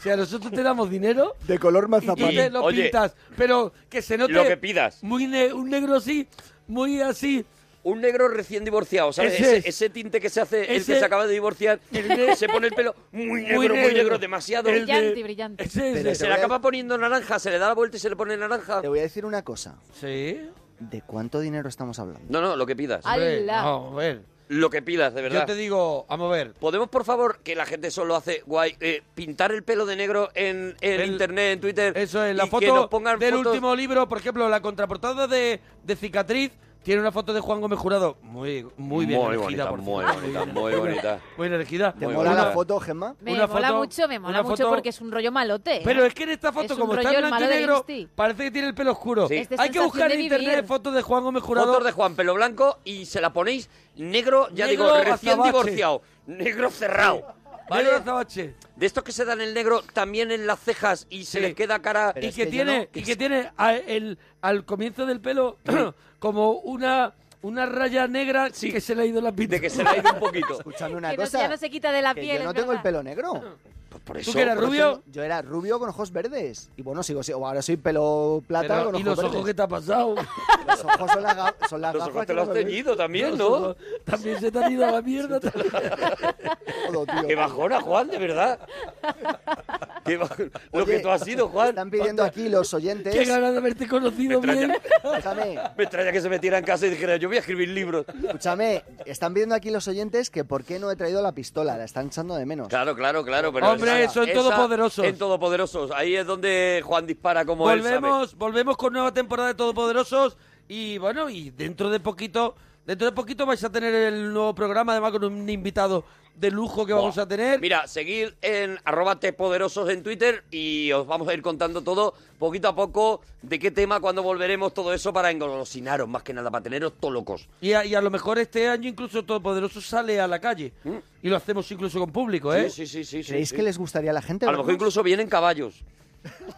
Speaker 2: si a nosotros te damos dinero
Speaker 5: De color
Speaker 2: y tú te lo
Speaker 3: Oye,
Speaker 2: pintas, pero que se note
Speaker 3: lo que pidas.
Speaker 2: Muy ne- un negro así, muy así.
Speaker 3: Un negro recién divorciado, ¿sabes?
Speaker 2: Ese
Speaker 3: Ese,
Speaker 2: es.
Speaker 3: ese tinte que se hace el
Speaker 2: Ese-
Speaker 3: que se acaba de divorciar,
Speaker 2: el de-
Speaker 3: se pone el pelo muy negro,
Speaker 2: muy
Speaker 3: muy negro,
Speaker 2: negro.
Speaker 3: demasiado.
Speaker 2: El de-
Speaker 4: Brillante, brillante.
Speaker 2: Ese es-
Speaker 5: Pero
Speaker 3: Se
Speaker 5: te
Speaker 3: le
Speaker 5: voy a-
Speaker 3: acaba poniendo naranja, se le da la vuelta y se le pone naranja.
Speaker 5: Te voy a decir una cosa.
Speaker 2: Sí.
Speaker 5: ¿De cuánto dinero estamos hablando?
Speaker 3: No, no, lo que pidas.
Speaker 4: Ala.
Speaker 2: Hombre, no, a ver.
Speaker 3: lo que pidas, de verdad.
Speaker 2: Yo te digo, vamos a ver.
Speaker 3: ¿Podemos, por favor, que la gente solo hace guay, eh, pintar el pelo de negro en, en
Speaker 2: El-
Speaker 3: internet, en Twitter?
Speaker 2: Eso es, la
Speaker 3: y que nos
Speaker 2: foto
Speaker 3: pongan
Speaker 2: del
Speaker 3: fotos-
Speaker 2: último libro, por ejemplo, la contraportada de, de Cicatriz tiene una foto de Juan Gómez Jurado muy, muy bien
Speaker 3: Muy
Speaker 2: elegida.
Speaker 3: bonita,
Speaker 2: por
Speaker 3: muy
Speaker 2: cierto.
Speaker 3: bonita,
Speaker 2: bien-
Speaker 3: muy
Speaker 2: bien-
Speaker 3: bonita.
Speaker 2: Muy bien elegida.
Speaker 5: ¿Te
Speaker 3: Muy
Speaker 5: mola
Speaker 3: buena.
Speaker 5: la foto, Gemma?
Speaker 4: Me
Speaker 2: Una
Speaker 4: mola
Speaker 2: foto-
Speaker 4: mucho, me mola
Speaker 2: una
Speaker 4: mucho
Speaker 2: foto-
Speaker 4: porque es un rollo malote. ¿eh?
Speaker 2: Pero es que en esta foto,
Speaker 4: Es un
Speaker 2: como está
Speaker 4: rollo
Speaker 2: en
Speaker 4: el
Speaker 2: blanco y
Speaker 4: malo de
Speaker 2: negro,
Speaker 4: Lipstick.
Speaker 2: parece que tiene el pelo oscuro.
Speaker 4: Es de
Speaker 2: Hay que
Speaker 4: sensación
Speaker 2: buscar en
Speaker 4: de
Speaker 2: internet
Speaker 4: vivir.
Speaker 2: fotos de Juan Gómez Jurado.
Speaker 3: Fotos de Juan Pelo Blanco y se la ponéis negro, ya
Speaker 2: Negro
Speaker 3: digo, recién
Speaker 2: azabache.
Speaker 3: divorciado, negro cerrado. ¿vale?
Speaker 2: Negro azabache.
Speaker 3: De estos que se dan el negro también en las cejas y se
Speaker 2: Sí.
Speaker 3: les queda cara.
Speaker 5: Pero
Speaker 2: Y
Speaker 5: es
Speaker 2: que,
Speaker 5: que yo
Speaker 2: tiene,
Speaker 5: no- que
Speaker 2: y que tiene a- el- al comienzo del pelo (clears throat) como una, una raya negra que se le ha ido la pinta.
Speaker 3: De que se le ha ido un poquito.
Speaker 5: Escúchame una
Speaker 4: (laughs) Que no-
Speaker 5: cosa.
Speaker 4: ya no se quita de la
Speaker 5: que
Speaker 4: piel.
Speaker 5: yo no
Speaker 4: es
Speaker 5: tengo el
Speaker 4: verdad.
Speaker 5: pelo negro.
Speaker 3: Pues por
Speaker 2: ¿Tú
Speaker 3: eso.
Speaker 2: que eras
Speaker 5: Por eso
Speaker 2: rubio?
Speaker 5: no- Yo era rubio con ojos verdes. Y bueno, sigo, sigo- ahora soy pelo plata
Speaker 2: Pero,
Speaker 5: con
Speaker 2: ¿Y
Speaker 5: ojos
Speaker 2: los
Speaker 5: verdes.
Speaker 2: ojos que te ha pasado?
Speaker 5: Los ojos son las, ga- son las
Speaker 3: Los
Speaker 5: gafas
Speaker 3: ojos
Speaker 5: que
Speaker 3: te lo has
Speaker 5: no me-
Speaker 3: ceñido también,
Speaker 2: Los
Speaker 3: ¿no?
Speaker 2: ojos También se te han ido a la mierda.
Speaker 5: Todo, tío.
Speaker 3: Qué bajona, Juan, de verdad. Qué bajona. Lo
Speaker 5: Oye,
Speaker 3: que tú has sido, Juan.
Speaker 5: Están pidiendo aquí los oyentes.
Speaker 2: Qué ganas de haberte conocido bien.
Speaker 5: Déjame.
Speaker 3: Me extraña que se metiera en casa y dijera, yo voy a escribir libros.
Speaker 5: Escúchame, están viendo aquí los oyentes que por qué no he traído la pistola, la están echando de menos.
Speaker 3: Claro, claro, claro. Pero
Speaker 2: Hombre,
Speaker 3: esa-
Speaker 2: son
Speaker 3: esa-
Speaker 2: todopoderosos.
Speaker 3: En todopoderosos. Ahí es donde Juan dispara como él sabe.
Speaker 2: Volvemos, volvemos con nueva temporada de Todopoderosos. Y bueno, y dentro de poquito, dentro de poquito vais a tener el nuevo programa, además con un invitado de lujo que vamos
Speaker 3: Buah.
Speaker 2: a tener.
Speaker 3: Mira, seguid en arroba poderosos en Twitter y os vamos a ir contando todo poquito a poco de qué tema, cuándo volveremos, todo eso para engolosinaros, más que nada, para teneros todo locos.
Speaker 2: Y a, y a lo mejor este año incluso Todopoderoso sale a la calle. Y lo hacemos incluso con público, ¿eh?
Speaker 3: Mm. Sí, sí, sí, sí. sí,
Speaker 5: ¿Creéis
Speaker 3: sí.
Speaker 5: que les gustaría a la gente?
Speaker 3: A lo
Speaker 5: vernos?
Speaker 3: mejor incluso vienen caballos.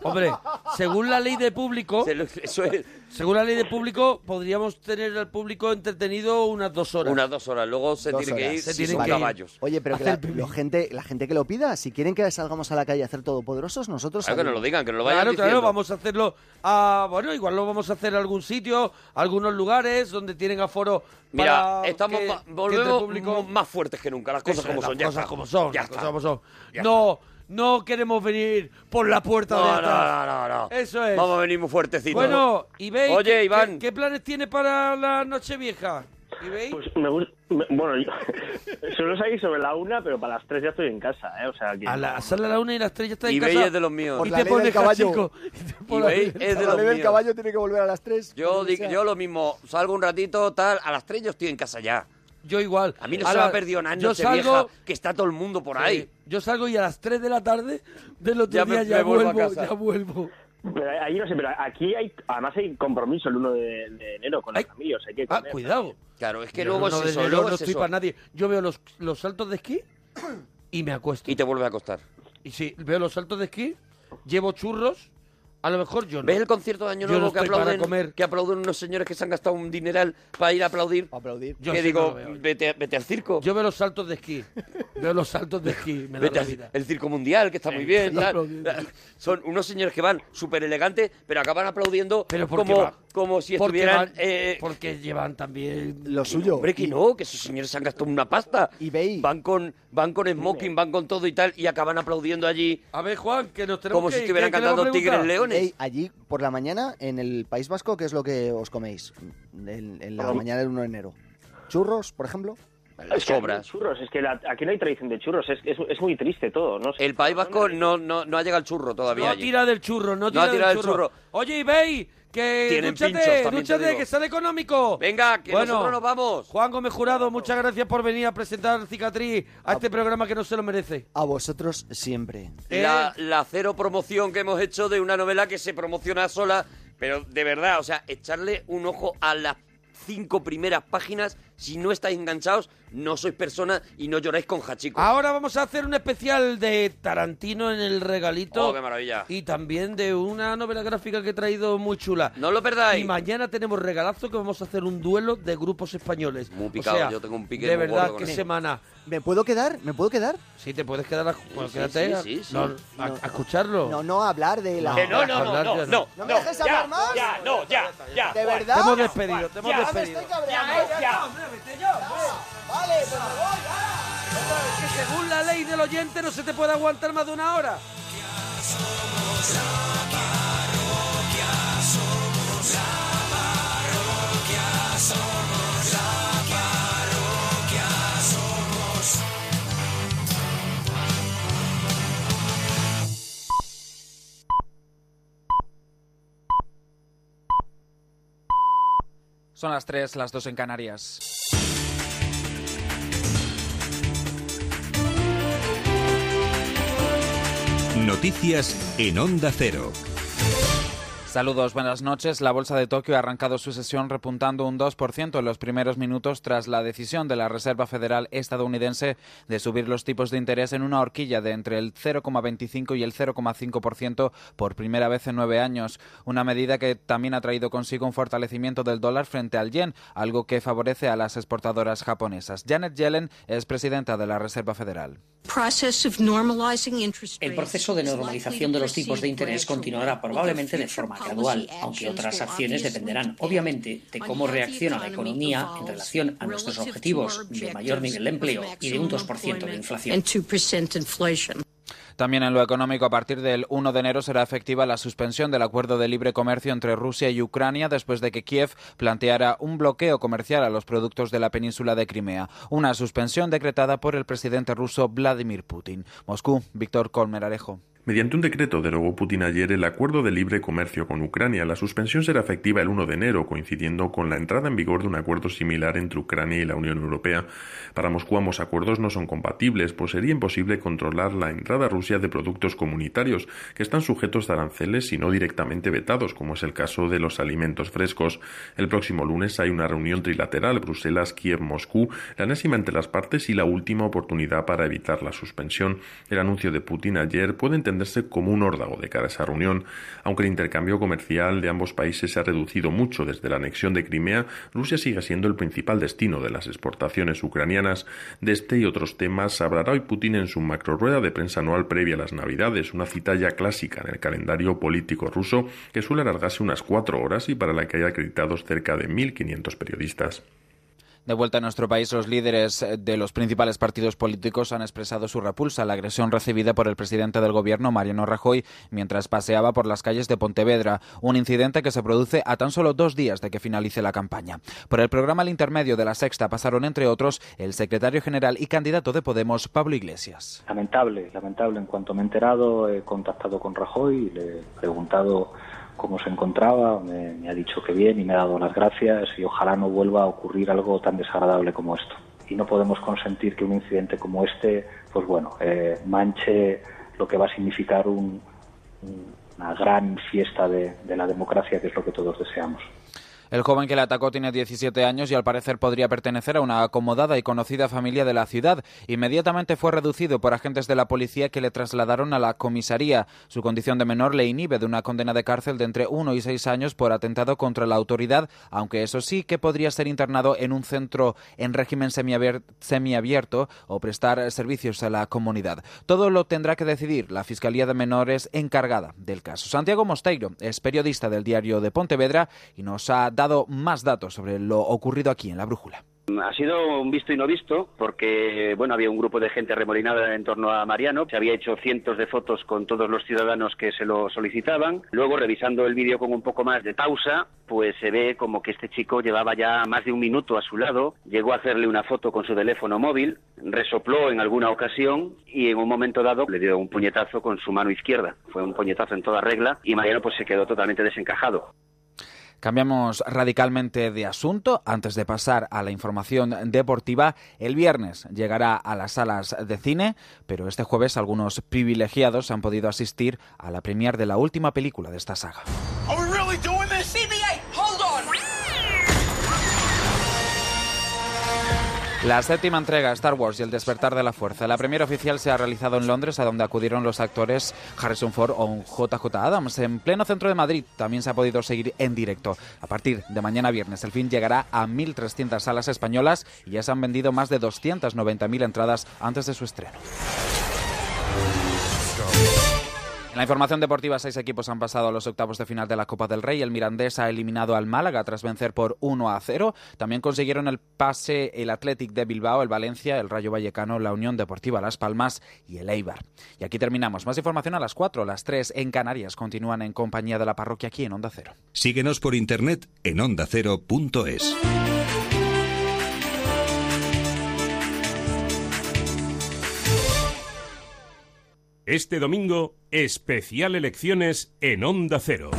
Speaker 2: Hombre, según la ley de público,
Speaker 3: Se lo- Eso es
Speaker 2: según la ley de público, podríamos tener al público entretenido unas dos horas.
Speaker 3: unas dos horas. Luego se
Speaker 5: Dos
Speaker 3: tiene que
Speaker 5: horas.
Speaker 3: ir
Speaker 2: Se
Speaker 3: si
Speaker 2: tienen
Speaker 3: son
Speaker 2: que ir.
Speaker 3: caballos.
Speaker 5: Oye, pero que la, lo gente, la gente que lo pida, si quieren que salgamos a la calle a hacer todopoderosos, nosotros.
Speaker 3: Claro, Ah, que nos
Speaker 5: salimos.
Speaker 3: lo digan, que nos lo vayan
Speaker 2: Claro,
Speaker 3: diciendo.
Speaker 2: claro, vamos a hacerlo a... Bueno, igual lo vamos a hacer a algún sitio, a algunos lugares donde tienen aforo
Speaker 3: Mira,
Speaker 2: para
Speaker 3: estamos
Speaker 2: que-
Speaker 3: ma-
Speaker 2: que entre
Speaker 3: volvemos
Speaker 2: público.
Speaker 3: más fuertes que nunca. Las cosas
Speaker 2: Eso es,
Speaker 3: como
Speaker 2: las
Speaker 3: son. ya
Speaker 2: cosas
Speaker 3: está.
Speaker 2: como son,
Speaker 3: Ya
Speaker 2: las
Speaker 3: está.
Speaker 2: cosas como son.
Speaker 3: Ya
Speaker 2: no, no queremos venir por la puerta de
Speaker 3: No,
Speaker 2: atrás.
Speaker 3: no, no, no, no.
Speaker 2: Eso es.
Speaker 3: Vamos a venir muy fuertecitos.
Speaker 2: Bueno, Ibey,
Speaker 3: Oye,
Speaker 2: ¿qué-
Speaker 3: Iván.
Speaker 2: ¿qué, qué planes tiene para la noche vieja? Ibey,
Speaker 9: Pues me gusta. bueno, yo, (laughs) suelo salir sobre la una, pero para las tres ya estoy en casa, ¿eh? O sea, que.
Speaker 2: a la sala a la una y las tres ya está en
Speaker 3: Ibey
Speaker 2: casa.
Speaker 3: es de los míos.
Speaker 5: Por
Speaker 2: y
Speaker 5: la
Speaker 2: te
Speaker 5: ley del
Speaker 2: pones
Speaker 5: caballo.
Speaker 2: cachico. (laughs) Y te
Speaker 3: Y
Speaker 2: pones-
Speaker 3: veis, es de
Speaker 5: A la
Speaker 3: los
Speaker 5: ley del
Speaker 3: míos.
Speaker 5: caballo tiene que volver a las 3.
Speaker 3: Yo, di- yo lo mismo, salgo un ratito, tal, a las 3 yo estoy en casa ya.
Speaker 2: Yo igual.
Speaker 3: A mí no
Speaker 2: A
Speaker 3: se
Speaker 2: la-
Speaker 3: me ha perdido nada, en
Speaker 2: Yo
Speaker 3: noche
Speaker 2: salgo...
Speaker 3: vieja, que está todo el mundo por
Speaker 2: Sí,
Speaker 3: ahí.
Speaker 2: Yo salgo y a las 3 de la tarde del otro
Speaker 3: Ya me-
Speaker 2: día ya
Speaker 3: me vuelvo
Speaker 2: vuelvo,
Speaker 3: a casa.
Speaker 2: ya vuelvo.
Speaker 9: Pero allí no sé, pero aquí hay. Además hay compromiso el 1 de, de enero con la
Speaker 2: Ay.
Speaker 9: familia, o sea, hay que.
Speaker 2: Ah,
Speaker 9: comer.
Speaker 2: cuidado.
Speaker 3: Claro, es que
Speaker 2: Yo
Speaker 3: luego
Speaker 2: no,
Speaker 3: es
Speaker 2: de
Speaker 3: eso,
Speaker 2: enero
Speaker 3: luego
Speaker 2: no
Speaker 3: es
Speaker 2: estoy
Speaker 3: eso.
Speaker 2: para nadie. Yo veo los, los saltos de esquí y me acuesto.
Speaker 3: Y te vuelve a acostar.
Speaker 2: Y sí, veo los saltos de esquí, llevo churros, a lo mejor yo no.
Speaker 3: ¿Ves el concierto de Año
Speaker 2: Yo no
Speaker 3: Nuevo que,
Speaker 2: estoy para
Speaker 3: aplauden,
Speaker 2: comer.
Speaker 3: que aplauden unos señores que se han gastado un dineral para ir a aplaudir?
Speaker 5: Aplaudir.
Speaker 2: Yo sí
Speaker 3: que
Speaker 2: no
Speaker 3: digo,
Speaker 2: lo veo.
Speaker 3: vete, vete al circo.
Speaker 2: Yo veo los saltos de esquí. eh. veo los saltos de esquí, me da
Speaker 3: Vete
Speaker 2: la
Speaker 3: al
Speaker 2: vida.
Speaker 3: el circo mundial, que está
Speaker 2: (laughs)
Speaker 3: muy bien.
Speaker 2: sí,
Speaker 3: tal.
Speaker 2: aplaudiendo.
Speaker 3: Son unos señores que van súper elegantes, pero acaban aplaudiendo
Speaker 2: Pero ¿por qué
Speaker 3: como,
Speaker 2: va?
Speaker 3: como si
Speaker 2: porque,
Speaker 3: estuvieran...
Speaker 2: van-
Speaker 3: eh,
Speaker 2: porque llevan también...
Speaker 5: Lo suyo.
Speaker 3: Hombre, que
Speaker 5: Y-
Speaker 3: no, que esos señores se han gastado una pasta.
Speaker 5: Y veis.
Speaker 3: Van con, van con smoking, van con todo y tal, y acaban aplaudiendo allí
Speaker 2: A ver, Juan, que nos tenemos
Speaker 3: como
Speaker 2: que
Speaker 3: si
Speaker 2: ir,
Speaker 3: estuvieran
Speaker 2: ¿qué- qué le vamos a
Speaker 3: cantando Tigres
Speaker 2: preguntar?
Speaker 3: Leones.
Speaker 5: Ey, allí por la mañana en el País Vasco, ¿qué es lo que os coméis? En, en la
Speaker 9: Perdón.
Speaker 5: mañana del 1 de enero. ¿Churros, por ejemplo?
Speaker 3: Las
Speaker 9: que aquí no hay
Speaker 3: obras.
Speaker 9: Churros, es que la- aquí no hay tradición de churros, es, es, es muy triste todo, ¿no? sé.
Speaker 3: El País Vasco no, no, no ha llegado al churro todavía.
Speaker 2: No
Speaker 3: allí.
Speaker 2: tira del churro, no tira,
Speaker 3: ha tirado
Speaker 2: del
Speaker 3: del
Speaker 2: churro.
Speaker 3: churro.
Speaker 2: Oye, Ibey, que
Speaker 3: Tienen
Speaker 2: dúchate,
Speaker 3: pinchos, también te
Speaker 2: dúchate,
Speaker 3: digo.
Speaker 2: que sale económico.
Speaker 3: Venga, que nosotros nos vamos.
Speaker 2: Juan Gómez Jurado, muchas gracias por venir a presentar Cicatriz a este programa que no se lo merece.
Speaker 5: A vosotros siempre.
Speaker 2: Eh.
Speaker 3: La, la cero promoción que hemos hecho de una novela que se promociona sola, pero de verdad, o sea, echarle un ojo a las cinco primeras páginas, si no estáis enganchados, no sois personas y no lloráis con Hachiko.
Speaker 2: Ahora vamos a hacer un especial de Tarantino en el regalito.
Speaker 3: Oh, qué maravilla.
Speaker 2: Y también de una novela gráfica que he traído muy chula.
Speaker 3: No lo perdáis.
Speaker 2: Y mañana tenemos regalazo que vamos a hacer un duelo de grupos españoles.
Speaker 3: Muy
Speaker 2: O
Speaker 3: picado,
Speaker 2: sea,
Speaker 3: yo tengo un pique
Speaker 2: De
Speaker 3: muy gordo
Speaker 2: verdad,
Speaker 3: con
Speaker 2: qué
Speaker 3: eso.
Speaker 2: semana.
Speaker 5: ¿Me puedo quedar? ¿Me puedo quedar?
Speaker 2: Sí, te puedes quedar a, bueno,
Speaker 3: sí,
Speaker 2: quédate
Speaker 3: sí,
Speaker 2: a-
Speaker 3: sí, sí.
Speaker 2: no, a- a escucharlo.
Speaker 5: No, no, hablar de la.
Speaker 3: Que no, no, no,
Speaker 2: Hablar
Speaker 3: no,
Speaker 2: ya
Speaker 3: no,
Speaker 2: no.
Speaker 5: ¿No me dejes hablar más?
Speaker 3: Ya, no, ya, ya.
Speaker 5: ¿De
Speaker 3: Juan,
Speaker 5: verdad?
Speaker 2: Te hemos despedido, te hemos
Speaker 5: Ya me
Speaker 2: despedido.
Speaker 5: estoy cabreando.
Speaker 3: ya.
Speaker 5: Vale, pues me voy.
Speaker 2: Que según la ley del oyente no se te puede aguantar más de una hora.
Speaker 1: somos la parroquia,
Speaker 10: Son las 3, las 2 en Canarias.
Speaker 11: Noticias en Onda Cero.
Speaker 10: Saludos, buenas noches. La Bolsa de Tokio ha arrancado su sesión repuntando un 2% en los primeros minutos tras la decisión de la Reserva Federal estadounidense de subir los tipos de interés en una horquilla de entre el 0,25 y el 0,5% por primera vez en nueve años. Una medida que también ha traído consigo un fortalecimiento del dólar frente al yen, algo que favorece a las exportadoras japonesas. Janet Yellen es presidenta de la Reserva Federal.
Speaker 12: El proceso de normalización de los tipos de interés continuará probablemente de forma gradual, aunque otras acciones dependerán, obviamente, de cómo reacciona la economía en relación a nuestros objetivos de mayor nivel de empleo y de un 2% de inflación.
Speaker 10: También en lo económico, a partir del 1 de enero será efectiva la suspensión del acuerdo de libre comercio entre Rusia y Ucrania después de que Kiev planteara un bloqueo comercial a los productos de la península de Crimea, una suspensión decretada por el presidente ruso Vladimir Putin. Moscú, Víctor Colmerarejo.
Speaker 13: Mediante un decreto derogó Putin ayer el acuerdo de libre comercio con Ucrania. La suspensión será efectiva el 1 de enero, coincidiendo con la entrada en vigor de un acuerdo similar entre Ucrania y la Unión Europea. Para Moscú ambos acuerdos no son compatibles, pues sería imposible controlar la entrada a Rusia de productos comunitarios que están sujetos a aranceles y no directamente vetados, como es el caso de los alimentos frescos. El próximo lunes hay una reunión trilateral Bruselas-Kiev-Moscú, la enésima entre las partes y la última oportunidad para evitar la suspensión. El anuncio de Putin ayer puede entender como un órdago de cara a esa reunión. Aunque el intercambio comercial de ambos países se ha reducido mucho desde la anexión de Crimea, Rusia sigue siendo el principal destino de las exportaciones ucranianas. De este y otros temas hablará hoy Putin en su macro rueda de prensa anual previa a las Navidades, una cita ya clásica en el calendario político ruso que suele alargarse unas cuatro horas y para la que hay acreditados cerca de 1.500 periodistas.
Speaker 10: De vuelta a nuestro país, los líderes eh, de los principales partidos políticos han expresado su repulsa a la agresión recibida por el presidente del gobierno, Mariano Rajoy, mientras paseaba por las calles de Pontevedra, un incidente que se produce a tan solo dos días de que finalice la campaña. Por el programa al intermedio de la sexta pasaron, entre otros, el secretario general y candidato de Podemos, Pablo Iglesias.
Speaker 2: Lamentable, lamentable. En cuanto me he enterado, he contactado con Rajoy y le he preguntado cómo se encontraba, me, me, ha dicho que bien y me ha dado las gracias y ojalá no vuelva a ocurrir algo tan desagradable como esto. Y no podemos consentir que un incidente como este, pues bueno, eh, manche lo que va a significar un, una gran fiesta de, de la democracia, que es lo que todos deseamos.
Speaker 10: El joven que le atacó tiene 17 años y al parecer podría pertenecer a una acomodada y conocida familia de la ciudad. Inmediatamente fue reducido por agentes de la policía que le trasladaron a la comisaría. Su condición de menor le inhibe de una condena de cárcel de entre 1 y 6 años por atentado contra la autoridad, aunque eso sí que podría ser internado en un centro en régimen semiabierto o prestar servicios a la comunidad. Todo lo tendrá que decidir la Fiscalía de Menores encargada del caso. Santiago Mosteiro es periodista del diario de Pontevedra y nos ha dado más datos sobre lo ocurrido aquí en la brújula.
Speaker 3: Ha sido un visto y no visto, porque bueno, había un grupo de gente remolinada en torno a Mariano. Se había hecho cientos de fotos con todos los ciudadanos que se lo solicitaban. Luego, revisando el vídeo con un poco más de pausa, pues se ve como que este chico llevaba ya más de un minuto a su lado. Llegó a hacerle una foto con su teléfono móvil, resopló en alguna ocasión y en un momento dado le dio un puñetazo con su mano izquierda. Fue un puñetazo en toda regla y Mariano pues se quedó totalmente desencajado.
Speaker 10: Cambiamos radicalmente de asunto. Antes de pasar a la información deportiva, el viernes llegará a las salas de cine, pero este jueves algunos privilegiados han podido asistir a la premier de la última película de esta saga. La séptima entrega, Star Wars y el despertar de la fuerza. La primera oficial se ha realizado en Londres, a donde acudieron los actores Harrison Ford o JJ Adams. En pleno centro de Madrid también se ha podido seguir en directo. A partir de mañana viernes, el film llegará a 1.300 salas españolas y ya se han vendido más de 290.000 entradas antes de su estreno. En la información deportiva, seis equipos han pasado a los octavos de final de la Copa del Rey. El Mirandés ha eliminado al Málaga tras vencer por 1 a 0. También consiguieron el pase el Athletic de Bilbao, el Valencia, el Rayo Vallecano, la Unión Deportiva Las Palmas y el Eibar. Y aquí terminamos. Más información a las 4, las 3 en Canarias. Continúan en compañía de la parroquia aquí en Onda Cero.
Speaker 11: Síguenos por internet en ondacero.es.
Speaker 14: Este domingo, especial elecciones en Onda Cero.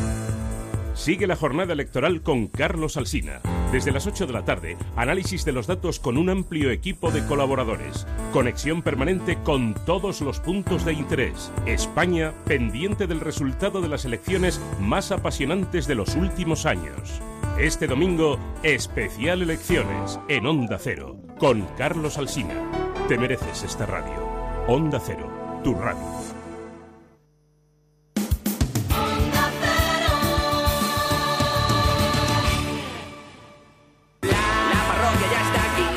Speaker 14: Sigue la jornada electoral con Carlos Alsina. Desde las 8 de la tarde, análisis de los datos con un amplio equipo de colaboradores. Conexión permanente con todos los puntos de interés. España pendiente del resultado de las elecciones más apasionantes de los últimos años. Este domingo, especial elecciones en Onda Cero con Carlos Alsina. Te mereces esta radio. Onda Cero, tu radio.
Speaker 1: parroquia ya está aquí,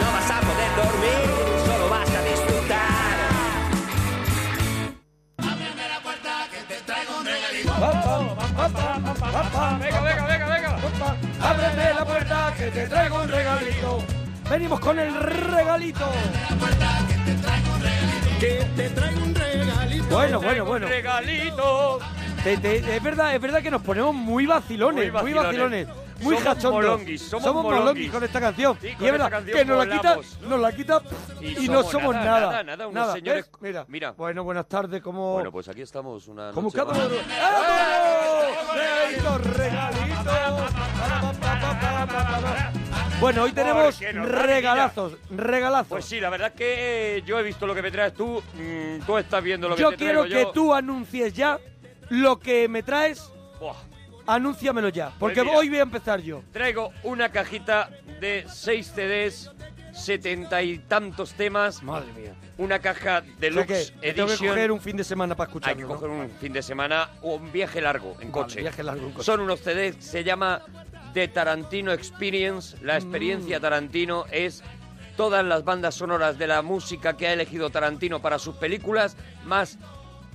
Speaker 1: no vas a poder dormir, solo vas a disfrutar. Ábreme la puerta que te traigo un regalito.
Speaker 3: Venga, venga, venga, venga. Ábreme la puerta que te traigo un regalito. Venimos con el regalito. Que te traigo un regalito. Bueno, bueno, bueno.
Speaker 1: Regalito.
Speaker 3: Te- te- es verdad, es verdad que nos ponemos muy vacilones, muy
Speaker 1: Muy
Speaker 3: vacilones,
Speaker 1: vacilones.
Speaker 3: muy
Speaker 1: Somos
Speaker 3: jachondos.
Speaker 1: molonguis, somos
Speaker 3: molonguis
Speaker 1: molonguis.
Speaker 3: con esta canción.
Speaker 1: Sí,
Speaker 3: y
Speaker 1: con
Speaker 3: es
Speaker 1: esta
Speaker 3: verdad
Speaker 1: canción
Speaker 3: que nos la quita,
Speaker 1: volamos.
Speaker 3: nos la quita y, no somos nada.
Speaker 9: Nada, nada, unos
Speaker 3: ¿ves?
Speaker 9: señores.
Speaker 3: Mira. Bueno, buenas tardes, como.
Speaker 9: Bueno, pues aquí estamos una.
Speaker 3: Como
Speaker 9: noche
Speaker 3: cada
Speaker 9: más.
Speaker 3: uno- Bueno, hoy tenemos
Speaker 9: Porque nos da
Speaker 3: regalazos, regalazos.
Speaker 9: Pues sí, la verdad es que eh, yo he visto lo que me traes tú, mm, tú estás viendo lo que
Speaker 3: yo
Speaker 9: te
Speaker 3: quiero
Speaker 9: traigo
Speaker 3: que
Speaker 9: yo.
Speaker 3: tú anuncies ya lo que me traes.
Speaker 9: Buah.
Speaker 3: Anúnciamelo ya, porque
Speaker 9: mira.
Speaker 3: hoy voy a empezar yo.
Speaker 9: Traigo una cajita de 6 CDs, setenta y tantos temas.
Speaker 3: Madre mía.
Speaker 9: Una caja
Speaker 3: O sea que
Speaker 9: deluxe
Speaker 3: me tengo que
Speaker 9: edition.
Speaker 3: coger un fin de semana para escucharlo.
Speaker 9: Hay que
Speaker 3: ¿no?
Speaker 9: coger un fin de semana o un viaje largo en
Speaker 3: Vale,
Speaker 9: coche.
Speaker 3: viaje largo en coche.
Speaker 9: Son unos CDs, se llama The Tarantino Experience. La experiencia
Speaker 3: Mm.
Speaker 9: Tarantino es todas las bandas sonoras de la música que ha elegido Tarantino para sus películas, más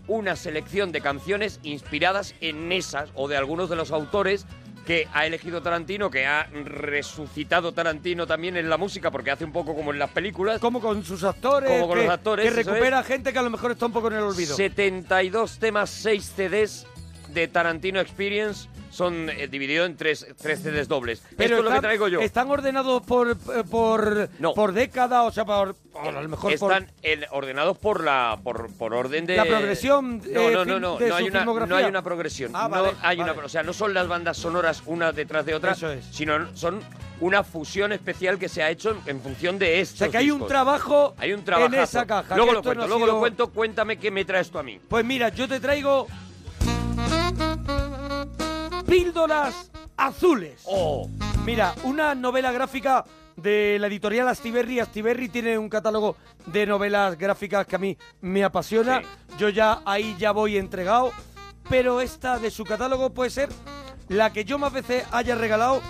Speaker 9: una selección de canciones inspiradas en esas o de algunos de los autores que ha elegido Tarantino, que ha resucitado Tarantino también en la música, porque hace un poco como en las películas.
Speaker 3: Como con sus actores.
Speaker 9: Como con
Speaker 3: que,
Speaker 9: los actores.
Speaker 3: Que
Speaker 9: eso es.
Speaker 3: recupera gente que a lo mejor está un poco en el olvido.
Speaker 9: 72 temas, 6 CDs de Tarantino Experience. Son eh, dividido en 3, CDs dobles. Esto es lo que
Speaker 3: están-
Speaker 9: traigo yo.
Speaker 3: ¿Están ordenados por eh, por, por década? O sea, por, por- a lo mejor por-
Speaker 9: Están el- ordenados por la por, por orden de
Speaker 3: La progresión,
Speaker 9: No,
Speaker 3: eh,
Speaker 9: no, no,
Speaker 3: film-
Speaker 9: no,
Speaker 3: de
Speaker 9: no hay
Speaker 3: su
Speaker 9: una no hay
Speaker 3: filmografía.
Speaker 9: una progresión.
Speaker 3: Ah,
Speaker 9: No
Speaker 3: vale,
Speaker 9: hay una,
Speaker 3: vale.
Speaker 9: o sea, no son las bandas sonoras una detrás de otra,
Speaker 3: Eso es.
Speaker 9: sino son una fusión especial que se ha hecho en, en función de esto.
Speaker 3: O sea, que hay un trabajo
Speaker 9: hay un
Speaker 3: en
Speaker 9: trabajazo.
Speaker 3: esa caja,
Speaker 9: Luego
Speaker 3: que
Speaker 9: lo
Speaker 3: esto no
Speaker 9: cuento,
Speaker 3: ha
Speaker 9: luego lo
Speaker 3: sido-
Speaker 9: cuento, cuéntame qué me traes tú a mí.
Speaker 3: Pues mira, yo te traigo Píldoras Azules. Mira, una novela gráfica de la editorial Astiberri. Astiberri tiene un catálogo de novelas gráficas que a mí me apasiona. Yo ya ahí ya voy entregado. Pero esta de su catálogo puede ser la que yo más veces haya regalado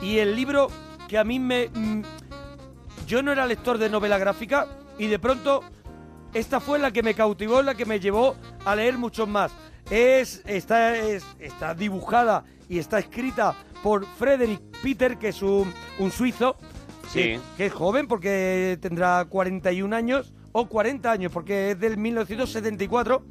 Speaker 3: y el libro que a mí me... mm, Yo no era lector de novela gráfica y de pronto esta fue la que me cautivó, la que me llevó a leer muchos más. Es, está, es- está dibujada y está escrita por Frederick Peter, que es un, un suizo,
Speaker 9: Sí.
Speaker 3: que, que es joven porque tendrá 41 años, o 40 años, porque es del 1974.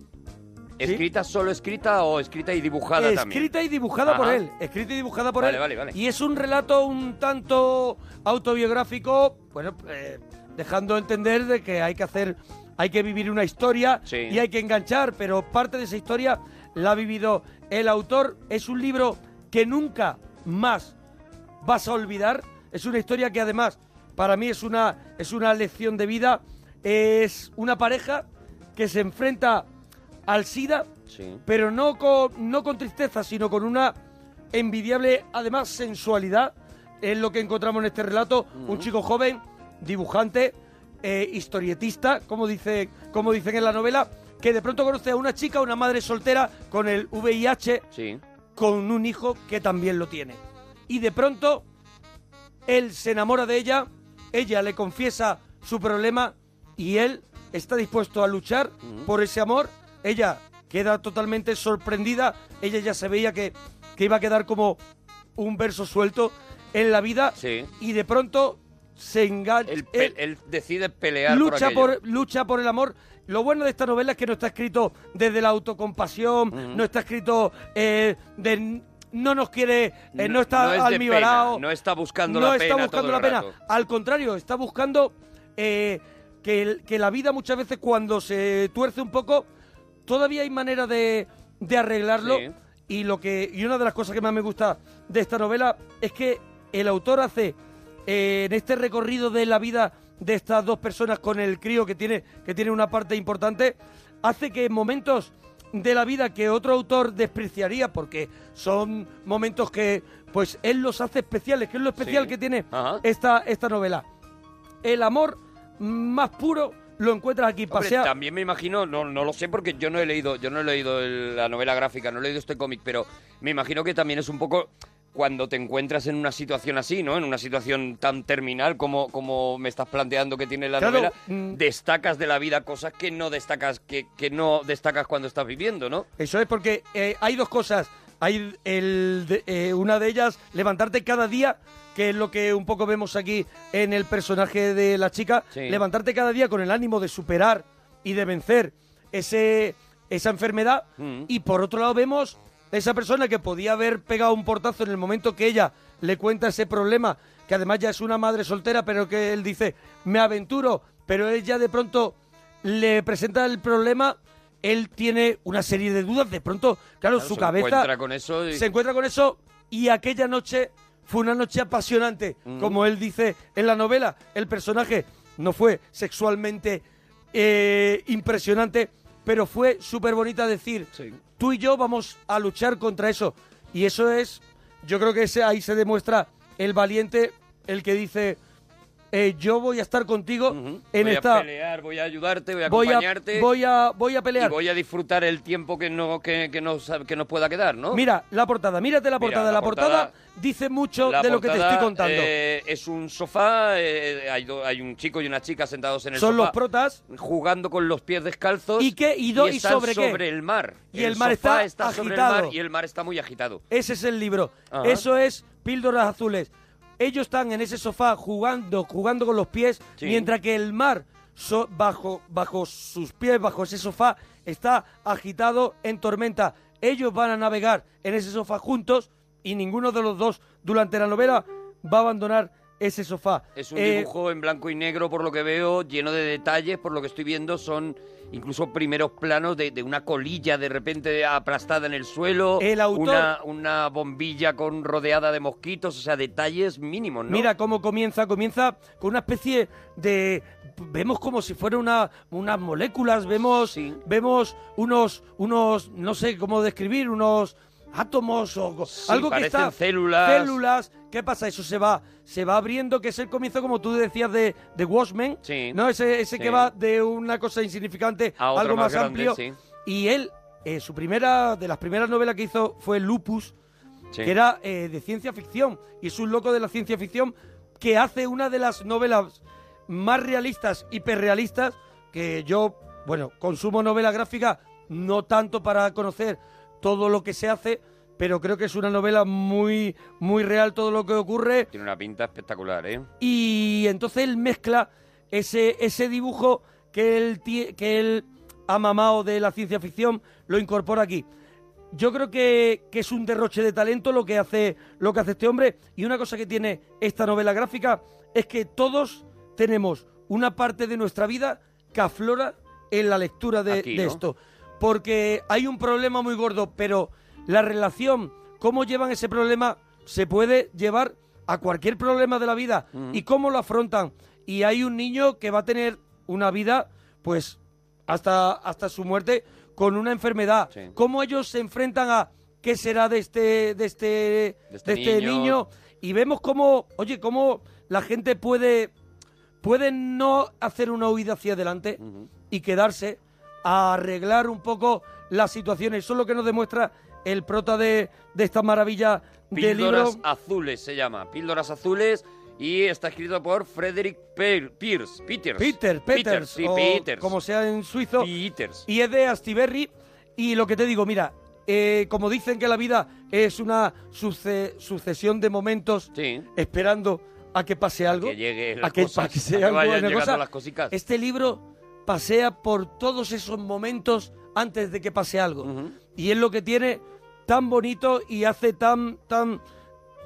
Speaker 9: ¿Escrita solo escrita o escrita y dibujada también?
Speaker 3: Escrita y dibujada por
Speaker 9: Ajá.
Speaker 3: él. Eh, Escrita y dibujada por
Speaker 9: Vale,
Speaker 3: él.
Speaker 9: vale, vale.
Speaker 3: Y es un relato un tanto autobiográfico, bueno, eh, dejando entender de que hay que hacer, hay que vivir una historia
Speaker 9: Sí.
Speaker 3: y hay que enganchar, pero parte de esa historia la ha vivido el autor. Es un libro que nunca más vas a olvidar. Es una historia que además para mí es una, es una lección de vida. Es una pareja que se enfrenta al SIDA,
Speaker 9: Sí.
Speaker 3: pero no con, no con tristeza, sino con una envidiable, además, sensualidad. Es lo que encontramos en este relato. Un chico joven, dibujante, eh, historietista, como, dice, como dicen en la novela, que de pronto conoce a una chica, una madre soltera, con el VIH,
Speaker 9: Sí.
Speaker 3: con un hijo que también lo tiene. Y de pronto, él se enamora de ella, ella le confiesa su problema y él está dispuesto a luchar por ese amor. Ella queda totalmente sorprendida, ella ya se veía que, que iba a quedar como un verso suelto en la vida y de pronto se engancha.
Speaker 9: Pe- él decide pelear
Speaker 3: Lucha
Speaker 9: por, aquello.
Speaker 3: por, lucha por el amor. Lo bueno de esta novela es que no está escrito desde la autocompasión, no está escrito eh, de n- no nos quiere, eh, no, está
Speaker 9: es de
Speaker 3: almibarao,
Speaker 9: pena, no está buscando
Speaker 3: no
Speaker 9: la
Speaker 3: está
Speaker 9: pena
Speaker 3: buscando
Speaker 9: todo
Speaker 3: la
Speaker 9: el
Speaker 3: pena.
Speaker 9: rato.
Speaker 3: Al contrario, está buscando eh, que, el- que la vida muchas veces cuando se tuerce un poco, todavía hay manera de, de arreglarlo.
Speaker 9: Sí.
Speaker 3: Y lo que y una de las cosas que más me gusta de esta novela es que el autor hace eh, en este recorrido de la vida de estas dos personas con el crío que tiene, que tiene una parte importante, hace que en momentos de la vida que otro autor despreciaría porque son momentos que pues él los hace especiales, que es lo especial que tiene esta, esta novela. El amor más puro lo encuentras aquí,
Speaker 9: Hombre,
Speaker 3: pasea
Speaker 9: también me imagino, no, no lo sé porque yo no he leído, yo no he leído el- la novela gráfica, no he leído este cómic, pero me imagino que también es un poco cuando te encuentras en una situación así, ¿no? En una situación tan terminal como, como me estás planteando que tiene la
Speaker 3: Claro, mm,
Speaker 9: novela, destacas de la vida cosas que no destacas, que, que no destacas cuando estás viviendo, ¿no?
Speaker 3: Eso es porque eh, hay dos cosas. Hay el, de- eh, una de ellas, levantarte cada día, que es lo que un poco vemos aquí en el personaje de la chica.
Speaker 9: Sí.
Speaker 3: Levantarte cada día con el ánimo de superar y de vencer ese, esa enfermedad. Y por otro lado vemos esa persona que podía haber pegado un portazo en el momento que ella le cuenta ese problema, que además ya es una madre soltera, pero que él dice, me aventuro, pero ella de pronto le presenta el problema, él tiene una serie de dudas, de pronto, claro,
Speaker 9: Claro,
Speaker 3: su
Speaker 9: se
Speaker 3: cabeza
Speaker 9: encuentra con eso y-
Speaker 3: se encuentra con eso y aquella noche fue una noche apasionante,
Speaker 9: Mm.
Speaker 3: como él dice en la novela, el personaje no fue sexualmente eh, impresionante, pero fue súper bonita decir, tú y yo vamos a luchar contra eso. Y eso es, yo creo que ese, ahí se demuestra el valiente, el que dice, eh, yo voy a estar contigo en
Speaker 9: voy
Speaker 3: esta...
Speaker 9: a pelear, voy a ayudarte, voy a
Speaker 3: voy a-
Speaker 9: acompañarte.
Speaker 3: voy a, voy a pelear.
Speaker 9: Y voy a disfrutar el tiempo que, no, que, que nos, que nos pueda quedar, ¿no?
Speaker 3: Mira, la portada, mírate la
Speaker 9: Mira,
Speaker 3: portada.
Speaker 9: la
Speaker 3: la, portada, dice mucho
Speaker 9: La
Speaker 3: de lo que te
Speaker 9: portada,
Speaker 3: estoy contando.
Speaker 9: eh, es un sofá, eh, hay, do- hay un chico y una chica sentados en el
Speaker 3: Son
Speaker 9: sofá.
Speaker 3: los protas.
Speaker 9: Jugando con los pies descalzos.
Speaker 3: ¿Y qué? ¿Y, do- y
Speaker 9: están
Speaker 3: sobre qué?
Speaker 9: el mar.
Speaker 3: Y el mar
Speaker 9: sofá
Speaker 3: está
Speaker 9: sobre el
Speaker 3: agitado.
Speaker 9: mar y el mar está muy agitado.
Speaker 3: Ese es el libro.
Speaker 9: Ajá.
Speaker 3: Eso es Píldoras Azules. Ellos están en ese sofá jugando, jugando con los pies,
Speaker 9: Sí.
Speaker 3: mientras que el mar so- bajo, bajo sus pies, bajo ese sofá, está agitado en tormenta. Ellos van a navegar en ese sofá juntos y ninguno de los dos durante la novela va a abandonar ese sofá.
Speaker 9: Es un
Speaker 3: Eh,
Speaker 9: dibujo en blanco y negro, por lo que veo, lleno de detalles, por lo que estoy viendo, son incluso primeros planos de, de una colilla de repente aplastada en el suelo,
Speaker 3: El autor-
Speaker 9: una, una bombilla con rodeada de mosquitos, o sea, detalles mínimos, ¿no?
Speaker 3: Mira cómo comienza, comienza con una especie de vemos como si fuera una unas moléculas, vemos vemos unos unos no sé cómo describir, unos átomos o algo que
Speaker 9: parecen
Speaker 3: está
Speaker 9: células.
Speaker 3: células. ¿Qué pasa? Eso se va se va abriendo, que es el comienzo como tú decías de de Watchmen, no ese ese que
Speaker 9: Sí.
Speaker 3: va de una cosa insignificante
Speaker 9: A otra
Speaker 3: algo
Speaker 9: más
Speaker 3: más,
Speaker 9: grande,
Speaker 3: amplio.
Speaker 9: sí.
Speaker 3: Y él eh, su primera de las primeras novelas que hizo fue Lupus,
Speaker 9: Sí.
Speaker 3: que era eh, de ciencia ficción y es un loco de la ciencia ficción que hace una de las novelas más realistas, hiperrealistas, que yo, bueno, consumo novela gráfica no tanto para conocer todo lo que se hace, pero creo que es una novela muy, muy real todo lo que ocurre
Speaker 9: Tiene una pinta espectacular, ¿eh?
Speaker 3: y entonces él mezcla ese, ese dibujo que él, tie- que él ha mamado de la ciencia ficción, lo incorpora aquí. Yo creo que, que es un derroche de talento lo que, hace, lo que hace este hombre. Y una cosa que tiene esta novela gráfica es que todos tenemos una parte de nuestra vida que aflora en la lectura de,
Speaker 9: Aquí,
Speaker 3: de
Speaker 9: ¿no?
Speaker 3: esto. Porque hay un problema muy gordo, pero la relación, cómo llevan ese problema, se puede llevar a cualquier problema de la vida
Speaker 9: Mm.
Speaker 3: y cómo lo afrontan. Y hay un niño que va a tener una vida, pues, hasta, hasta su muerte, con una enfermedad. Cómo ellos se enfrentan a qué será de este, de este,
Speaker 9: este
Speaker 3: de este
Speaker 9: niño.
Speaker 3: niño. Y vemos cómo, oye, cómo la gente puede pueden no hacer una huida hacia adelante y quedarse a arreglar un poco las situaciones. Eso es lo que nos demuestra el prota de, de esta maravilla de libro.
Speaker 9: Píldoras Azules se llama, Píldoras Azules, y está escrito por Frederick Pe- Pierce, Peters.
Speaker 3: Peter, Peters,
Speaker 9: sí,
Speaker 3: o
Speaker 9: Peters.
Speaker 3: como sea en suizo. Y es de Astiberri. Y lo que te digo, mira, eh, como dicen que la vida es una suce- sucesión de momentos esperando a que pase algo.
Speaker 9: que llegue
Speaker 3: a
Speaker 9: las
Speaker 3: que,
Speaker 9: cosas,
Speaker 3: pa'
Speaker 9: (laughs)
Speaker 3: que
Speaker 9: a
Speaker 3: sea
Speaker 9: que
Speaker 3: algo
Speaker 9: vayan
Speaker 3: buena
Speaker 9: llegando
Speaker 3: cosa.
Speaker 9: las cositas.
Speaker 3: Este libro pasea por todos esos momentos antes de que pase algo. Y es lo que tiene tan bonito y hace tan, tan,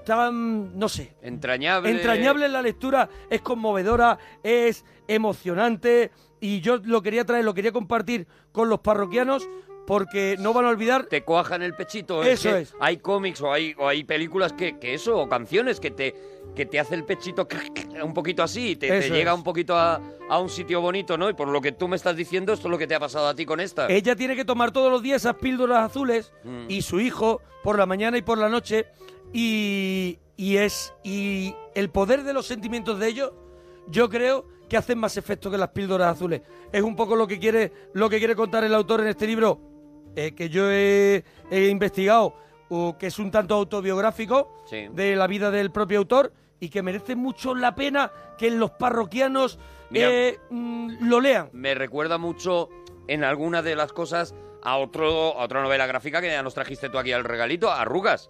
Speaker 3: tan, no sé,
Speaker 9: Entrañable.
Speaker 3: entrañable la lectura, es conmovedora, es emocionante y yo lo quería traer, lo quería compartir con los parroquianos porque no van a olvidar.
Speaker 9: Te cuajan el pechito. ¿eh?
Speaker 3: Eso
Speaker 9: que
Speaker 3: es.
Speaker 9: Hay cómics o hay, o hay películas que, que eso, o canciones que te, que te hace el pechito un poquito así, y te, te
Speaker 3: Eso
Speaker 9: llega
Speaker 3: es.
Speaker 9: un poquito a, a un sitio bonito, ¿no? Y por lo que tú me estás diciendo, esto es lo que te ha pasado a ti con esta.
Speaker 3: Ella tiene que tomar todos los días esas píldoras azules
Speaker 9: Mm.
Speaker 3: y su hijo por la mañana y por la noche y, y es y el poder de los sentimientos de ellos yo creo que hacen más efecto que las píldoras azules. Es un poco lo que quiere lo que quiere contar el autor en este libro eh, que yo he, he investigado o que es un tanto autobiográfico
Speaker 9: Sí.
Speaker 3: Eh, de la vida del propio autor y que merece mucho la pena que los parroquianos
Speaker 9: Mira.
Speaker 3: eh, mm, lo lean.
Speaker 9: me recuerda mucho en algunas de las cosas a otro a otra novela gráfica que ya nos trajiste tú aquí al regalito, Arrugas.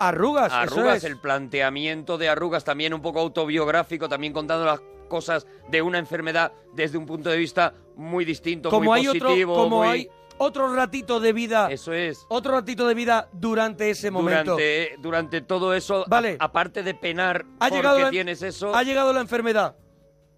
Speaker 3: Arrugas, eso
Speaker 9: Arrugas,
Speaker 3: es.
Speaker 9: el planteamiento de Arrugas también un poco autobiográfico, también contando las cosas de una enfermedad desde un punto de vista muy distinto,
Speaker 3: como
Speaker 9: muy
Speaker 3: hay
Speaker 9: positivo,
Speaker 3: otro, como
Speaker 9: muy-
Speaker 3: hay otro ratito de vida.
Speaker 9: Eso es.
Speaker 3: Otro ratito de vida durante ese momento.
Speaker 9: durante durante todo eso, a-
Speaker 3: Vale.
Speaker 9: aparte de penar
Speaker 3: ha
Speaker 9: porque
Speaker 3: llegado la,
Speaker 9: tienes eso.
Speaker 3: Ha llegado la enfermedad.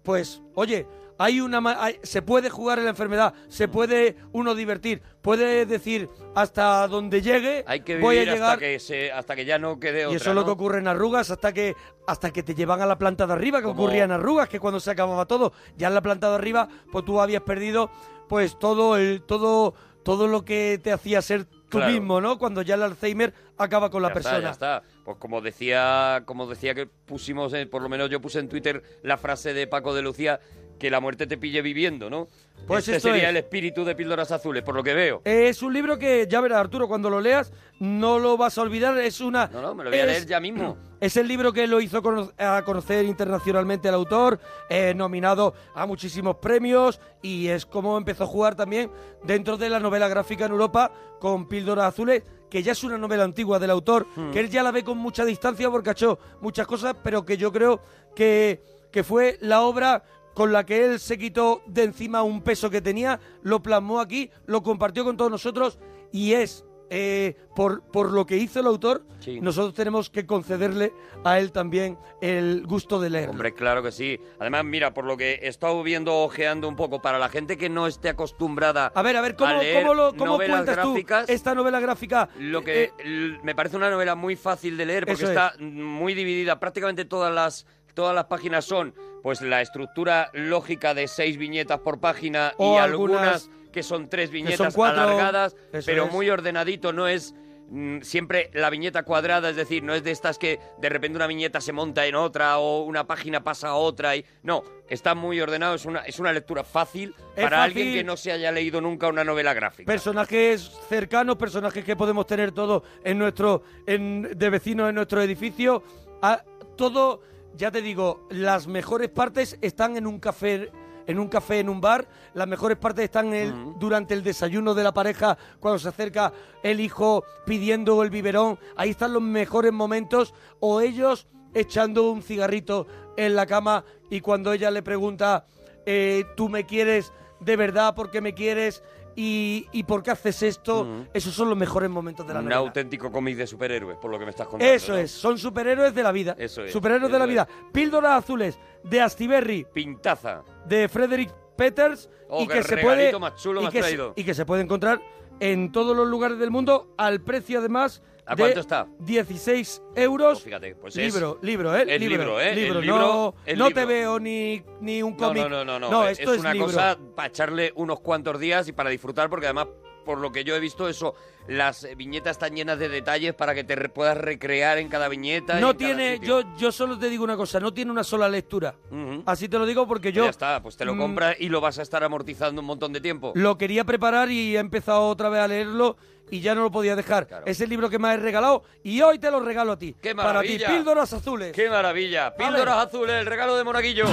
Speaker 3: Pues, oye, hay una ma- hay- se puede jugar en la enfermedad, se puede uno divertir, puede decir hasta donde llegue,
Speaker 9: hay que
Speaker 3: voy a
Speaker 9: vivir
Speaker 3: llegar
Speaker 9: hasta que se- hasta que ya no quede otra,
Speaker 3: y eso es lo
Speaker 9: ¿no?
Speaker 3: que ocurre en arrugas hasta que hasta que te llevan a la planta de arriba, que
Speaker 9: Como-
Speaker 3: ocurría en arrugas, que cuando se acababa todo, ya en la planta de arriba, pues tú habías perdido pues todo el todo todo lo que te hacía ser tú
Speaker 9: Claro.
Speaker 3: mismo, ¿no? Cuando ya el Alzheimer acaba con la
Speaker 9: Ya está,
Speaker 3: persona.
Speaker 9: ya está. Pues como decía, como decía que pusimos, eh, por lo menos yo puse en Twitter la frase de Paco de Lucía, que la muerte te pille viviendo, ¿no?
Speaker 3: Pues
Speaker 9: este
Speaker 3: esto
Speaker 9: sería
Speaker 3: es.
Speaker 9: el espíritu de Píldoras Azules, por lo que veo.
Speaker 3: Eh, Es un libro que ya verás, Arturo, cuando lo leas no lo vas a olvidar. Es una.
Speaker 9: No, no, me lo voy a
Speaker 3: es-
Speaker 9: leer ya mismo.
Speaker 3: Es el libro que lo hizo cono- a conocer internacionalmente el autor, eh, nominado a muchísimos premios y es como empezó a jugar también dentro de la novela gráfica en Europa con Píldoras Azules, que ya es una novela antigua del autor,
Speaker 9: Mm.
Speaker 3: que él ya la ve con mucha distancia porque ha hecho muchas cosas, pero que yo creo que, que fue la obra con la que él se quitó de encima un peso que tenía, lo plasmó aquí, lo compartió con todos nosotros y es eh, por, por lo que hizo el autor,
Speaker 9: Sí.
Speaker 3: nosotros tenemos que concederle a él también el gusto de leer.
Speaker 9: Hombre, claro que sí. Además, mira, por lo que he estado viendo, ojeando un poco, para la gente que no esté acostumbrada
Speaker 3: A ver, a ver, ¿cómo,
Speaker 9: leer
Speaker 3: cómo lo, cómo
Speaker 9: novelas
Speaker 3: cuentas
Speaker 9: gráficas,
Speaker 3: tú esta novela gráfica?
Speaker 9: Lo que l- me parece una novela muy fácil de leer porque
Speaker 3: Eh, Eso es.
Speaker 9: está muy dividida. Prácticamente todas las todas las páginas son pues la estructura lógica de seis viñetas por página
Speaker 3: O
Speaker 9: y
Speaker 3: algunas
Speaker 9: algunas que son tres viñetas
Speaker 3: cuatro.
Speaker 9: alargadas,
Speaker 3: Eso
Speaker 9: pero
Speaker 3: es.
Speaker 9: muy ordenadito, no es mm, siempre la viñeta cuadrada, es decir, no es de estas que de repente una viñeta se monta en otra o una página pasa a otra y no, está muy ordenado, es una es una lectura fácil
Speaker 3: Es
Speaker 9: para alguien
Speaker 3: fácil.
Speaker 9: que no se haya leído nunca una novela gráfica.
Speaker 3: Personajes cercanos, personajes que podemos tener todos en nuestro, en, de vecinos en nuestro edificio. A- todo, ya te digo, las mejores partes están en un café. En un café, en un bar, las mejores partes están en el- durante el desayuno de la pareja, cuando se acerca el hijo pidiendo el biberón. Ahí están los mejores momentos. O ellos echando un cigarrito en la cama y cuando ella le pregunta, eh, tú me quieres de verdad porque me quieres y, y por qué haces esto,
Speaker 9: Mm.
Speaker 3: esos son los mejores momentos de la
Speaker 9: Un
Speaker 3: novela.
Speaker 9: auténtico cómic de superhéroes, por lo que me estás contando.
Speaker 3: Eso
Speaker 9: ¿no?
Speaker 3: es, son superhéroes de la vida.
Speaker 9: Eso es,
Speaker 3: Superhéroes de la
Speaker 9: eso
Speaker 3: vida. Píldoras azules de Astiberri,
Speaker 9: Pintaza.
Speaker 3: de Frederick Peters
Speaker 9: Oh,
Speaker 3: y
Speaker 9: qué
Speaker 3: que se
Speaker 9: regalito
Speaker 3: puede
Speaker 9: más chulo
Speaker 3: y
Speaker 9: me has
Speaker 3: que se-
Speaker 9: traído.
Speaker 3: y que se puede encontrar en todos los lugares del mundo al precio además
Speaker 9: ¿A
Speaker 3: de
Speaker 9: cuánto está?
Speaker 3: 16 euros.
Speaker 9: Fíjate, pues es-
Speaker 3: libro, libro, ¿eh?
Speaker 9: es libro, ¿eh?
Speaker 3: Libro,
Speaker 9: El
Speaker 3: no,
Speaker 9: libro- el
Speaker 3: no
Speaker 9: libro.
Speaker 3: te veo ni, ni un
Speaker 9: No,
Speaker 3: cómic.
Speaker 9: no, no, no, no.
Speaker 3: esto es,
Speaker 9: una
Speaker 3: libro.
Speaker 9: cosa para echarle unos cuantos días y para disfrutar, porque además, por lo que yo he visto, eso, las eh, viñetas están llenas de detalles para que te re- puedas recrear en cada viñeta. y
Speaker 3: No
Speaker 9: en cada
Speaker 3: tiene,
Speaker 9: sitio.
Speaker 3: yo, yo solo te digo una cosa, no tiene una sola lectura.
Speaker 9: Ujú.
Speaker 3: Así te lo digo porque
Speaker 9: Pues
Speaker 3: yo
Speaker 9: ya está, pues te lo
Speaker 3: mm,
Speaker 9: compras y lo vas a estar amortizando un montón de tiempo.
Speaker 3: lo quería preparar y he empezado otra vez a leerlo y ya no lo podía dejar. Es el libro que me has regalado y hoy te lo regalo a ti.
Speaker 9: ¡Qué
Speaker 3: Para ti,
Speaker 9: maravilla!
Speaker 3: píldoras azules.
Speaker 9: ¡Qué maravilla! Píldoras azules, el regalo de Monaguillo.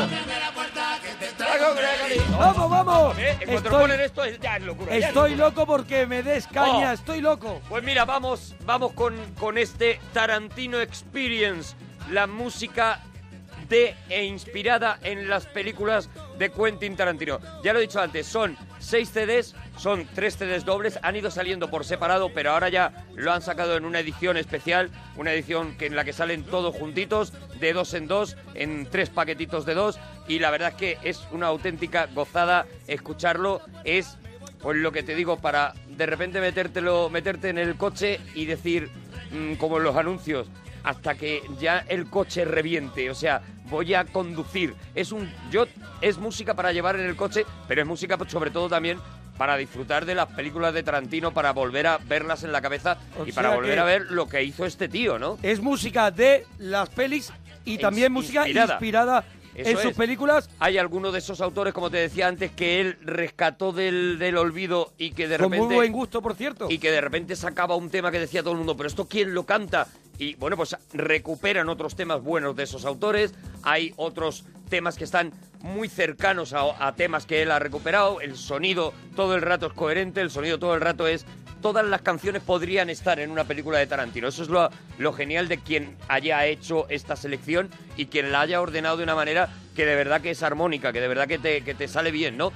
Speaker 15: Traigo Gregory.
Speaker 3: ¡Vamos, vamos!
Speaker 9: Eh, En cuanto
Speaker 3: Estoy-
Speaker 9: ponen esto, es- ya es locura. ya es
Speaker 3: Estoy
Speaker 9: locura.
Speaker 3: loco porque me des caña,
Speaker 9: Oh.
Speaker 3: estoy loco.
Speaker 9: Pues mira, vamos, vamos con, con este Tarantino Experience, la música de e inspirada en las películas de Quentin Tarantino. Ya lo he dicho antes, son seis CDs, son tres CDs dobles, han ido saliendo por separado, pero ahora ya lo han sacado en una edición especial, una edición que en la que salen todos juntitos, de dos en dos, en tres paquetitos de dos, y la verdad es que es una auténtica gozada escucharlo, es pues lo que te digo, para
Speaker 3: de repente metértelo, meterte en el coche y decir, mm, como en los anuncios, hasta que ya el coche reviente, o sea, voy a conducir. Es un yo es música para llevar en el coche, pero es música pues, sobre todo también para disfrutar de las películas de Tarantino, para volver a verlas en la cabeza
Speaker 2: O
Speaker 3: y para
Speaker 2: sea
Speaker 3: volver
Speaker 2: que-
Speaker 3: a ver lo que hizo este tío, ¿no?
Speaker 2: Es música de las pelis y también música
Speaker 3: inspirada.
Speaker 2: inspirada, en
Speaker 3: Eso
Speaker 2: sus
Speaker 3: es.
Speaker 2: películas.
Speaker 3: Hay algunos de esos autores, como te decía antes, que él rescató del, del olvido y que de
Speaker 2: Con muy
Speaker 3: repente...
Speaker 2: buen gusto, por cierto.
Speaker 3: Y que de repente sacaba un tema que decía todo el mundo, pero ¿esto quién lo canta? Y bueno, pues recuperan otros temas buenos de esos autores. Hay otros temas que están muy cercanos a, a temas que él ha recuperado. El sonido todo el rato es coherente, el sonido todo el rato es... Todas las canciones podrían estar en una película de Tarantino. Eso es lo, lo genial de quien haya hecho esta selección y quien la haya ordenado de una manera que de verdad que es armónica, que de verdad que te, que te sale bien, ¿no?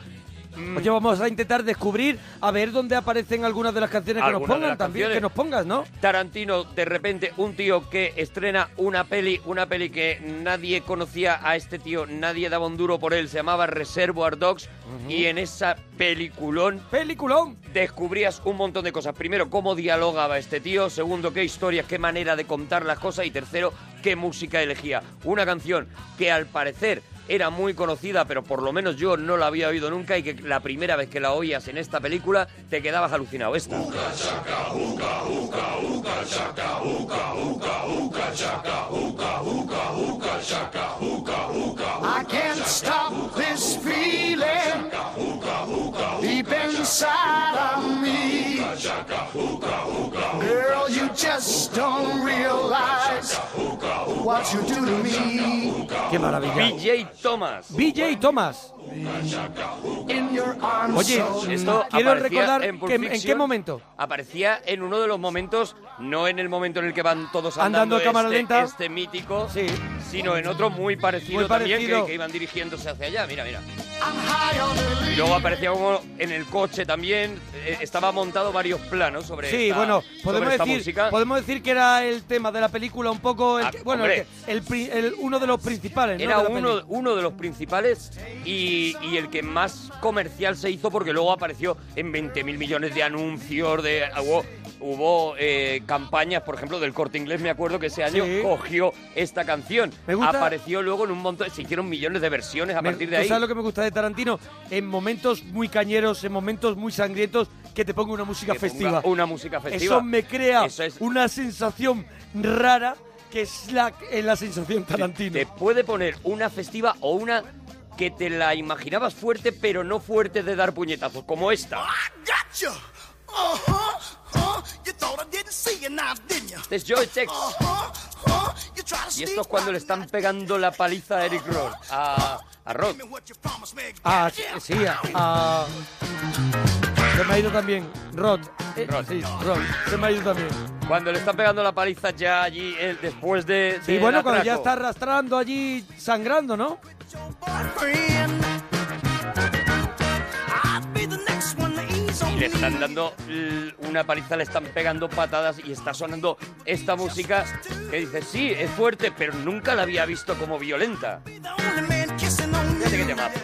Speaker 2: Oye,
Speaker 3: mm,
Speaker 2: vamos a intentar descubrir, a ver dónde aparecen algunas de las canciones que nos
Speaker 3: Algunas de
Speaker 2: pongan
Speaker 3: las
Speaker 2: también,
Speaker 3: canciones.
Speaker 2: que nos pongas, ¿no?
Speaker 3: Tarantino, de repente, un tío que estrena una peli, una peli que nadie conocía a este tío, nadie daba un duro por él, se llamaba Reservoir Dogs, y en esa peliculón...
Speaker 2: ¡Peliculón!
Speaker 3: Descubrías un montón de cosas. Primero, cómo dialogaba este tío. Segundo, qué historias, qué manera de contar las cosas. Y tercero, qué música elegía. Una canción que al parecer era muy conocida, pero por lo menos yo no la había oído nunca y que la primera vez que la oías en esta película te quedabas alucinado. Esta.
Speaker 1: I can't stop this feeling deep inside of me. Girl, you just don't realize what you do to me.
Speaker 2: ¡Qué maravilla!
Speaker 3: BJ Thomas.
Speaker 2: BJ Thomas.
Speaker 1: In your arms,
Speaker 2: Oye,
Speaker 1: so
Speaker 3: Esto
Speaker 2: Mm, quiero
Speaker 3: aparecía
Speaker 2: recordar
Speaker 3: en Pulp
Speaker 2: que- en qué
Speaker 3: Fiction.
Speaker 2: momento.
Speaker 3: Aparecía en uno de los momentos, no en el momento en el que van todos
Speaker 2: Andando
Speaker 3: andando,
Speaker 2: a cámara
Speaker 3: este,
Speaker 2: lenta.
Speaker 3: este mítico, sino en otro muy parecido,
Speaker 2: Muy
Speaker 3: también,
Speaker 2: parecido.
Speaker 3: que, que iban dirigiéndose hacia allá. Mira, mira.
Speaker 1: high on the
Speaker 3: Y luego aparecía uno en el coche también. eh, estaba montado varios planos sobre
Speaker 2: Sí,
Speaker 3: esta-
Speaker 2: bueno,
Speaker 3: sobre
Speaker 2: podemos
Speaker 3: esta
Speaker 2: decir,
Speaker 3: música. Ah,
Speaker 2: podemos decir que era el tema de la película un poco, el que- bueno, el
Speaker 3: hombre.
Speaker 2: que- el pri- el- uno de los principales, ¿no?
Speaker 3: Era
Speaker 2: de la
Speaker 3: uno,
Speaker 2: peli.
Speaker 3: uno de los principales y, y el que más comercial se hizo porque luego apareció en 20 mil millones de anuncios. De, hubo hubo, eh, campañas, por ejemplo, del corte inglés, me acuerdo que ese año
Speaker 2: Sí.
Speaker 3: cogió esta canción.
Speaker 2: Me gusta-
Speaker 3: Apareció luego en un montón, se hicieron millones de versiones a
Speaker 2: Me-
Speaker 3: partir de
Speaker 2: ¿tú
Speaker 3: ahí.
Speaker 2: ¿Sabes lo que me gusta de Tarantino? En momentos muy cañeros, en momentos muy sangrientos, que te ponga una música
Speaker 3: ponga
Speaker 2: festiva.
Speaker 3: una música festiva.
Speaker 2: Eso me crea
Speaker 3: Eso es-
Speaker 2: una sensación rara que es la, es la sensación Tarantino.
Speaker 3: Te puede poner una festiva o una que te la imaginabas fuerte, pero no fuerte de dar puñetazos, como esta.
Speaker 1: Gotcha! Uh huh, huh. uh-huh. You thought I didn't see you now, didn't you? Uh-huh.
Speaker 3: Este es Joe Tex.
Speaker 1: You try to
Speaker 3: Y
Speaker 1: sneak
Speaker 3: esto es cuando le están pegando la paliza a Eric Roth, a, a Roth.
Speaker 2: Ah, sí, sí, ah, se me ha ido también. Rod. Eh, sí, Rod. Se me ha ido también.
Speaker 3: Cuando le están pegando la paliza ya allí, eh, después de.
Speaker 2: Y bueno, cuando ya está arrastrando allí, sangrando, ¿no?
Speaker 3: Y le están dando l- una paliza, le están pegando patadas y está sonando esta música que dice: Sí, es fuerte, pero nunca la había visto como violenta. Fíjate qué temazo.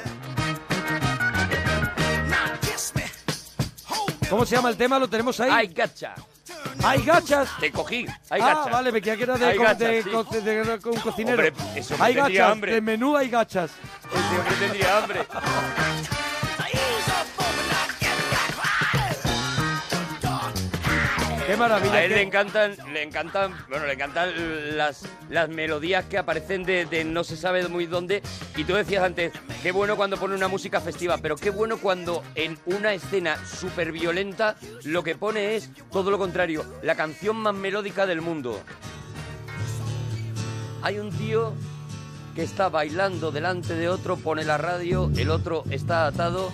Speaker 2: ¿Cómo se llama el tema? Lo tenemos ahí.
Speaker 3: ¡Ay, gacha!
Speaker 2: ¡Ay, gachas!
Speaker 3: Te cogí. ¡Ay,
Speaker 2: ah,
Speaker 3: gacha!
Speaker 2: vale, me quedé que era de,
Speaker 3: Ay,
Speaker 2: co-
Speaker 3: gachas,
Speaker 2: de
Speaker 3: sí.
Speaker 2: co- de- de- con un cocinero.
Speaker 3: Hombre, eso me
Speaker 2: hay
Speaker 3: tenía
Speaker 2: gachas,
Speaker 3: hambre.
Speaker 2: de menú hay gachas.
Speaker 3: Este hombre tendría hambre.
Speaker 2: Qué maravilla.
Speaker 3: A él
Speaker 2: qué-
Speaker 3: le encantan, le encantan, bueno, le encantan las, las melodías que aparecen de, de no se sabe muy dónde. Y tú decías antes, qué bueno cuando pone una música festiva, pero qué bueno cuando en una escena súper violenta lo que pone es todo lo contrario, la canción más melódica del mundo. Hay un tío que está bailando delante de otro, pone la radio, el otro está atado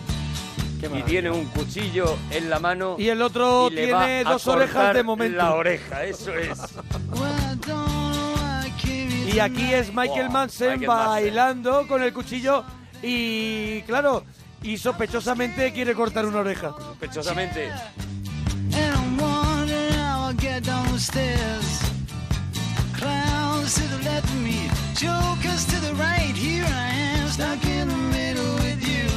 Speaker 3: y tiene un cuchillo en la mano.
Speaker 2: Y el otro
Speaker 3: y le va
Speaker 2: tiene
Speaker 3: a
Speaker 2: dos orejas de
Speaker 3: cortar
Speaker 2: momento.
Speaker 3: La oreja, eso es.
Speaker 2: Y aquí es Michael
Speaker 3: Wow,
Speaker 2: Manson
Speaker 3: Michael Manson.
Speaker 2: bailando con el cuchillo y, claro, y sospechosamente quiere cortar una oreja.
Speaker 3: Sospechosamente.
Speaker 1: And I'm wondering how I get downstairs. Clowns to the left of me, jokers to the right. Here I am, stuck in the middle with you.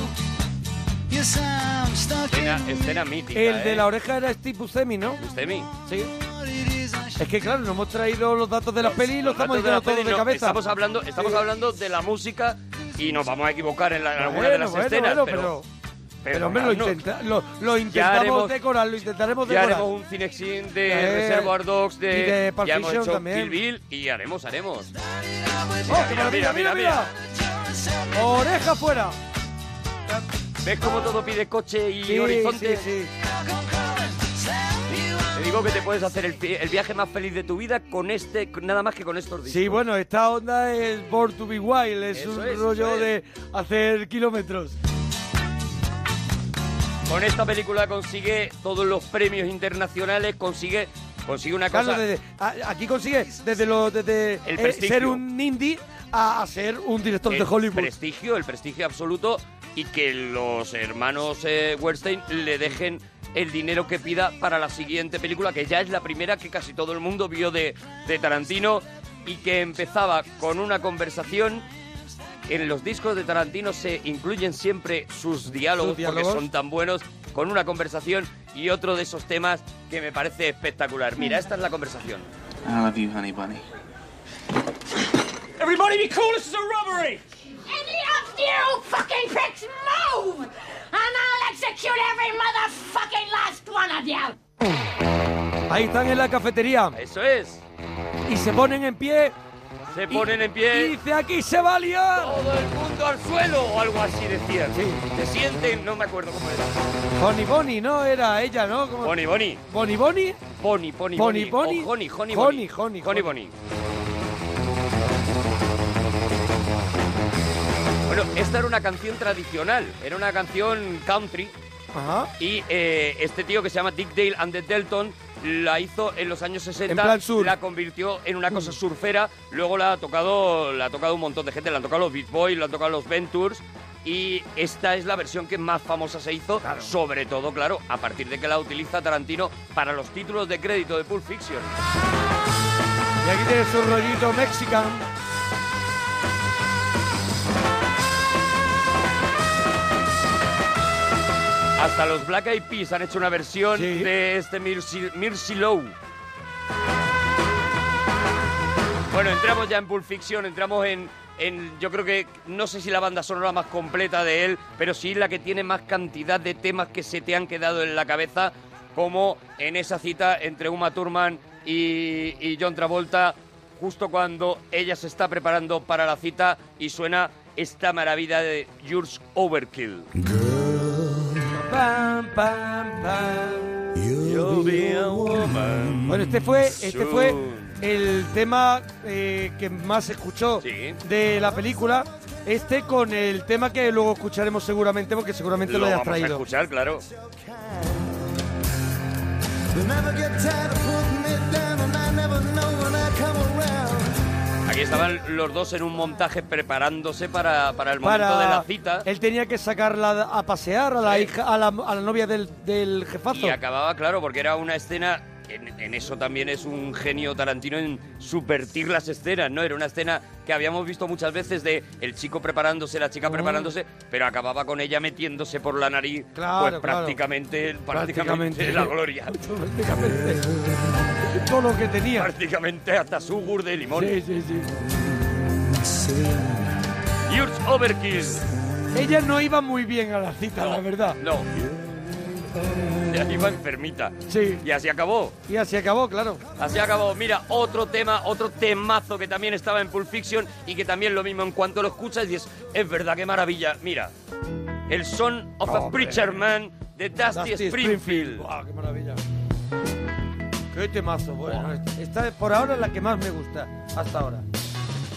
Speaker 3: Escena, escena mítica.
Speaker 2: El de
Speaker 3: ¿eh?
Speaker 2: la oreja era Steve Buscemi, ¿no?
Speaker 3: Buscemi.
Speaker 2: Sí. Es que claro, nos hemos traído los datos de la peli y los estamos
Speaker 3: Datos de la
Speaker 2: diciendo todos
Speaker 3: peli,
Speaker 2: de
Speaker 3: no,
Speaker 2: cabeza. Eh.
Speaker 3: Estamos hablando, estamos hablando de la música y nos vamos a equivocar en, la, en alguna de
Speaker 2: Bueno,
Speaker 3: las
Speaker 2: bueno,
Speaker 3: escenas.
Speaker 2: bueno,
Speaker 3: pero,
Speaker 2: Pero hombre, lo,
Speaker 3: no.
Speaker 2: intenta- lo, lo
Speaker 3: Ya
Speaker 2: intentamos
Speaker 3: haremos-
Speaker 2: decorar, lo intentaremos
Speaker 3: Ya
Speaker 2: decorar.
Speaker 3: haremos un cinexin de
Speaker 2: Eh,
Speaker 3: Reservoir Dogs, de,
Speaker 2: y de Pulp
Speaker 3: ya hemos
Speaker 2: Fiction
Speaker 3: hecho
Speaker 2: también.
Speaker 3: Kill Bill y haremos, haremos.
Speaker 2: ¡Oh, qué maravilla, mira, mira! ¡Oreja fuera!
Speaker 3: ¿Ves cómo todo pide coche y
Speaker 2: Sí,
Speaker 3: horizonte?
Speaker 2: sí, sí.
Speaker 3: Te digo que te puedes hacer el, pi- el viaje más feliz de tu vida con este, con- nada más que con estos discos.
Speaker 2: Sí, bueno, esta onda es Born to be Wild, es
Speaker 3: Eso
Speaker 2: un
Speaker 3: es, eso
Speaker 2: rollo
Speaker 3: es.
Speaker 2: de hacer kilómetros.
Speaker 3: Con esta película consigue todos los premios internacionales, consigue, consigue una cosa.
Speaker 2: Claro, desde- a- aquí consigue desde, lo, desde eh,
Speaker 3: prestigio.
Speaker 2: ser un indie a, a ser un director de
Speaker 3: el
Speaker 2: Hollywood.
Speaker 3: prestigio, el prestigio absoluto y que los hermanos eh, Weinstein le dejen el dinero que pida para la siguiente película, que ya es la primera que casi todo el mundo vio de, de Tarantino y que empezaba con una conversación. En los discos de Tarantino se incluyen siempre sus diálogos,
Speaker 2: Sus diálogos.
Speaker 3: porque son tan buenos, con una conversación y otro de esos temas que me parece espectacular. Mira, esta es la conversación.
Speaker 16: I love you, honey bunny.
Speaker 7: Everybody be cool, this is a robbery!
Speaker 17: Any of you fucking pricks move! And I'll execute every motherfucking last one of you!
Speaker 2: Ahí están en la cafetería.
Speaker 3: Eso es.
Speaker 2: Y se ponen en pie.
Speaker 3: Se ponen en pie.
Speaker 2: Y dice, aquí se va a liar.
Speaker 3: Todo el mundo al suelo o algo así decían. Se sienten, no me acuerdo cómo era.
Speaker 2: Bonnie Bonnie, ¿no? Era ella, ¿no? ¿Cómo-
Speaker 3: Bonnie Bonnie.
Speaker 2: Bonnie Bonnie.
Speaker 3: Bonnie Bonnie
Speaker 2: Bonnie Bonnie.
Speaker 3: Bonnie. o Honey Honey
Speaker 2: Honey,
Speaker 3: Bonnie.
Speaker 2: Honey,
Speaker 3: Honey Bonnie. Bueno, esta era una canción tradicional, era una canción country
Speaker 2: Ajá.
Speaker 3: y eh, este tío que se llama Dick Dale and the Delton la hizo en los años 60,
Speaker 2: En plan surf.
Speaker 3: la convirtió en una cosa surfera, luego la ha tocado la ha tocado un montón de gente, la han tocado los Beat Boys, la han tocado los Ventures y esta es la versión que más famosa se hizo, sobre todo, claro, a partir de que la utiliza Tarantino para los títulos de crédito de Pulp Fiction.
Speaker 2: Y aquí tiene su rollito mexican.
Speaker 3: Hasta los Black Eyed Peas han hecho una versión de este Mirsi, Mirsi Low. Bueno, entramos ya en Pulp Fiction, entramos en, en- Yo creo que. No sé si la banda sonora más completa de él, pero sí la que tiene más cantidad de temas que se te han quedado en la cabeza, como en esa cita entre Uma Thurman y, y John Travolta, justo cuando ella se está preparando para la cita y suena esta maravilla de Yours Overkill.
Speaker 2: Pam, pam, pam.
Speaker 3: You'll be a woman.
Speaker 2: Bueno, este fue, este
Speaker 3: soon.
Speaker 2: fue el tema eh, que más se escuchó de la película. Este con el tema que luego escucharemos seguramente, porque seguramente lo,
Speaker 3: Lo
Speaker 2: hayas
Speaker 3: vamos a
Speaker 2: traído.
Speaker 3: escuchar, claro. Aquí estaban los dos en un montaje preparándose para, para el momento de la cita.
Speaker 2: Él tenía que sacarla a pasear a la hija, a la, a la novia del, del jefazo.
Speaker 3: Y acababa, claro, porque era una escena. En, en eso también es un genio Tarantino en subvertir las escenas, ¿no? Era una escena que habíamos visto muchas veces de el chico preparándose, la
Speaker 2: Mm.
Speaker 3: chica preparándose, pero acababa con ella metiéndose por la nariz,
Speaker 2: Claro,
Speaker 3: pues
Speaker 2: claro.
Speaker 3: prácticamente, prácticamente,
Speaker 2: Prácticamente.
Speaker 3: la
Speaker 2: (laughs)
Speaker 3: gloria.
Speaker 2: Todo lo que tenía.
Speaker 3: Prácticamente hasta su gur de limón.
Speaker 2: Sí, sí, sí.
Speaker 3: Yours Overkill.
Speaker 2: Ella no iba muy bien a la cita, la verdad.
Speaker 3: No. Ya iba enfermita.
Speaker 2: Sí.
Speaker 3: Y así acabó.
Speaker 2: Y así acabó, claro.
Speaker 3: Así acabó. Mira, otro tema, otro temazo que también estaba en Pulp Fiction y que también lo mismo en cuanto lo escuchas dices, es verdad, qué maravilla. Mira, el Son of a
Speaker 2: Hombre.
Speaker 3: Preacher Man de Dusty,
Speaker 2: Dusty
Speaker 3: Springfield.
Speaker 2: Guau, qué maravilla. Qué temazo, bueno. esta- Esta es por ahora la que más me gusta, hasta ahora.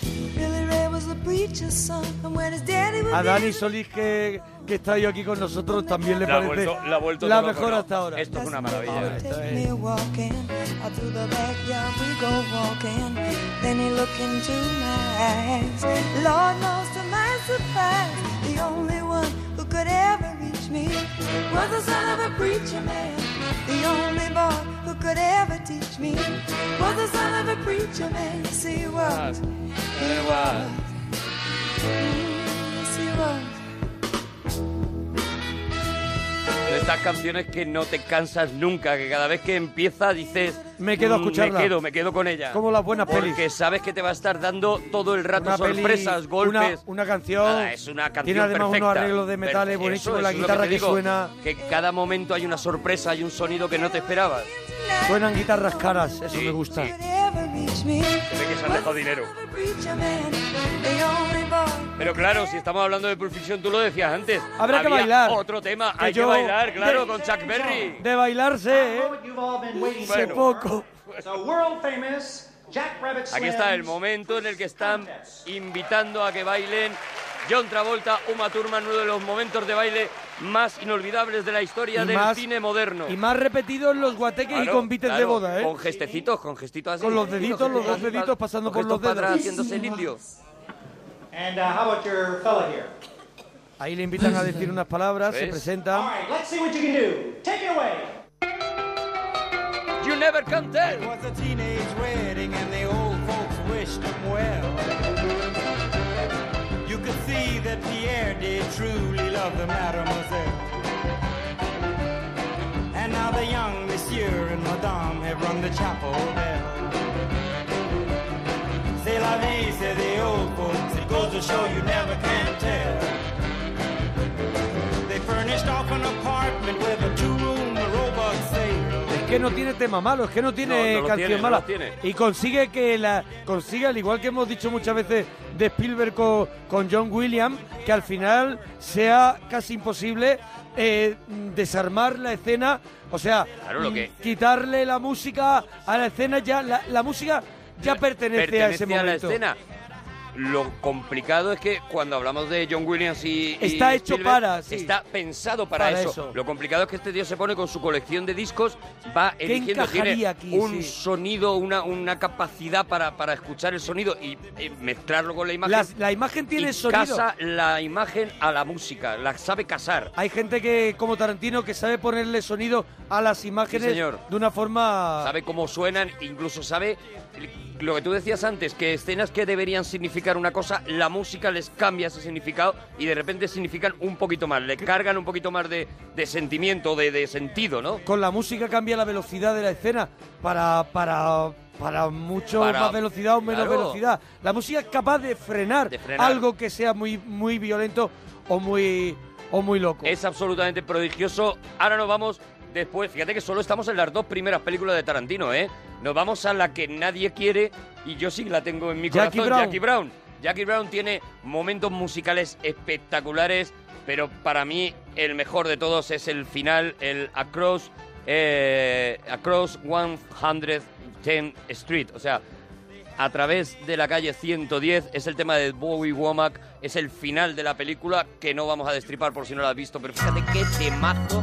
Speaker 18: Billy Ray was a preacher's son, and when his daddy would
Speaker 2: A
Speaker 18: be
Speaker 2: Dani Solís, que, que está hoy aquí con nosotros, también le
Speaker 3: La ha
Speaker 2: parece
Speaker 3: vuelto- la ha vuelto
Speaker 2: la
Speaker 3: loco,
Speaker 2: mejor
Speaker 3: ¿no?
Speaker 2: hasta ahora.
Speaker 3: Esto es una maravilla.
Speaker 18: take me walking out through the backyard we go walking then he looked into my eyes lord knows to my surprise the only one who could ever reach me was the son of a preacher man the only boy who could ever teach me was the son of a preacher man yes he was
Speaker 3: There was.
Speaker 18: yes he was
Speaker 3: estas canciones que no te cansas nunca, que cada vez que empieza dices...
Speaker 2: Me quedo a
Speaker 3: "Mm,
Speaker 2: escucharla".
Speaker 3: Me quedo, me quedo con ella.
Speaker 2: Como las buenas
Speaker 3: Porque
Speaker 2: pelis.
Speaker 3: sabes que te va a estar dando todo el rato
Speaker 2: Una peli,
Speaker 3: sorpresas,
Speaker 2: una-
Speaker 3: golpes.
Speaker 2: Una, canción.
Speaker 3: Nada, es una canción
Speaker 2: Tiene además
Speaker 3: perfecta.
Speaker 2: unos arreglos de metales
Speaker 3: Eso,
Speaker 2: buenísimos,
Speaker 3: eso
Speaker 2: la
Speaker 3: es lo
Speaker 2: guitarra
Speaker 3: te
Speaker 2: que,
Speaker 3: digo,
Speaker 2: suena.
Speaker 3: Que cada momento hay una sorpresa, hay un sonido que no te esperabas.
Speaker 2: Suenan guitarras caras, eso me gusta.
Speaker 3: Sé que se han dejado dinero. Pero claro, si estamos hablando de Pulp Fiction, tú lo decías antes.
Speaker 2: Habrá que
Speaker 3: había
Speaker 2: bailar.
Speaker 3: Otro tema,
Speaker 2: Que
Speaker 3: hay que
Speaker 2: yo-
Speaker 3: bailar, claro,
Speaker 2: de-
Speaker 3: con Chuck Berry.
Speaker 2: De
Speaker 1: Ah,
Speaker 2: bailarse, ¿eh? Hace
Speaker 3: Bueno.
Speaker 2: poco.
Speaker 3: Aquí está el momento en el que están invitando a que bailen John Travolta, Uma Thurman, uno de los momentos de baile más inolvidables de la historia
Speaker 2: Y
Speaker 3: del
Speaker 2: más-
Speaker 3: cine moderno.
Speaker 2: Y más repetidos los guateques y
Speaker 3: Claro,
Speaker 2: convites de
Speaker 3: claro,
Speaker 2: boda, ¿eh?
Speaker 3: Con gestecitos, con gestitos así.
Speaker 2: Con los deditos, los dos deditos pasando por los
Speaker 3: gestos para
Speaker 2: dedos.
Speaker 3: atrás, haciéndose el indio.
Speaker 1: And uh, how about your fella here?
Speaker 2: Ahí le invitan a decir unas palabras, se
Speaker 1: ¿Ves?
Speaker 2: presentan.
Speaker 1: All right, let's see what you can do. Take it away.
Speaker 3: You never can tell. It
Speaker 1: was a teenage wedding and the old folks wished him well. You could see that Pierre did truly love the mademoiselle. And now the young monsieur and madame have rung the chapel bell. C'est la vie, say the old folks. It goes to show you never can tell. They furnished off an apartment with a two-room robot sale.
Speaker 2: Es que no tiene tema malo, es que no tiene
Speaker 1: No, no lo
Speaker 2: canción
Speaker 1: tiene, no
Speaker 2: mala.
Speaker 1: lo tiene.
Speaker 2: Y consigue que la. Consigue, al igual que hemos dicho muchas veces de Spielberg co- con, John Williams, que al final sea casi imposible eh, desarmar la escena. O sea,
Speaker 3: Claro, lo que-
Speaker 2: quitarle la música a la escena, ya la, la música ya pertenece, a ese
Speaker 3: Pertenece a la
Speaker 2: momento.
Speaker 3: escena. Lo complicado es que cuando hablamos de John Williams y. y
Speaker 2: Está hecho
Speaker 3: Spielberg,
Speaker 2: para, sí.
Speaker 3: Está pensado para,
Speaker 2: Para
Speaker 3: eso.
Speaker 2: eso.
Speaker 3: Lo complicado es que este tío se pone con su colección de discos, va
Speaker 2: ¿Qué
Speaker 3: eligiendo. Tiene
Speaker 2: encajaría aquí, sí?
Speaker 3: un sonido, una, una capacidad para, para escuchar el sonido y, eh, mezclarlo con la imagen.
Speaker 2: Las- la imagen tiene
Speaker 3: y
Speaker 2: sonido.
Speaker 3: Casa la imagen a la música, la sabe casar.
Speaker 2: Hay gente que, como Tarantino, que sabe ponerle sonido a las imágenes
Speaker 3: señor.
Speaker 2: de una forma.
Speaker 3: Sabe cómo suenan, incluso sabe lo que tú decías antes, que escenas que deberían significar una cosa, la música les cambia ese significado y de repente significan un poquito más, le cargan un poquito más de, de sentimiento, de, de sentido, ¿no?
Speaker 2: Con la música cambia la velocidad de la escena para, para, para mucho
Speaker 3: Para-
Speaker 2: más velocidad o menos
Speaker 3: claro.
Speaker 2: velocidad. La música es capaz de frenar,
Speaker 3: frenar.
Speaker 2: algo que sea muy, muy violento o muy, o muy loco.
Speaker 3: Es absolutamente prodigioso. Ahora nos vamos después, fíjate que solo estamos en las dos primeras películas de Tarantino, ¿eh? Nos vamos a la que nadie quiere y yo sí la tengo en mi
Speaker 2: Jackie
Speaker 3: corazón,
Speaker 2: Brown.
Speaker 3: Jackie Brown. Jackie Brown tiene momentos musicales espectaculares, pero para mí el mejor de todos es el final, el Across, eh, Across 110 Street, o sea, a través de la calle 110 es el tema de Bowie Womack, es el final de la película que no vamos a destripar por si no la has visto, pero fíjate qué temazo.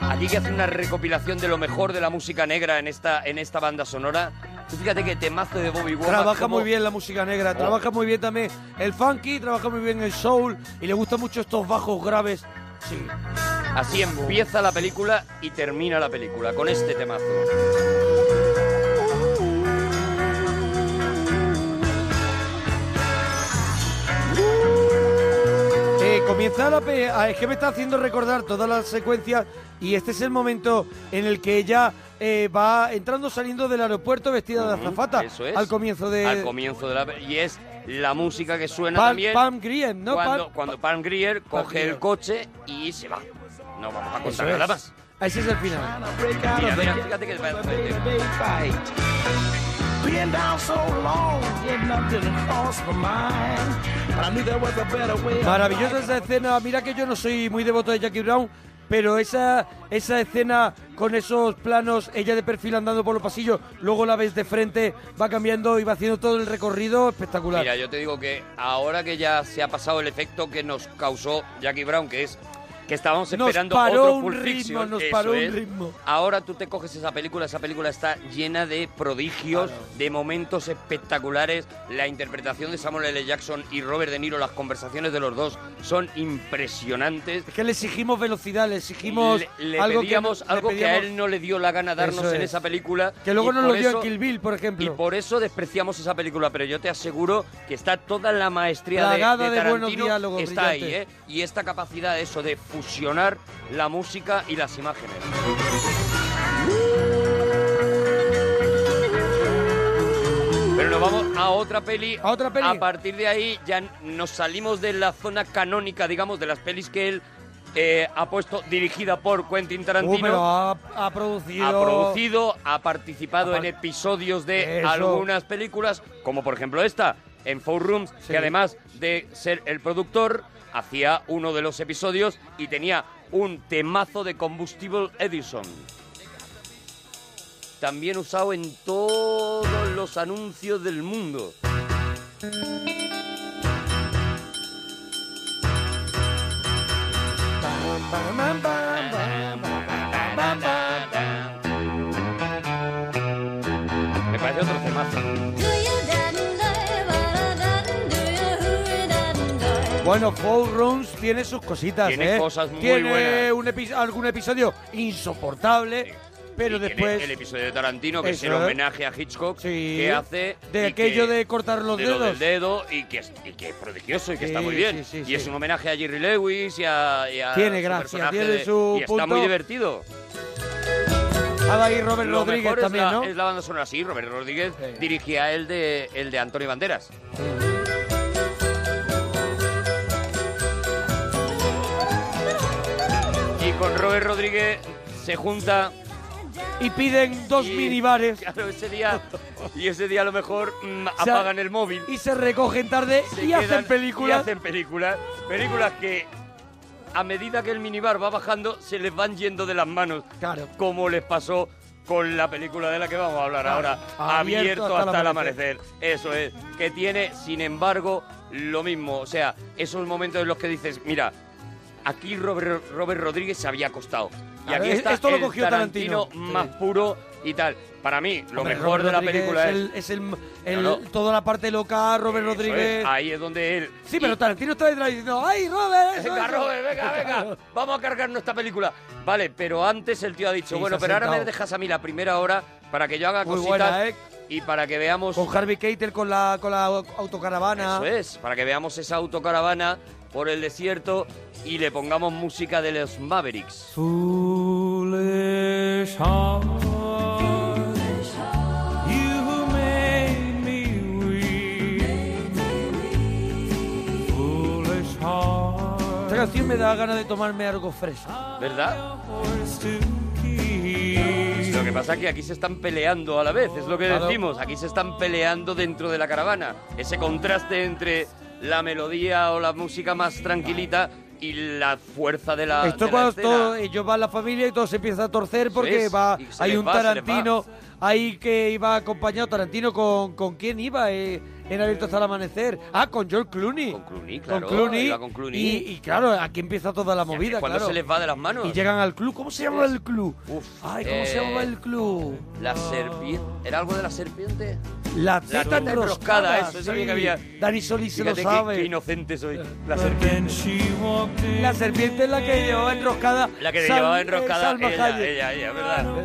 Speaker 3: Aquí que hace una recopilación de lo mejor de la música negra en esta, en esta banda sonora. Tú fíjate qué temazo de Bobby Womack.
Speaker 2: Trabaja
Speaker 3: cómo-
Speaker 2: muy bien la música negra, trabaja muy bien también el funky, trabaja muy bien el soul y le gustan mucho estos bajos graves. Sí.
Speaker 3: Así empieza la película y termina la película con este temazo.
Speaker 2: Eh, comienza la pe- ah, es que me está haciendo recordar todas las secuencias y este es el momento en el que ella eh, va entrando saliendo del aeropuerto vestida de
Speaker 3: Ujú,
Speaker 2: azafata
Speaker 3: Eso es.
Speaker 2: al comienzo de
Speaker 3: Al comienzo de la pe- Y es la música que suena
Speaker 2: Pam-
Speaker 3: también.
Speaker 2: Pam Grier, ¿no?
Speaker 3: Cuando,
Speaker 2: Pam-
Speaker 3: cuando Pam Grier coge
Speaker 2: Grier.
Speaker 3: el coche y se va. No vamos a
Speaker 2: Eso
Speaker 3: contar nada más.
Speaker 2: es. Ese es el final.
Speaker 3: Mira, mira, fíjate que
Speaker 1: Been down so long, yet nothing crossed my mind. But I knew there was a better way.
Speaker 2: Maravillosa esa escena. Mira que yo no soy muy devoto de Jackie Brown, pero esa, esa escena con esos planos, ella de perfil andando por los pasillos, luego la ves de frente, va cambiando y va haciendo todo el recorrido espectacular.
Speaker 3: Mira, yo te digo que ahora que ya se ha pasado el efecto que nos causó Jackie Brown, que es que estábamos
Speaker 2: Nos
Speaker 3: esperando
Speaker 2: paró
Speaker 3: otro
Speaker 2: un
Speaker 3: Pulp
Speaker 2: ritmo,
Speaker 3: Fiction,
Speaker 2: nos
Speaker 3: eso
Speaker 2: paró un
Speaker 3: es.
Speaker 2: ritmo.
Speaker 3: Ahora tú te coges esa película, esa película está llena de prodigios, de momentos espectaculares. La interpretación de Samuel L. Jackson y Robert De Niro, las conversaciones de los dos son impresionantes.
Speaker 2: Es que le exigimos velocidad, le exigimos
Speaker 3: le, le
Speaker 2: algo,
Speaker 3: pedíamos
Speaker 2: que, no- le
Speaker 3: algo que a
Speaker 2: pedíamos-
Speaker 3: él no le dio la gana darnos
Speaker 2: Eso
Speaker 3: en
Speaker 2: es.
Speaker 3: esa película.
Speaker 2: Que luego
Speaker 3: y
Speaker 2: nos lo
Speaker 3: por
Speaker 2: dio en
Speaker 3: eso-
Speaker 2: Kill Bill, por
Speaker 3: y
Speaker 2: ejemplo.
Speaker 3: por eso despreciamos esa película, pero yo te aseguro que está toda la maestría de,
Speaker 2: Plagada
Speaker 3: de
Speaker 2: de buenos
Speaker 3: Tarantino
Speaker 2: diálogos
Speaker 3: está ahí, ¿eh?
Speaker 2: brillantes.
Speaker 3: Y esta capacidad de eso de fusionar la música y las imágenes. Pero nos vamos a otra peli. A otra peli. A partir de ahí ya nos salimos de la zona canónica, digamos, de las pelis que él eh, ha puesto dirigida por Quentin Tarantino.
Speaker 2: Uh, pero ha, ha producido.
Speaker 3: Ha producido, ha participado
Speaker 2: Ha par-
Speaker 3: en episodios de
Speaker 2: Eso.
Speaker 3: algunas películas, como por ejemplo esta, en Four Rooms, que además de ser el productor, hacía uno de los episodios y tenía un temazo de Combustible Edison. También usado en todos los anuncios del mundo. Me parece otro temazo.
Speaker 2: Bueno, Four Rooms tiene sus cositas,
Speaker 3: Tiene
Speaker 2: ¿eh?
Speaker 3: cosas muy
Speaker 2: Tiene
Speaker 3: buenas.
Speaker 2: un epi- algún episodio insoportable, pero
Speaker 3: Tiene
Speaker 2: después...
Speaker 3: el episodio de Tarantino, que es
Speaker 2: Pues Eso ¿eh?
Speaker 3: el
Speaker 2: es.
Speaker 3: homenaje a Hitchcock,
Speaker 2: Sí.
Speaker 3: que hace...
Speaker 2: De
Speaker 3: y
Speaker 2: aquello
Speaker 3: que-
Speaker 2: de cortar los
Speaker 3: de lo
Speaker 2: dedos.
Speaker 3: del dedo y que, es, y que es prodigioso y que
Speaker 2: Sí,
Speaker 3: está muy bien.
Speaker 2: sí, sí,
Speaker 3: y
Speaker 2: sí.
Speaker 3: es un homenaje a Jerry Lewis y a... y a
Speaker 2: Tiene
Speaker 3: su
Speaker 2: gracia,
Speaker 3: personaje
Speaker 2: tiene
Speaker 3: de-
Speaker 2: su
Speaker 3: Y está
Speaker 2: punto.
Speaker 3: muy divertido.
Speaker 2: Estaba ahí Robert
Speaker 3: Lo
Speaker 2: Rodríguez
Speaker 3: mejor
Speaker 2: también,
Speaker 3: es la,
Speaker 2: ¿no?
Speaker 3: es la banda sonora, sí, Robert Rodríguez dirigía el de, el de Antonio Banderas. Y con Robert Rodríguez se junta...
Speaker 2: Y piden dos
Speaker 3: Y-
Speaker 2: minibares.
Speaker 3: (laughs) Claro, ese día... Y ese día a lo mejor mm,
Speaker 2: Se ha-
Speaker 3: apagan el móvil.
Speaker 2: Y se recogen tarde
Speaker 3: se
Speaker 2: y
Speaker 3: quedan-
Speaker 2: hacen películas.
Speaker 3: y hacen películas. Películas que a medida que el minibar va bajando se les van yendo de las manos.
Speaker 2: Claro.
Speaker 3: Como les pasó con la película de la que vamos a hablar
Speaker 2: Claro.
Speaker 3: ahora.
Speaker 2: Abierto
Speaker 3: Abierto,
Speaker 2: hasta el
Speaker 3: hasta, el amanecer. Eso es. Que tiene, sin embargo, lo mismo. O sea, esos momentos en los que dices, mira, aquí Robert, Robert Rodríguez se había acostado. Y
Speaker 2: Claro,
Speaker 3: aquí
Speaker 2: es-
Speaker 3: está
Speaker 2: esto lo
Speaker 3: el
Speaker 2: cogió Tarantino.
Speaker 3: más puro y tal. Para mí, lo
Speaker 2: Hombre,
Speaker 3: mejor
Speaker 2: Robert
Speaker 3: de la
Speaker 2: Rodríguez
Speaker 3: película es...
Speaker 2: el- es el, el-
Speaker 3: Claro.
Speaker 2: toda la parte loca, Robert
Speaker 3: Eso es,
Speaker 2: Rodríguez.
Speaker 3: Ahí es donde él...
Speaker 2: Sí, pero Tarantino está detrás diciendo, ¡ay, Robert! eso,
Speaker 3: Venga,
Speaker 2: eso".
Speaker 3: Robert, venga, venga. Vamos a cargar nuestra película. Vale, pero antes el tío ha dicho,
Speaker 2: Sí,
Speaker 3: bueno,
Speaker 2: se ha
Speaker 3: pero ahora me
Speaker 2: sentado.
Speaker 3: dejas a mí la primera hora para que yo haga
Speaker 2: Muy
Speaker 3: cositas
Speaker 2: buena, ¿eh?
Speaker 3: y para que veamos.
Speaker 2: Con Harvey Keitel con la, con la autocaravana.
Speaker 3: Eso es, para que veamos esa autocaravana por el desierto y le pongamos música de los Mavericks.
Speaker 1: Foolish heart, you made me weak. Foolish heart,
Speaker 2: Esta canción me da ganas de tomarme algo fresco.
Speaker 3: ¿Verdad? Lo que pasa es que aquí se están peleando a la vez, es lo que
Speaker 2: Claro.
Speaker 3: decimos. Aquí se están peleando dentro de la caravana. Ese contraste entre la melodía o la música más tranquilita y la fuerza de la.
Speaker 2: Esto
Speaker 3: de la
Speaker 2: cuando
Speaker 3: escena.
Speaker 2: todo, eh, ellos van la familia y todo se empieza a torcer porque
Speaker 3: es,
Speaker 2: va,
Speaker 3: y se
Speaker 2: hay
Speaker 3: les
Speaker 2: un
Speaker 3: va, se les va.
Speaker 2: Tarantino ahí que iba acompañado. Tarantino con, con quién iba eh, en Abierto hasta el Amanecer. Ah, con George Clooney. Con
Speaker 3: Clooney, claro,
Speaker 2: Clooney.
Speaker 3: iba con Clooney.
Speaker 2: Y, y claro, aquí empieza toda la movida.
Speaker 3: cuando
Speaker 2: claro.
Speaker 3: se les va de las manos.
Speaker 2: Y llegan al club. ¿Cómo se llama el club?
Speaker 3: Uf,
Speaker 2: Ay, ¿cómo se
Speaker 3: eh,
Speaker 2: llama el club?
Speaker 3: La serpiente. ¿Era algo de la serpiente?
Speaker 2: La
Speaker 3: La
Speaker 2: teta
Speaker 3: teta
Speaker 2: enroscada.
Speaker 3: enroscada, eso, eso bien que
Speaker 2: sí.
Speaker 3: había.
Speaker 2: Dani Solís se lo
Speaker 3: Fíjate qué-
Speaker 2: sabe.
Speaker 3: qué inocente soy. La serpiente.
Speaker 2: La serpiente es la que llevaba enroscada.
Speaker 3: La que
Speaker 2: Sal-
Speaker 3: llevaba
Speaker 2: eh,
Speaker 3: enroscada
Speaker 2: Salma
Speaker 3: ella,
Speaker 2: Hayek.
Speaker 3: ella, ella, ¿verdad?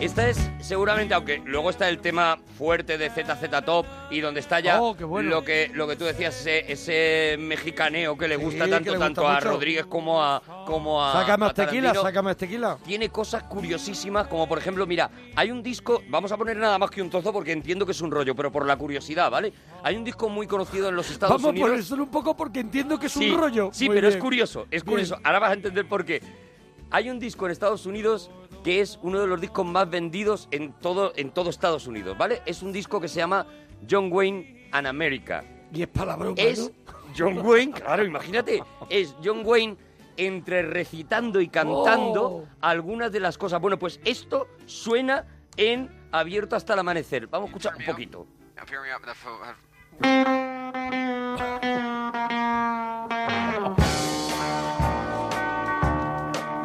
Speaker 3: Esta es seguramente, aunque luego está el tema fuerte de ZZ Top y donde está ya
Speaker 2: Oh, qué bueno.
Speaker 3: lo que lo que tú decías, ese, ese mexicaneo que le gusta
Speaker 2: que
Speaker 3: tanto,
Speaker 2: le gusta
Speaker 3: tanto a
Speaker 2: mucho.
Speaker 3: Rodríguez como a como a,
Speaker 2: Sácame
Speaker 3: a
Speaker 2: más tequila,
Speaker 3: Tarantino.
Speaker 2: sácame este más tequila.
Speaker 3: Tiene cosas curiosísimas, como por ejemplo, mira, hay un disco, vamos a poner nada más que un trozo porque entiendo que es un rollo, pero por la curiosidad, ¿vale? Hay un disco muy conocido en los Estados
Speaker 2: Vamos
Speaker 3: Unidos.
Speaker 2: por eso un poco porque entiendo que es
Speaker 3: Sí,
Speaker 2: un rollo.
Speaker 3: Sí,
Speaker 2: Muy
Speaker 3: pero es
Speaker 2: bien.
Speaker 3: curioso, es curioso.
Speaker 2: Bien.
Speaker 3: Ahora vas a entender por qué. Hay un disco en Estados Unidos que es uno de los discos más vendidos en todo, en todo Estados Unidos, ¿vale? Es un disco que se llama John Wayne and America.
Speaker 2: Y es palabrón.
Speaker 3: Es John Wayne, claro, imagínate, es John Wayne entre recitando y cantando
Speaker 2: Oh.
Speaker 3: algunas de las cosas. Bueno, pues esto suena en Abierto hasta el amanecer. Vamos a escuchar un poquito.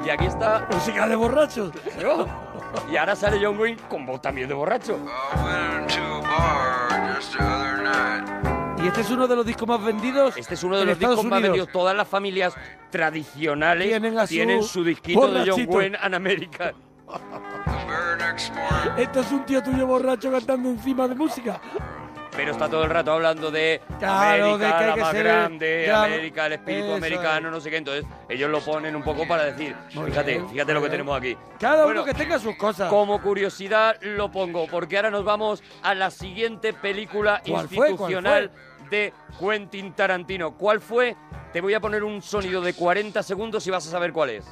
Speaker 3: Y aquí está.
Speaker 2: Música de borrachos.
Speaker 3: Y ahora sale John Wayne con voz también de borracho.
Speaker 2: Y este es uno de los discos más vendidos.
Speaker 3: Este es uno de los discos más vendidos. Todas las familias tradicionales
Speaker 2: Tienen
Speaker 3: tienen,
Speaker 2: a su
Speaker 3: su disquito de John
Speaker 2: borrachito.
Speaker 3: Wayne and America.
Speaker 2: Esto es un tío tuyo borracho cantando encima de música.
Speaker 3: pero está todo el rato hablando de
Speaker 2: Claro, de
Speaker 3: América,
Speaker 2: que hay
Speaker 3: la
Speaker 2: que
Speaker 3: más
Speaker 2: ser-
Speaker 3: grande,
Speaker 2: ya-
Speaker 3: América, el espíritu
Speaker 2: eso
Speaker 3: americano, no sé qué. Entonces, ellos lo ponen un poco para decir,
Speaker 2: Muy
Speaker 3: fíjate,
Speaker 2: bien,
Speaker 3: fíjate
Speaker 2: muy
Speaker 3: lo que
Speaker 2: bien.
Speaker 3: tenemos aquí.
Speaker 2: Cada
Speaker 3: Bueno,
Speaker 2: uno que tenga sus cosas.
Speaker 3: Como curiosidad lo pongo, porque ahora nos vamos a la siguiente película
Speaker 2: ¿Cuál fue? ¿Cuál
Speaker 3: institucional de Quentin Tarantino. ¿Cuál fue? Te voy a poner un sonido de 40 segundos y vas a saber cuál es.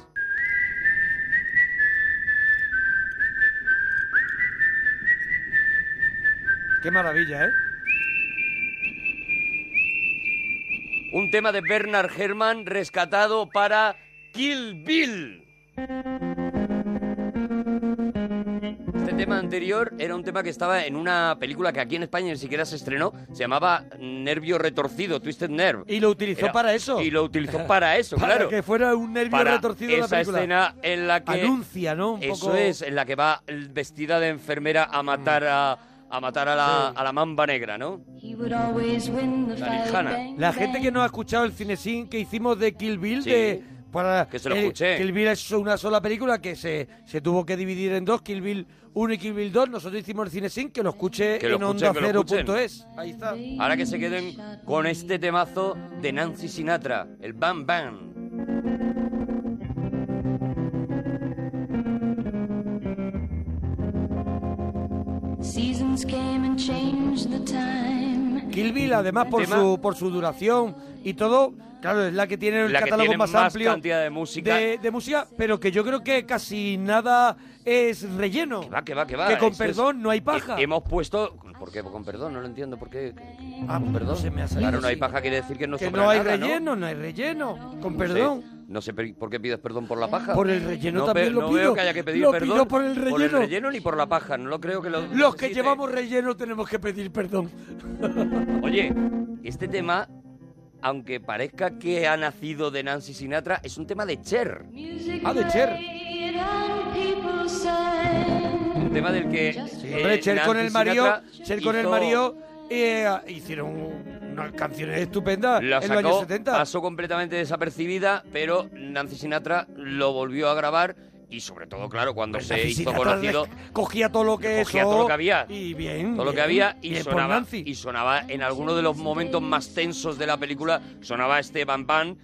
Speaker 2: Qué maravilla, ¿eh?
Speaker 3: Un tema de Bernard Herrmann rescatado para Kill Bill. Este tema anterior era un tema que estaba en una película que aquí en España ni siquiera se estrenó. Se llamaba Nervio Retorcido, Twisted Nerve.
Speaker 2: Y lo utilizó
Speaker 3: Era-
Speaker 2: para eso.
Speaker 3: Y
Speaker 2: (laughs)
Speaker 3: lo utilizó para eso,
Speaker 2: Para
Speaker 3: claro.
Speaker 2: que fuera un nervio
Speaker 3: Para
Speaker 2: retorcido de la
Speaker 3: esa
Speaker 2: película.
Speaker 3: escena en la que...
Speaker 2: Anuncia, ¿no? Un
Speaker 3: Eso
Speaker 2: poco- Mm.
Speaker 3: es, en la que va vestida de enfermera a matar a, a, matar a, la, a la mamba negra, ¿no? La Lijana.
Speaker 2: La gente que no ha escuchado el cinesín que hicimos de Kill Bill
Speaker 3: Sí,
Speaker 2: de para
Speaker 3: que se lo
Speaker 2: eh,
Speaker 3: escuché.
Speaker 2: Kill Bill es una sola película que se, se tuvo que dividir en dos, Kill Bill 1 y Kill Bill 2. Nosotros hicimos el cinesín que lo escuche
Speaker 3: Que lo
Speaker 2: en
Speaker 3: escuchen,
Speaker 2: onda
Speaker 3: que lo escuchen.
Speaker 2: cero.es. Ahí está.
Speaker 3: Ahora que se queden con este temazo de Nancy Sinatra, el Bam Bam.
Speaker 16: Seasons came and changed the time.
Speaker 2: Kill Bill, además, por
Speaker 3: Tema-
Speaker 2: su por su duración y todo, claro, es la que tiene el
Speaker 3: La que
Speaker 2: catálogo
Speaker 3: tiene
Speaker 2: más,
Speaker 3: más
Speaker 2: amplio
Speaker 3: cantidad de música.
Speaker 2: de, de música, pero que yo creo que casi nada es relleno. Que
Speaker 3: va, que va, que va.
Speaker 2: con
Speaker 3: Esto es-
Speaker 2: perdón no hay paja.
Speaker 3: he- Hemos puesto. ¿Por qué? Pues Con perdón, no lo entiendo. ¿Por qué?
Speaker 2: Ah,
Speaker 3: Con perdón.
Speaker 2: se me ha salido,
Speaker 3: claro, no hay
Speaker 2: sí.
Speaker 3: paja quiere decir que no
Speaker 2: que
Speaker 3: sobra
Speaker 2: no hay
Speaker 3: nada,
Speaker 2: relleno, ¿no? hay relleno. Con
Speaker 3: No sé-
Speaker 2: perdón.
Speaker 3: no sé pe- por qué pides perdón por la paja.
Speaker 2: Por el relleno
Speaker 3: No
Speaker 2: también
Speaker 3: pe-
Speaker 2: lo
Speaker 3: no
Speaker 2: pido.
Speaker 3: veo que haya que pedir
Speaker 2: Lo
Speaker 3: perdón.
Speaker 2: pido por el relleno.
Speaker 3: relleno ni por la paja. No lo creo que lo.
Speaker 2: Los que
Speaker 3: necesite.
Speaker 2: llevamos relleno tenemos que pedir perdón. (laughs)
Speaker 3: Oye, este tema, aunque parezca que ha nacido de Nancy Sinatra, es un tema de Cher.
Speaker 2: Ah, de Cher.
Speaker 16: Played and people sang.
Speaker 3: Un tema del que. eh,
Speaker 2: Hombre, Cher con
Speaker 3: Nancy
Speaker 2: el marido,
Speaker 3: Sinatra
Speaker 2: Cher con el
Speaker 3: hizo-
Speaker 2: marido eh, hicieron unas canciones estupendas
Speaker 3: La
Speaker 2: en los años
Speaker 3: sacó,
Speaker 2: 70.
Speaker 3: pasó completamente desapercibida, pero Nancy Sinatra lo volvió a grabar y sobre todo, claro, cuando se
Speaker 2: Nancy
Speaker 3: hizo
Speaker 2: Sinatra
Speaker 3: conocido,
Speaker 2: le- cogía todo lo que
Speaker 3: cogía
Speaker 2: eso-
Speaker 3: todo lo que había.
Speaker 2: Y bien.
Speaker 3: todo lo que
Speaker 2: bien,
Speaker 3: había y
Speaker 2: bien por
Speaker 3: sonaba,
Speaker 2: Nancy.
Speaker 3: y sonaba en alguno de los momentos más tensos de la película, sonaba este bam bam,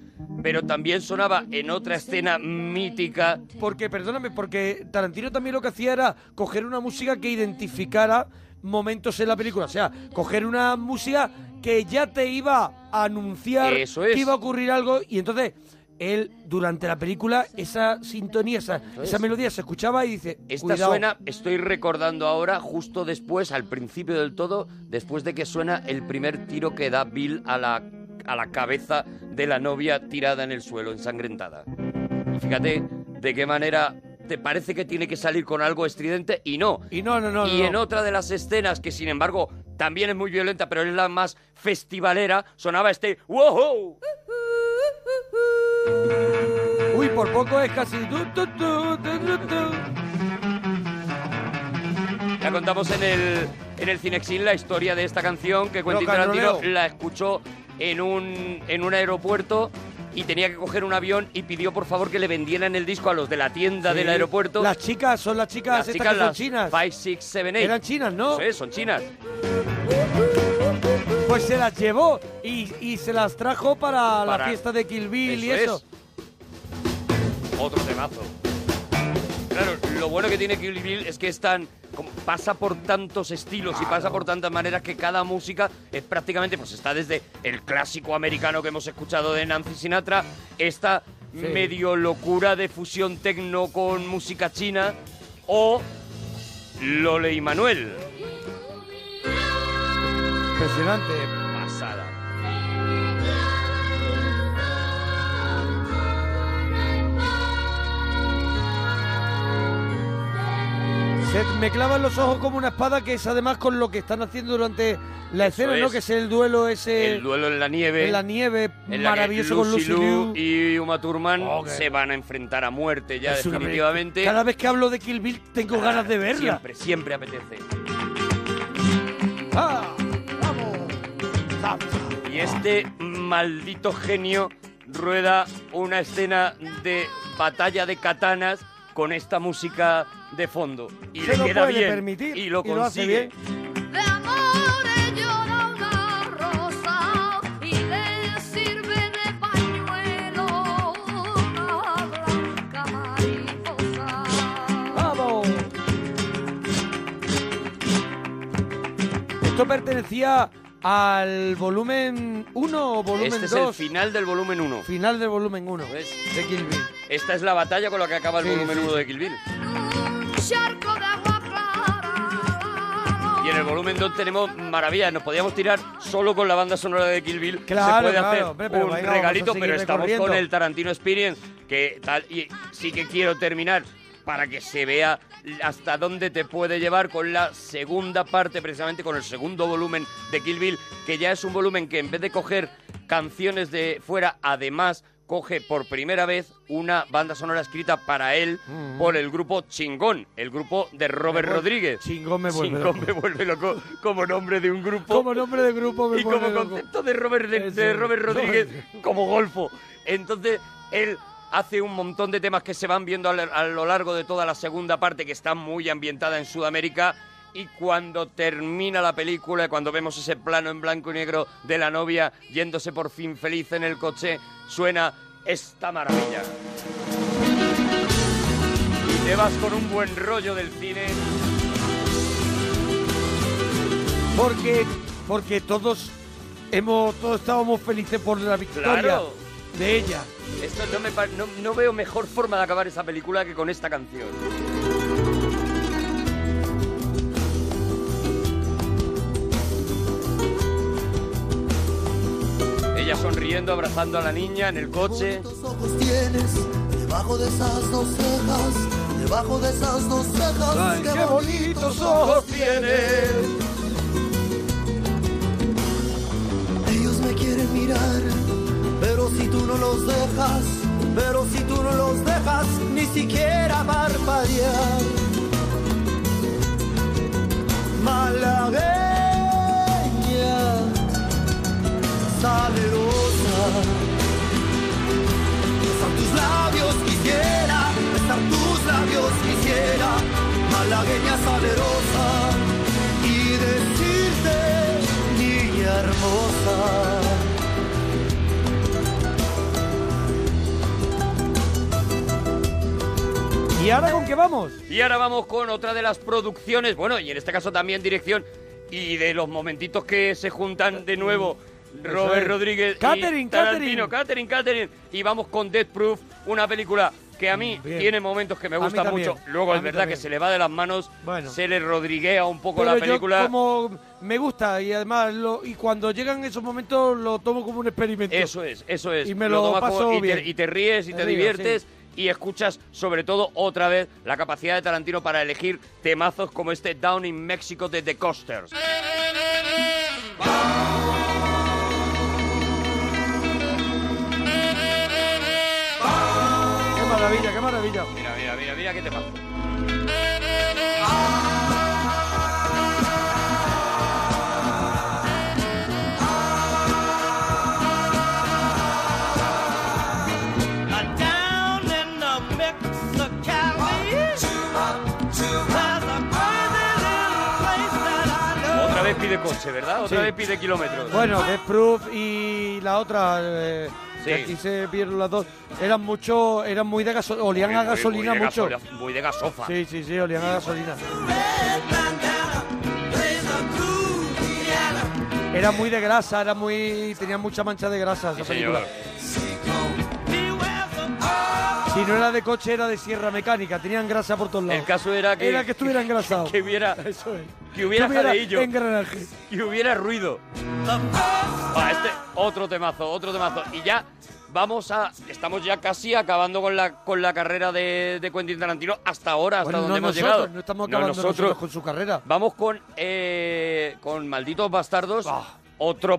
Speaker 3: pero también sonaba en otra escena mítica.
Speaker 2: Porque, perdóname, porque Tarantino también lo que hacía era coger una música que identificara momentos en la película. O sea, coger una música que ya te iba a anunciar
Speaker 3: Eso es.
Speaker 2: que iba a ocurrir algo. Y entonces, él, durante la película, esa sintonía, esa, esa
Speaker 3: es.
Speaker 2: melodía se escuchaba y dice.
Speaker 3: Esta
Speaker 2: "Cuidado".
Speaker 3: suena, estoy recordando ahora, justo después, al principio del todo, después de que suena el primer tiro que da Bill a la, a la cabeza de la novia tirada en el suelo, ensangrentada. Y fíjate de qué manera te parece que tiene que salir con algo estridente y no.
Speaker 2: Y no, no, no.
Speaker 3: Y
Speaker 2: no.
Speaker 3: en otra de las escenas, que sin embargo también es muy violenta, pero es la más festivalera, sonaba este ¡Wow!
Speaker 2: Uy, por poco es casi. tu, tu, tu, tu, tu, tu.
Speaker 3: Ya contamos en el, en el Cinexin la historia de esta canción que Quentin
Speaker 2: Rock and
Speaker 3: Tarantino
Speaker 2: rolleo.
Speaker 3: la escuchó en un, en un aeropuerto y tenía que coger un avión y pidió por favor que le vendieran el disco a los de la tienda del
Speaker 2: Sí.
Speaker 3: aeropuerto.
Speaker 2: Las chicas son las chicas, estas que son
Speaker 3: las
Speaker 2: chinas.
Speaker 3: 5, 6, 7, 8.
Speaker 2: Eran chinas, ¿no?
Speaker 3: Eso es, son chinas.
Speaker 2: Pues se las llevó y, y se las trajo para,
Speaker 3: Para-
Speaker 2: la fiesta de Kill Bill y eso.
Speaker 3: Eso Otro temazo. Claro, lo bueno que tiene Kill Bill es que es tan- como pasa por tantos estilos y pasa por tantas maneras que cada música es prácticamente, pues está desde el clásico americano que hemos escuchado de Nancy Sinatra, esta
Speaker 2: Sí.
Speaker 3: medio locura de fusión tecno con música china o Lole y Manuel.
Speaker 2: Impresionante.
Speaker 3: Pasada.
Speaker 2: Se me clavan los ojos como una espada, que es además con lo que están haciendo durante la escena, ¿no?
Speaker 3: es.
Speaker 2: Que es el duelo ese
Speaker 3: El duelo en la nieve.
Speaker 2: en la nieve
Speaker 3: en la que
Speaker 2: maravilloso con
Speaker 3: Lucy
Speaker 2: Lucy
Speaker 3: Liu
Speaker 2: Liu. Oh,
Speaker 3: y Uma Thurman
Speaker 2: qué-
Speaker 3: se van a enfrentar a muerte ya
Speaker 2: Es una
Speaker 3: definitivamente. Ah,
Speaker 2: Cada vez que hablo de Kill Bill tengo ganas de verla.
Speaker 3: Siempre, siempre apetece.
Speaker 2: Ah,
Speaker 3: Y este maldito genio rueda una escena de batalla de katanas con esta música de fondo. Y
Speaker 2: Se
Speaker 3: le
Speaker 2: lo
Speaker 3: queda
Speaker 2: puede
Speaker 3: bien.
Speaker 2: permitir
Speaker 3: y lo
Speaker 2: y lo hace
Speaker 3: consigue.
Speaker 2: bien.
Speaker 16: De amores llorar.
Speaker 2: Esto pertenecía al volumen 1 o volumen 2.
Speaker 3: Este es el final del volumen 1.
Speaker 2: Final del volumen 1 de Kill Bill.
Speaker 3: Esta es la batalla con la que acaba el
Speaker 2: Sí,
Speaker 3: volumen
Speaker 2: sí,
Speaker 3: 1
Speaker 2: sí.
Speaker 3: de Kill Bill.
Speaker 16: Charco de agua
Speaker 3: Y en el volumen 2 tenemos maravillas. Nos podíamos tirar solo con la banda sonora de Kill Bill.
Speaker 2: Claro,
Speaker 3: Se puede
Speaker 2: claro,
Speaker 3: hacer
Speaker 2: hombre, pero
Speaker 3: un
Speaker 2: venga, vamos a
Speaker 3: regalito,
Speaker 2: seguir
Speaker 3: pero estamos
Speaker 2: recorriendo.
Speaker 3: con el Tarantino Experience. Que tal, y sí que quiero terminar para que se vea hasta dónde te puede llevar con la segunda parte, precisamente con el segundo volumen de Kill Bill, que ya es un volumen que en vez de coger canciones de fuera, además coge por primera vez una banda sonora escrita para él
Speaker 2: Mm.
Speaker 3: por el grupo Chingón, el grupo de Robert
Speaker 2: Me vuel-
Speaker 3: Rodríguez.
Speaker 2: Chingón me vuelve
Speaker 3: Chingón
Speaker 2: loco.
Speaker 3: me
Speaker 2: (laughs)
Speaker 3: vuelve loco como nombre de un grupo.
Speaker 2: Como nombre de grupo me
Speaker 3: Y
Speaker 2: vuelve
Speaker 3: como
Speaker 2: loco.
Speaker 3: concepto de Robert, de, de
Speaker 2: Eso.
Speaker 3: Robert Rodríguez como golfo. Entonces, él hace un montón de temas que se van viendo a, la- a lo largo de toda la segunda parte, que está muy ambientada en Sudamérica. Y cuando termina la película, cuando vemos ese plano en blanco y negro de la novia yéndose por fin feliz en el coche, suena esta maravilla. Y te vas con un buen rollo del cine.
Speaker 2: Porque, porque todos hemos, todos estábamos felices por la victoria
Speaker 3: Claro.
Speaker 2: de ella.
Speaker 3: Esto no, me pa- no- no veo mejor forma de acabar esa película que con esta canción. Ella sonriendo, abrazando a la niña en el coche.
Speaker 19: ojos tienes debajo de esas dos cejas, debajo de esas dos cejas.
Speaker 3: Ay,
Speaker 19: qué,
Speaker 3: qué
Speaker 19: bonitos ojos tienes. Ellos me quieren mirar, pero si tú no los dejas, pero si tú no los dejas, ni siquiera parpadear. Malagueña, salerosa. Besar tus labios quisiera, besar tus labios quisiera, malagueña salerosa, y decirte, niña hermosa.
Speaker 2: ¿Y ahora con qué vamos?
Speaker 3: Y ahora vamos con otra de las producciones, bueno, y en este caso también dirección, y de los momentitos que se juntan de nuevo Robert
Speaker 2: Mm, es.
Speaker 3: Rodríguez y
Speaker 2: Catherine,
Speaker 3: Tarantino, Catherine, Catherine, y vamos con Death Proof, una película que a mí
Speaker 2: Mm, Bien.
Speaker 3: tiene momentos que me
Speaker 2: A mí
Speaker 3: gustan
Speaker 2: también.
Speaker 3: mucho, luego
Speaker 2: A
Speaker 3: es
Speaker 2: mí
Speaker 3: verdad que
Speaker 2: también.
Speaker 3: se le va de las manos,
Speaker 2: Bueno.
Speaker 3: se le rodriguea un poco
Speaker 2: Pero
Speaker 3: la película.
Speaker 2: Yo como me gusta y además lo, y cuando llegan esos momentos lo tomo como un experimento.
Speaker 3: Eso es, eso es.
Speaker 2: Y me lo,
Speaker 3: tomas
Speaker 2: paso
Speaker 3: como- y,
Speaker 2: bien.
Speaker 3: Te, y te ríes y
Speaker 2: Me
Speaker 3: te
Speaker 2: río,
Speaker 3: diviertes
Speaker 2: sí.
Speaker 3: y escuchas sobre todo otra vez la capacidad de Tarantino para elegir temazos como este Down in Mexico de The Costers.
Speaker 2: Qué maravilla, qué maravilla.
Speaker 3: Mira, mira, mira, mira qué temazo.
Speaker 7: Down in the Mexicali, there's a crazy little place that I know.
Speaker 3: Otra vez pide coche, ¿verdad? Otra
Speaker 2: Sí.
Speaker 3: vez pide kilómetros.
Speaker 2: Bueno, Death Proof y la otra, eh, que
Speaker 3: Sí.
Speaker 2: aquí se vieron las dos, eran mucho, eran muy de gasolina, olían a
Speaker 3: Muy- muy-
Speaker 2: gasolina
Speaker 3: muy de
Speaker 2: mucho.
Speaker 3: gasolina- muy de gasofa.
Speaker 2: Sí, sí, sí, olían a gasolina. Era muy de grasa, era muy, tenía mucha mancha de grasa esa película. Si no era de coche, era de sierra mecánica, tenían grasa por todos lados.
Speaker 3: El caso era (laughs) que,
Speaker 2: Era que estuviera engrasado.
Speaker 3: que hubiera,
Speaker 2: Eso es.
Speaker 3: que hubiera
Speaker 2: Que hubiera
Speaker 3: jadeillo.
Speaker 2: engranaje.
Speaker 3: que hubiera ruido. Ah, este otro temazo, otro temazo. Y ya vamos a. Estamos ya casi acabando con la, con la carrera de, de Quentin Tarantino hasta ahora, hasta
Speaker 2: Bueno,
Speaker 3: donde
Speaker 2: no
Speaker 3: hemos
Speaker 2: nosotros,
Speaker 3: llegado.
Speaker 2: no estamos acabando nosotros. con su carrera.
Speaker 3: Vamos con, eh, con Malditos Bastardos. Otro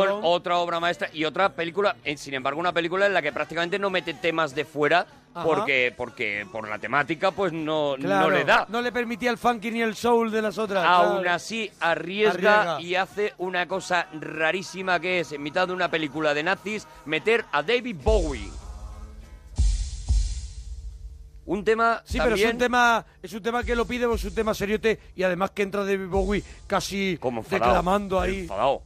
Speaker 2: Ah. Peliculón.
Speaker 3: otra obra maestra y otra película, eh, sin embargo, una película en la que prácticamente no mete temas de fuera
Speaker 2: Ajá.
Speaker 3: porque, porque por la temática pues no,
Speaker 2: Claro,
Speaker 3: no le da.
Speaker 2: No le permitía el funky ni el soul de las otras.
Speaker 3: Aún
Speaker 2: claro.
Speaker 3: así, arriesga,
Speaker 2: Arriesga.
Speaker 3: y hace una cosa rarísima que es, en mitad de una película de nazis, meter a David Bowie. Un tema
Speaker 2: Sí,
Speaker 3: también...
Speaker 2: pero es un tema, Ah, es un tema que lo pide, es un tema seriote y además que entra David Bowie casi
Speaker 3: enfadado,
Speaker 2: declamando ahí.
Speaker 3: enfadado.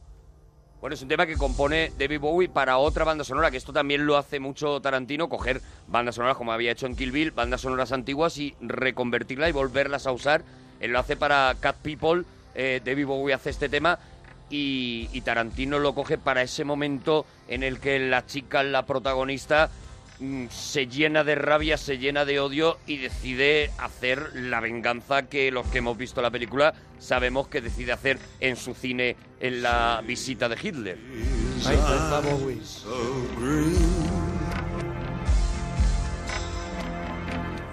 Speaker 3: Bueno, es un tema que compone David Bowie para otra banda sonora, que esto también lo hace mucho Tarantino, coger bandas sonoras como había hecho en Kill Bill, bandas sonoras antiguas y reconvertirlas y volverlas a usar. Él lo hace para Cat People, eh, David Bowie hace este tema y, y Tarantino lo coge para ese momento en el que la chica, la protagonista, mm, se llena de rabia, se llena de odio y decide hacer la venganza que los que hemos visto la película sabemos que decide hacer en su cine en la visita de Hitler.
Speaker 2: Ahí está Bowie.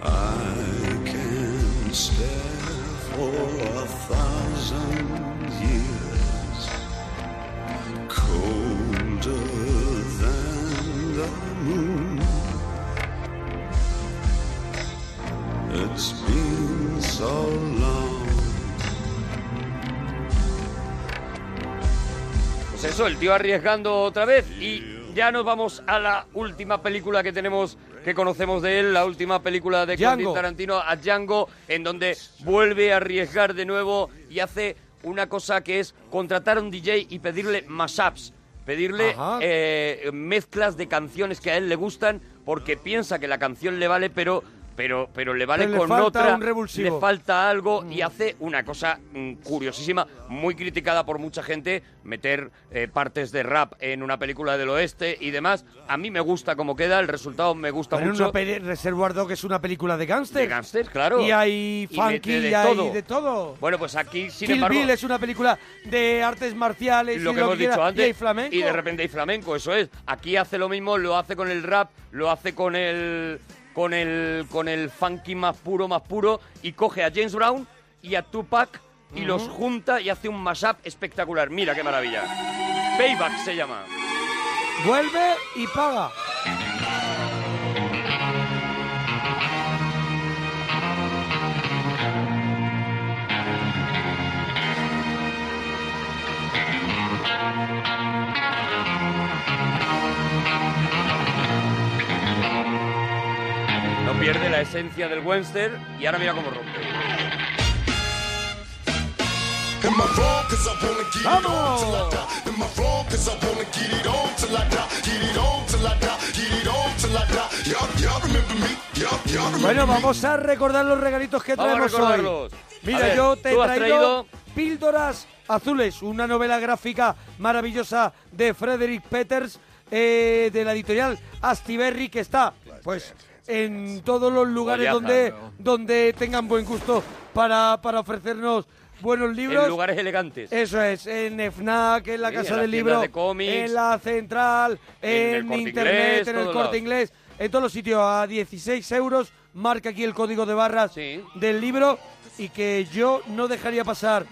Speaker 1: I can stare for a thousand years, colder than the moon. It's been so long.
Speaker 3: Pues eso, el tío arriesgando otra vez y ya nos vamos a la última película que tenemos, que conocemos de él, la última película de
Speaker 2: Django.
Speaker 3: Quentin Tarantino, a Django, en donde vuelve a arriesgar de nuevo y hace una cosa que es contratar a un DJ y pedirle mashups, pedirle eh, mezclas de canciones que a él le gustan porque piensa que la canción le vale, pero pero pero le vale
Speaker 2: Pero le
Speaker 3: con
Speaker 2: falta
Speaker 3: otra,
Speaker 2: un revulsivo.
Speaker 3: le falta falta algo y hace una cosa mm, curiosísima, muy criticada por mucha gente, meter eh, partes de rap en una película del oeste y demás. A mí me gusta cómo queda, el resultado me gusta
Speaker 2: Pero en
Speaker 3: mucho.
Speaker 2: una peli, Reservoir Dogs es una película de gángster.
Speaker 3: De gángster, claro.
Speaker 2: Y hay
Speaker 3: Y
Speaker 2: funky,
Speaker 3: mete de
Speaker 2: y hay
Speaker 3: todo.
Speaker 2: de todo.
Speaker 3: Bueno, pues aquí, sin
Speaker 2: Kill
Speaker 3: embargo,
Speaker 2: Bill es una película de artes marciales
Speaker 3: lo
Speaker 2: y
Speaker 3: que
Speaker 2: lo
Speaker 3: hemos
Speaker 2: quiera,
Speaker 3: dicho antes.
Speaker 2: y hay flamenco.
Speaker 3: de repente hay flamenco, eso es. Aquí hace lo mismo, lo hace con el rap, lo hace con el con el con el funky más puro, más puro y coge a James Brown y a Tupac y
Speaker 2: Ujú.
Speaker 3: los junta y hace un mashup espectacular. Mira qué maravilla. Payback se llama.
Speaker 2: Vuelve y paga.
Speaker 3: No pierde la esencia del Webster y ahora mira cómo rompe.
Speaker 1: Am I wrong? 'Cause I wanna get it on till I die. Am I wrong? 'Cause I wanna get it on till I die. Get it on till I die. Get it on till I die. Y'all, y'all remember me? Y'all, y'all remember
Speaker 2: Bueno,
Speaker 1: me?
Speaker 2: vamos a recordar los regalitos que
Speaker 1: Vamos a
Speaker 2: traemos hoy.
Speaker 1: recordarlos.
Speaker 2: Mira,
Speaker 1: A ver,
Speaker 2: yo te he
Speaker 1: tú has
Speaker 2: traído,
Speaker 1: traído-
Speaker 2: Píldoras Azules, una novela gráfica maravillosa de Frederick Peters, eh, de la editorial Astiberri, que está, pues, en todos los lugares
Speaker 3: Joyaza,
Speaker 2: donde,
Speaker 3: ¿no?
Speaker 2: donde tengan buen gusto para, para ofrecernos buenos libros.
Speaker 3: En lugares elegantes.
Speaker 2: Eso es, en FNAC, en la
Speaker 3: Sí,
Speaker 2: Casa
Speaker 3: en las
Speaker 2: del
Speaker 3: tiendas
Speaker 2: Libro,
Speaker 3: de cómics.
Speaker 2: en la Central,
Speaker 3: En el
Speaker 2: en,
Speaker 3: Corte
Speaker 2: Internet,
Speaker 3: Inglés,
Speaker 2: en el
Speaker 3: todos
Speaker 2: Corte
Speaker 3: lados.
Speaker 2: Inglés, en todos los sitios a 16 euros. Marca aquí el código de barras del libro y que yo no dejaría pasar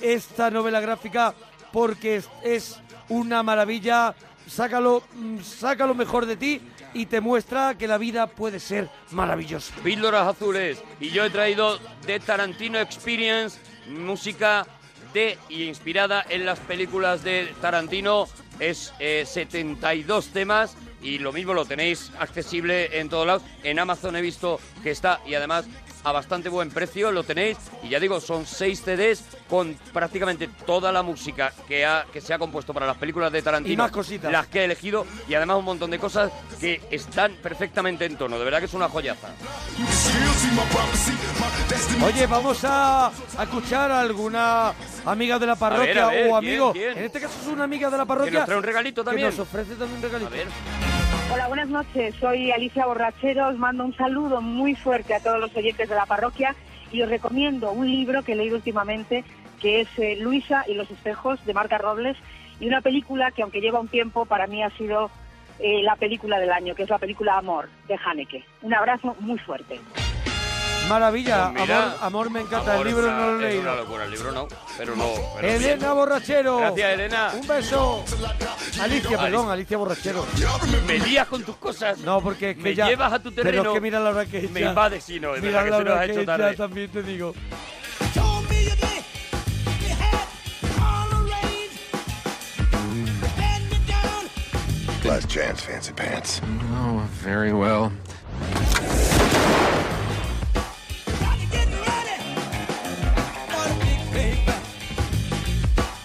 Speaker 2: esta novela gráfica porque es, es una maravilla. Sácalo, mm, saca lo mejor de ti y te muestra que la vida puede ser maravillosa.
Speaker 3: Píldoras azules. Y yo he traído de Tarantino Experience música de y inspirada en las películas de Tarantino. Es eh, 72 temas y lo mismo lo tenéis accesible en todos lados. En Amazon he visto que está y además a bastante buen precio lo tenéis. Y ya digo, son 6 CDs con prácticamente toda la música que, ha- que se ha compuesto para las películas de Tarantino.
Speaker 2: Y más cositas.
Speaker 3: Las que he elegido y además un montón de cosas que están perfectamente en tono. De verdad que es una joyaza.
Speaker 2: Oye, vamos a, a escuchar a alguna amiga de la parroquia
Speaker 3: a ver,
Speaker 2: o
Speaker 3: ¿quién,
Speaker 2: amigo.
Speaker 3: quién?
Speaker 2: En este caso es una amiga de la parroquia.
Speaker 3: nos trae un regalito
Speaker 2: que
Speaker 3: también.
Speaker 2: nos ofrece también un regalito.
Speaker 12: Hola, buenas noches. Soy Alicia Borrachero. Os mando un saludo muy fuerte a todos los oyentes de la parroquia y os recomiendo un libro que he leído últimamente que es eh, Luisa y los espejos de Marta Robles y una película que aunque lleva un tiempo para mí ha sido eh, la película del año, que es la película Amor de Haneke. Un abrazo muy fuerte.
Speaker 2: Maravilla,
Speaker 3: Pues mira,
Speaker 2: amor, amor me encanta.
Speaker 3: Amor,
Speaker 2: el libro
Speaker 3: está-
Speaker 2: no lo he
Speaker 3: Es
Speaker 2: leído.
Speaker 3: una locura, el libro no, pero no. pero
Speaker 2: Elena
Speaker 3: bien.
Speaker 2: Borrachero.
Speaker 3: Gracias, Elena.
Speaker 2: Un beso. Alicia, perdón, Alicia Borrachero.
Speaker 3: Me lías con tus cosas.
Speaker 2: No, porque es que
Speaker 3: Me
Speaker 2: ya-
Speaker 3: llevas a tu
Speaker 2: pero
Speaker 3: terreno.
Speaker 2: es que mira la hora que es
Speaker 3: Me
Speaker 2: ya.
Speaker 3: invades, sí, no, es
Speaker 2: Mira
Speaker 3: verdad que
Speaker 2: la
Speaker 3: se nos
Speaker 2: hora
Speaker 3: ha
Speaker 2: que
Speaker 3: hecho
Speaker 2: es ya,
Speaker 3: tarde.
Speaker 2: también te digo.
Speaker 20: Last chance, fancy pants.
Speaker 21: Oh, very well.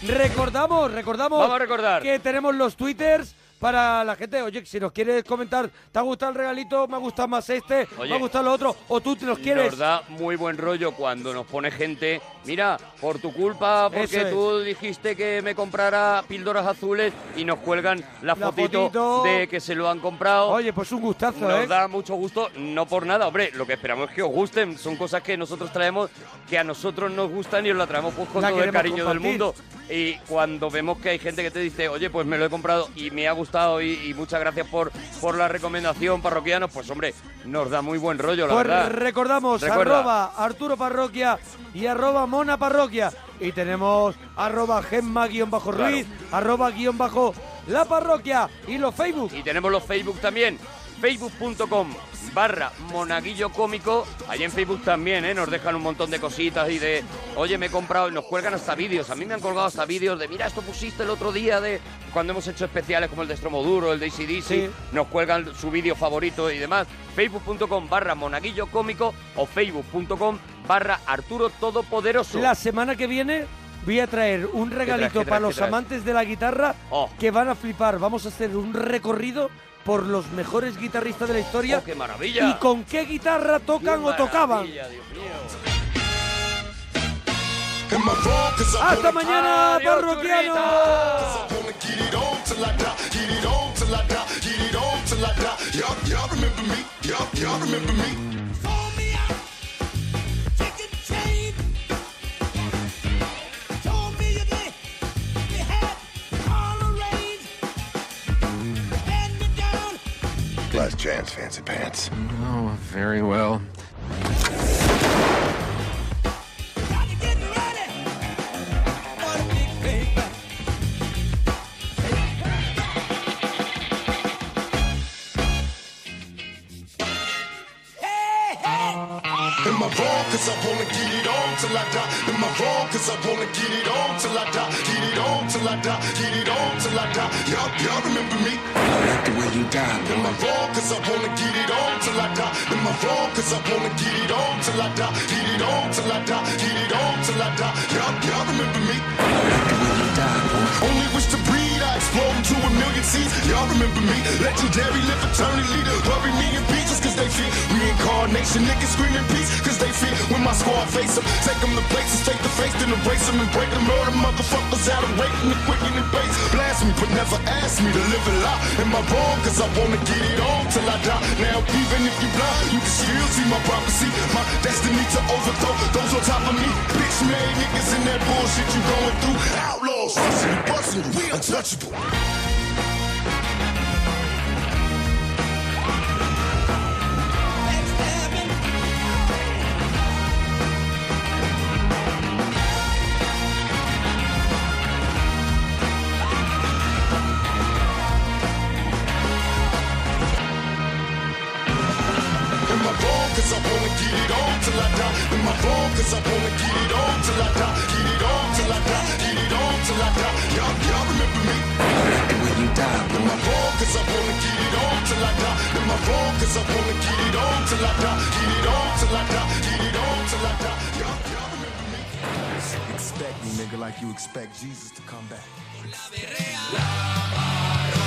Speaker 2: Recordamos, recordamos
Speaker 3: Vamos a recordar.
Speaker 2: que tenemos los twitters para la gente. Oye, si nos quieres comentar, ¿te ha gustado el regalito? ¿Me ha gustado más este? ¿Me
Speaker 3: Oye,
Speaker 2: ha gustado lo otro? ¿O tú te los quieres?
Speaker 3: Nos da muy buen rollo cuando nos pone gente, mira, por tu culpa, porque
Speaker 2: Eso es.
Speaker 3: tú dijiste que me comprara píldoras azules y nos cuelgan
Speaker 2: La
Speaker 3: la, fotito,
Speaker 2: fotito.
Speaker 3: de que se lo han comprado.
Speaker 2: Oye, pues un gustazo,
Speaker 3: Nos
Speaker 2: ¿eh?
Speaker 3: da mucho gusto, no por nada, hombre, lo que esperamos es que os gusten, son cosas que nosotros traemos, que a nosotros nos gustan y os la traemos pues, con
Speaker 2: La
Speaker 3: todo el
Speaker 2: queremos
Speaker 3: cariño del
Speaker 2: compartir.
Speaker 3: mundo. Y cuando vemos que hay gente que te dice, oye, pues me lo he comprado y me ha gustado y, y muchas gracias por, por la recomendación, parroquianos, pues hombre, nos da muy buen rollo, la
Speaker 2: Pues
Speaker 3: verdad.
Speaker 2: recordamos,
Speaker 3: Recuerda.
Speaker 2: arroba Arturo Parroquia y arroba Mona Parroquia. Y tenemos arroba Gemma guión bajo Ruiz, arroba guión bajo La Parroquia y los Facebook.
Speaker 3: Y tenemos los Facebook también. Facebook.com barra monaguillo cómico. Ahí en Facebook también, ¿eh? Nos dejan un montón de cositas y de, oye, me he comprado, y nos cuelgan hasta vídeos. A mí me han colgado hasta vídeos de, mira, esto pusiste el otro día de cuando hemos hecho especiales como el de Stromoduro, el de ACDC.
Speaker 2: Sí.
Speaker 3: Nos cuelgan su vídeo favorito y demás. Facebook.com barra monaguillo cómico o Facebook.com barra Arturo Todopoderoso.
Speaker 2: La semana que viene voy a traer un regalito
Speaker 3: traes, qué
Speaker 2: para
Speaker 3: traes,
Speaker 2: los
Speaker 3: qué traes?
Speaker 2: amantes de la guitarra
Speaker 3: Oh.
Speaker 2: que van a flipar. Vamos a hacer un recorrido por los mejores guitarristas de la historia.
Speaker 3: ¡Oh, qué maravilla!
Speaker 2: ¿Y con qué guitarra tocan o tocaban?
Speaker 1: Hasta mañana,
Speaker 2: Adiós,
Speaker 1: parroquianos.
Speaker 20: Last chance, fancy pants.
Speaker 21: Oh, very well.
Speaker 20: Am I wrong? Cause I wanna get it on till I die. Am I wrong? Cause I wanna get it on till I die. Get it on till I die. Get it on till I die. Y'all, y'all remember me? I like the way you die. Am I wrong? Cause I wanna get it on till I die. Am I wrong? Cause I wanna get it on till I die. Get it on till I die. Get it on till I die. Y'all, y'all remember me? I like the way you die. Only wish to breed. I explode into a million seeds. Y'all remember me? Legendary, live eternally. Worry me in pieces cause they feed. Reincarnation, niggas screaming peace cause they feed. When my squad face them, take them to places, take the face, then erase them and break them. Murder motherfuckers out of waiting the quickening base. Blast me, but never ask me to live a lie. Am I wrong? Cause I wanna get it on till I die. Now, even if you blind, you can still see my prophecy. My destiny to overthrow those on top of me. Bitch made niggas in that bullshit you going through. Outlaws, rushing, busting, we untouchable. Am I wrong? Cause I wanna get it on till I die. Am I wrong? Cause I wanna get it on till I die. Get it on till I die. Get it on till I die. Y'all, y'all remember me? I like the way you die. Am I wrong? Cause I wanna get it on till I die. Am I wrong? Cause I wanna get it on till I die. Get it on till I die. Get it on till I die. Y'all, y'all remember me? Expect me, nigga, like you expect Jesus to come back.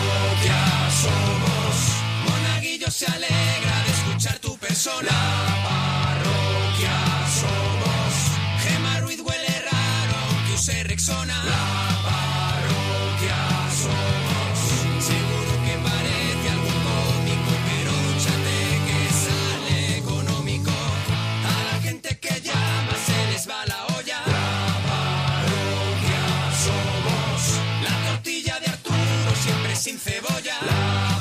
Speaker 1: Parroquia somos. Monaguillo se alegra de escuchar tu persona. La parroquia somos. Gema Ruiz huele raro que use Rexona. La parroquia somos. Seguro que parece algo cómico, pero dúchate que sale económico. A la gente que llama se les va la olla. La parroquia somos. La tortilla de Arturo siempre sin cebolla. La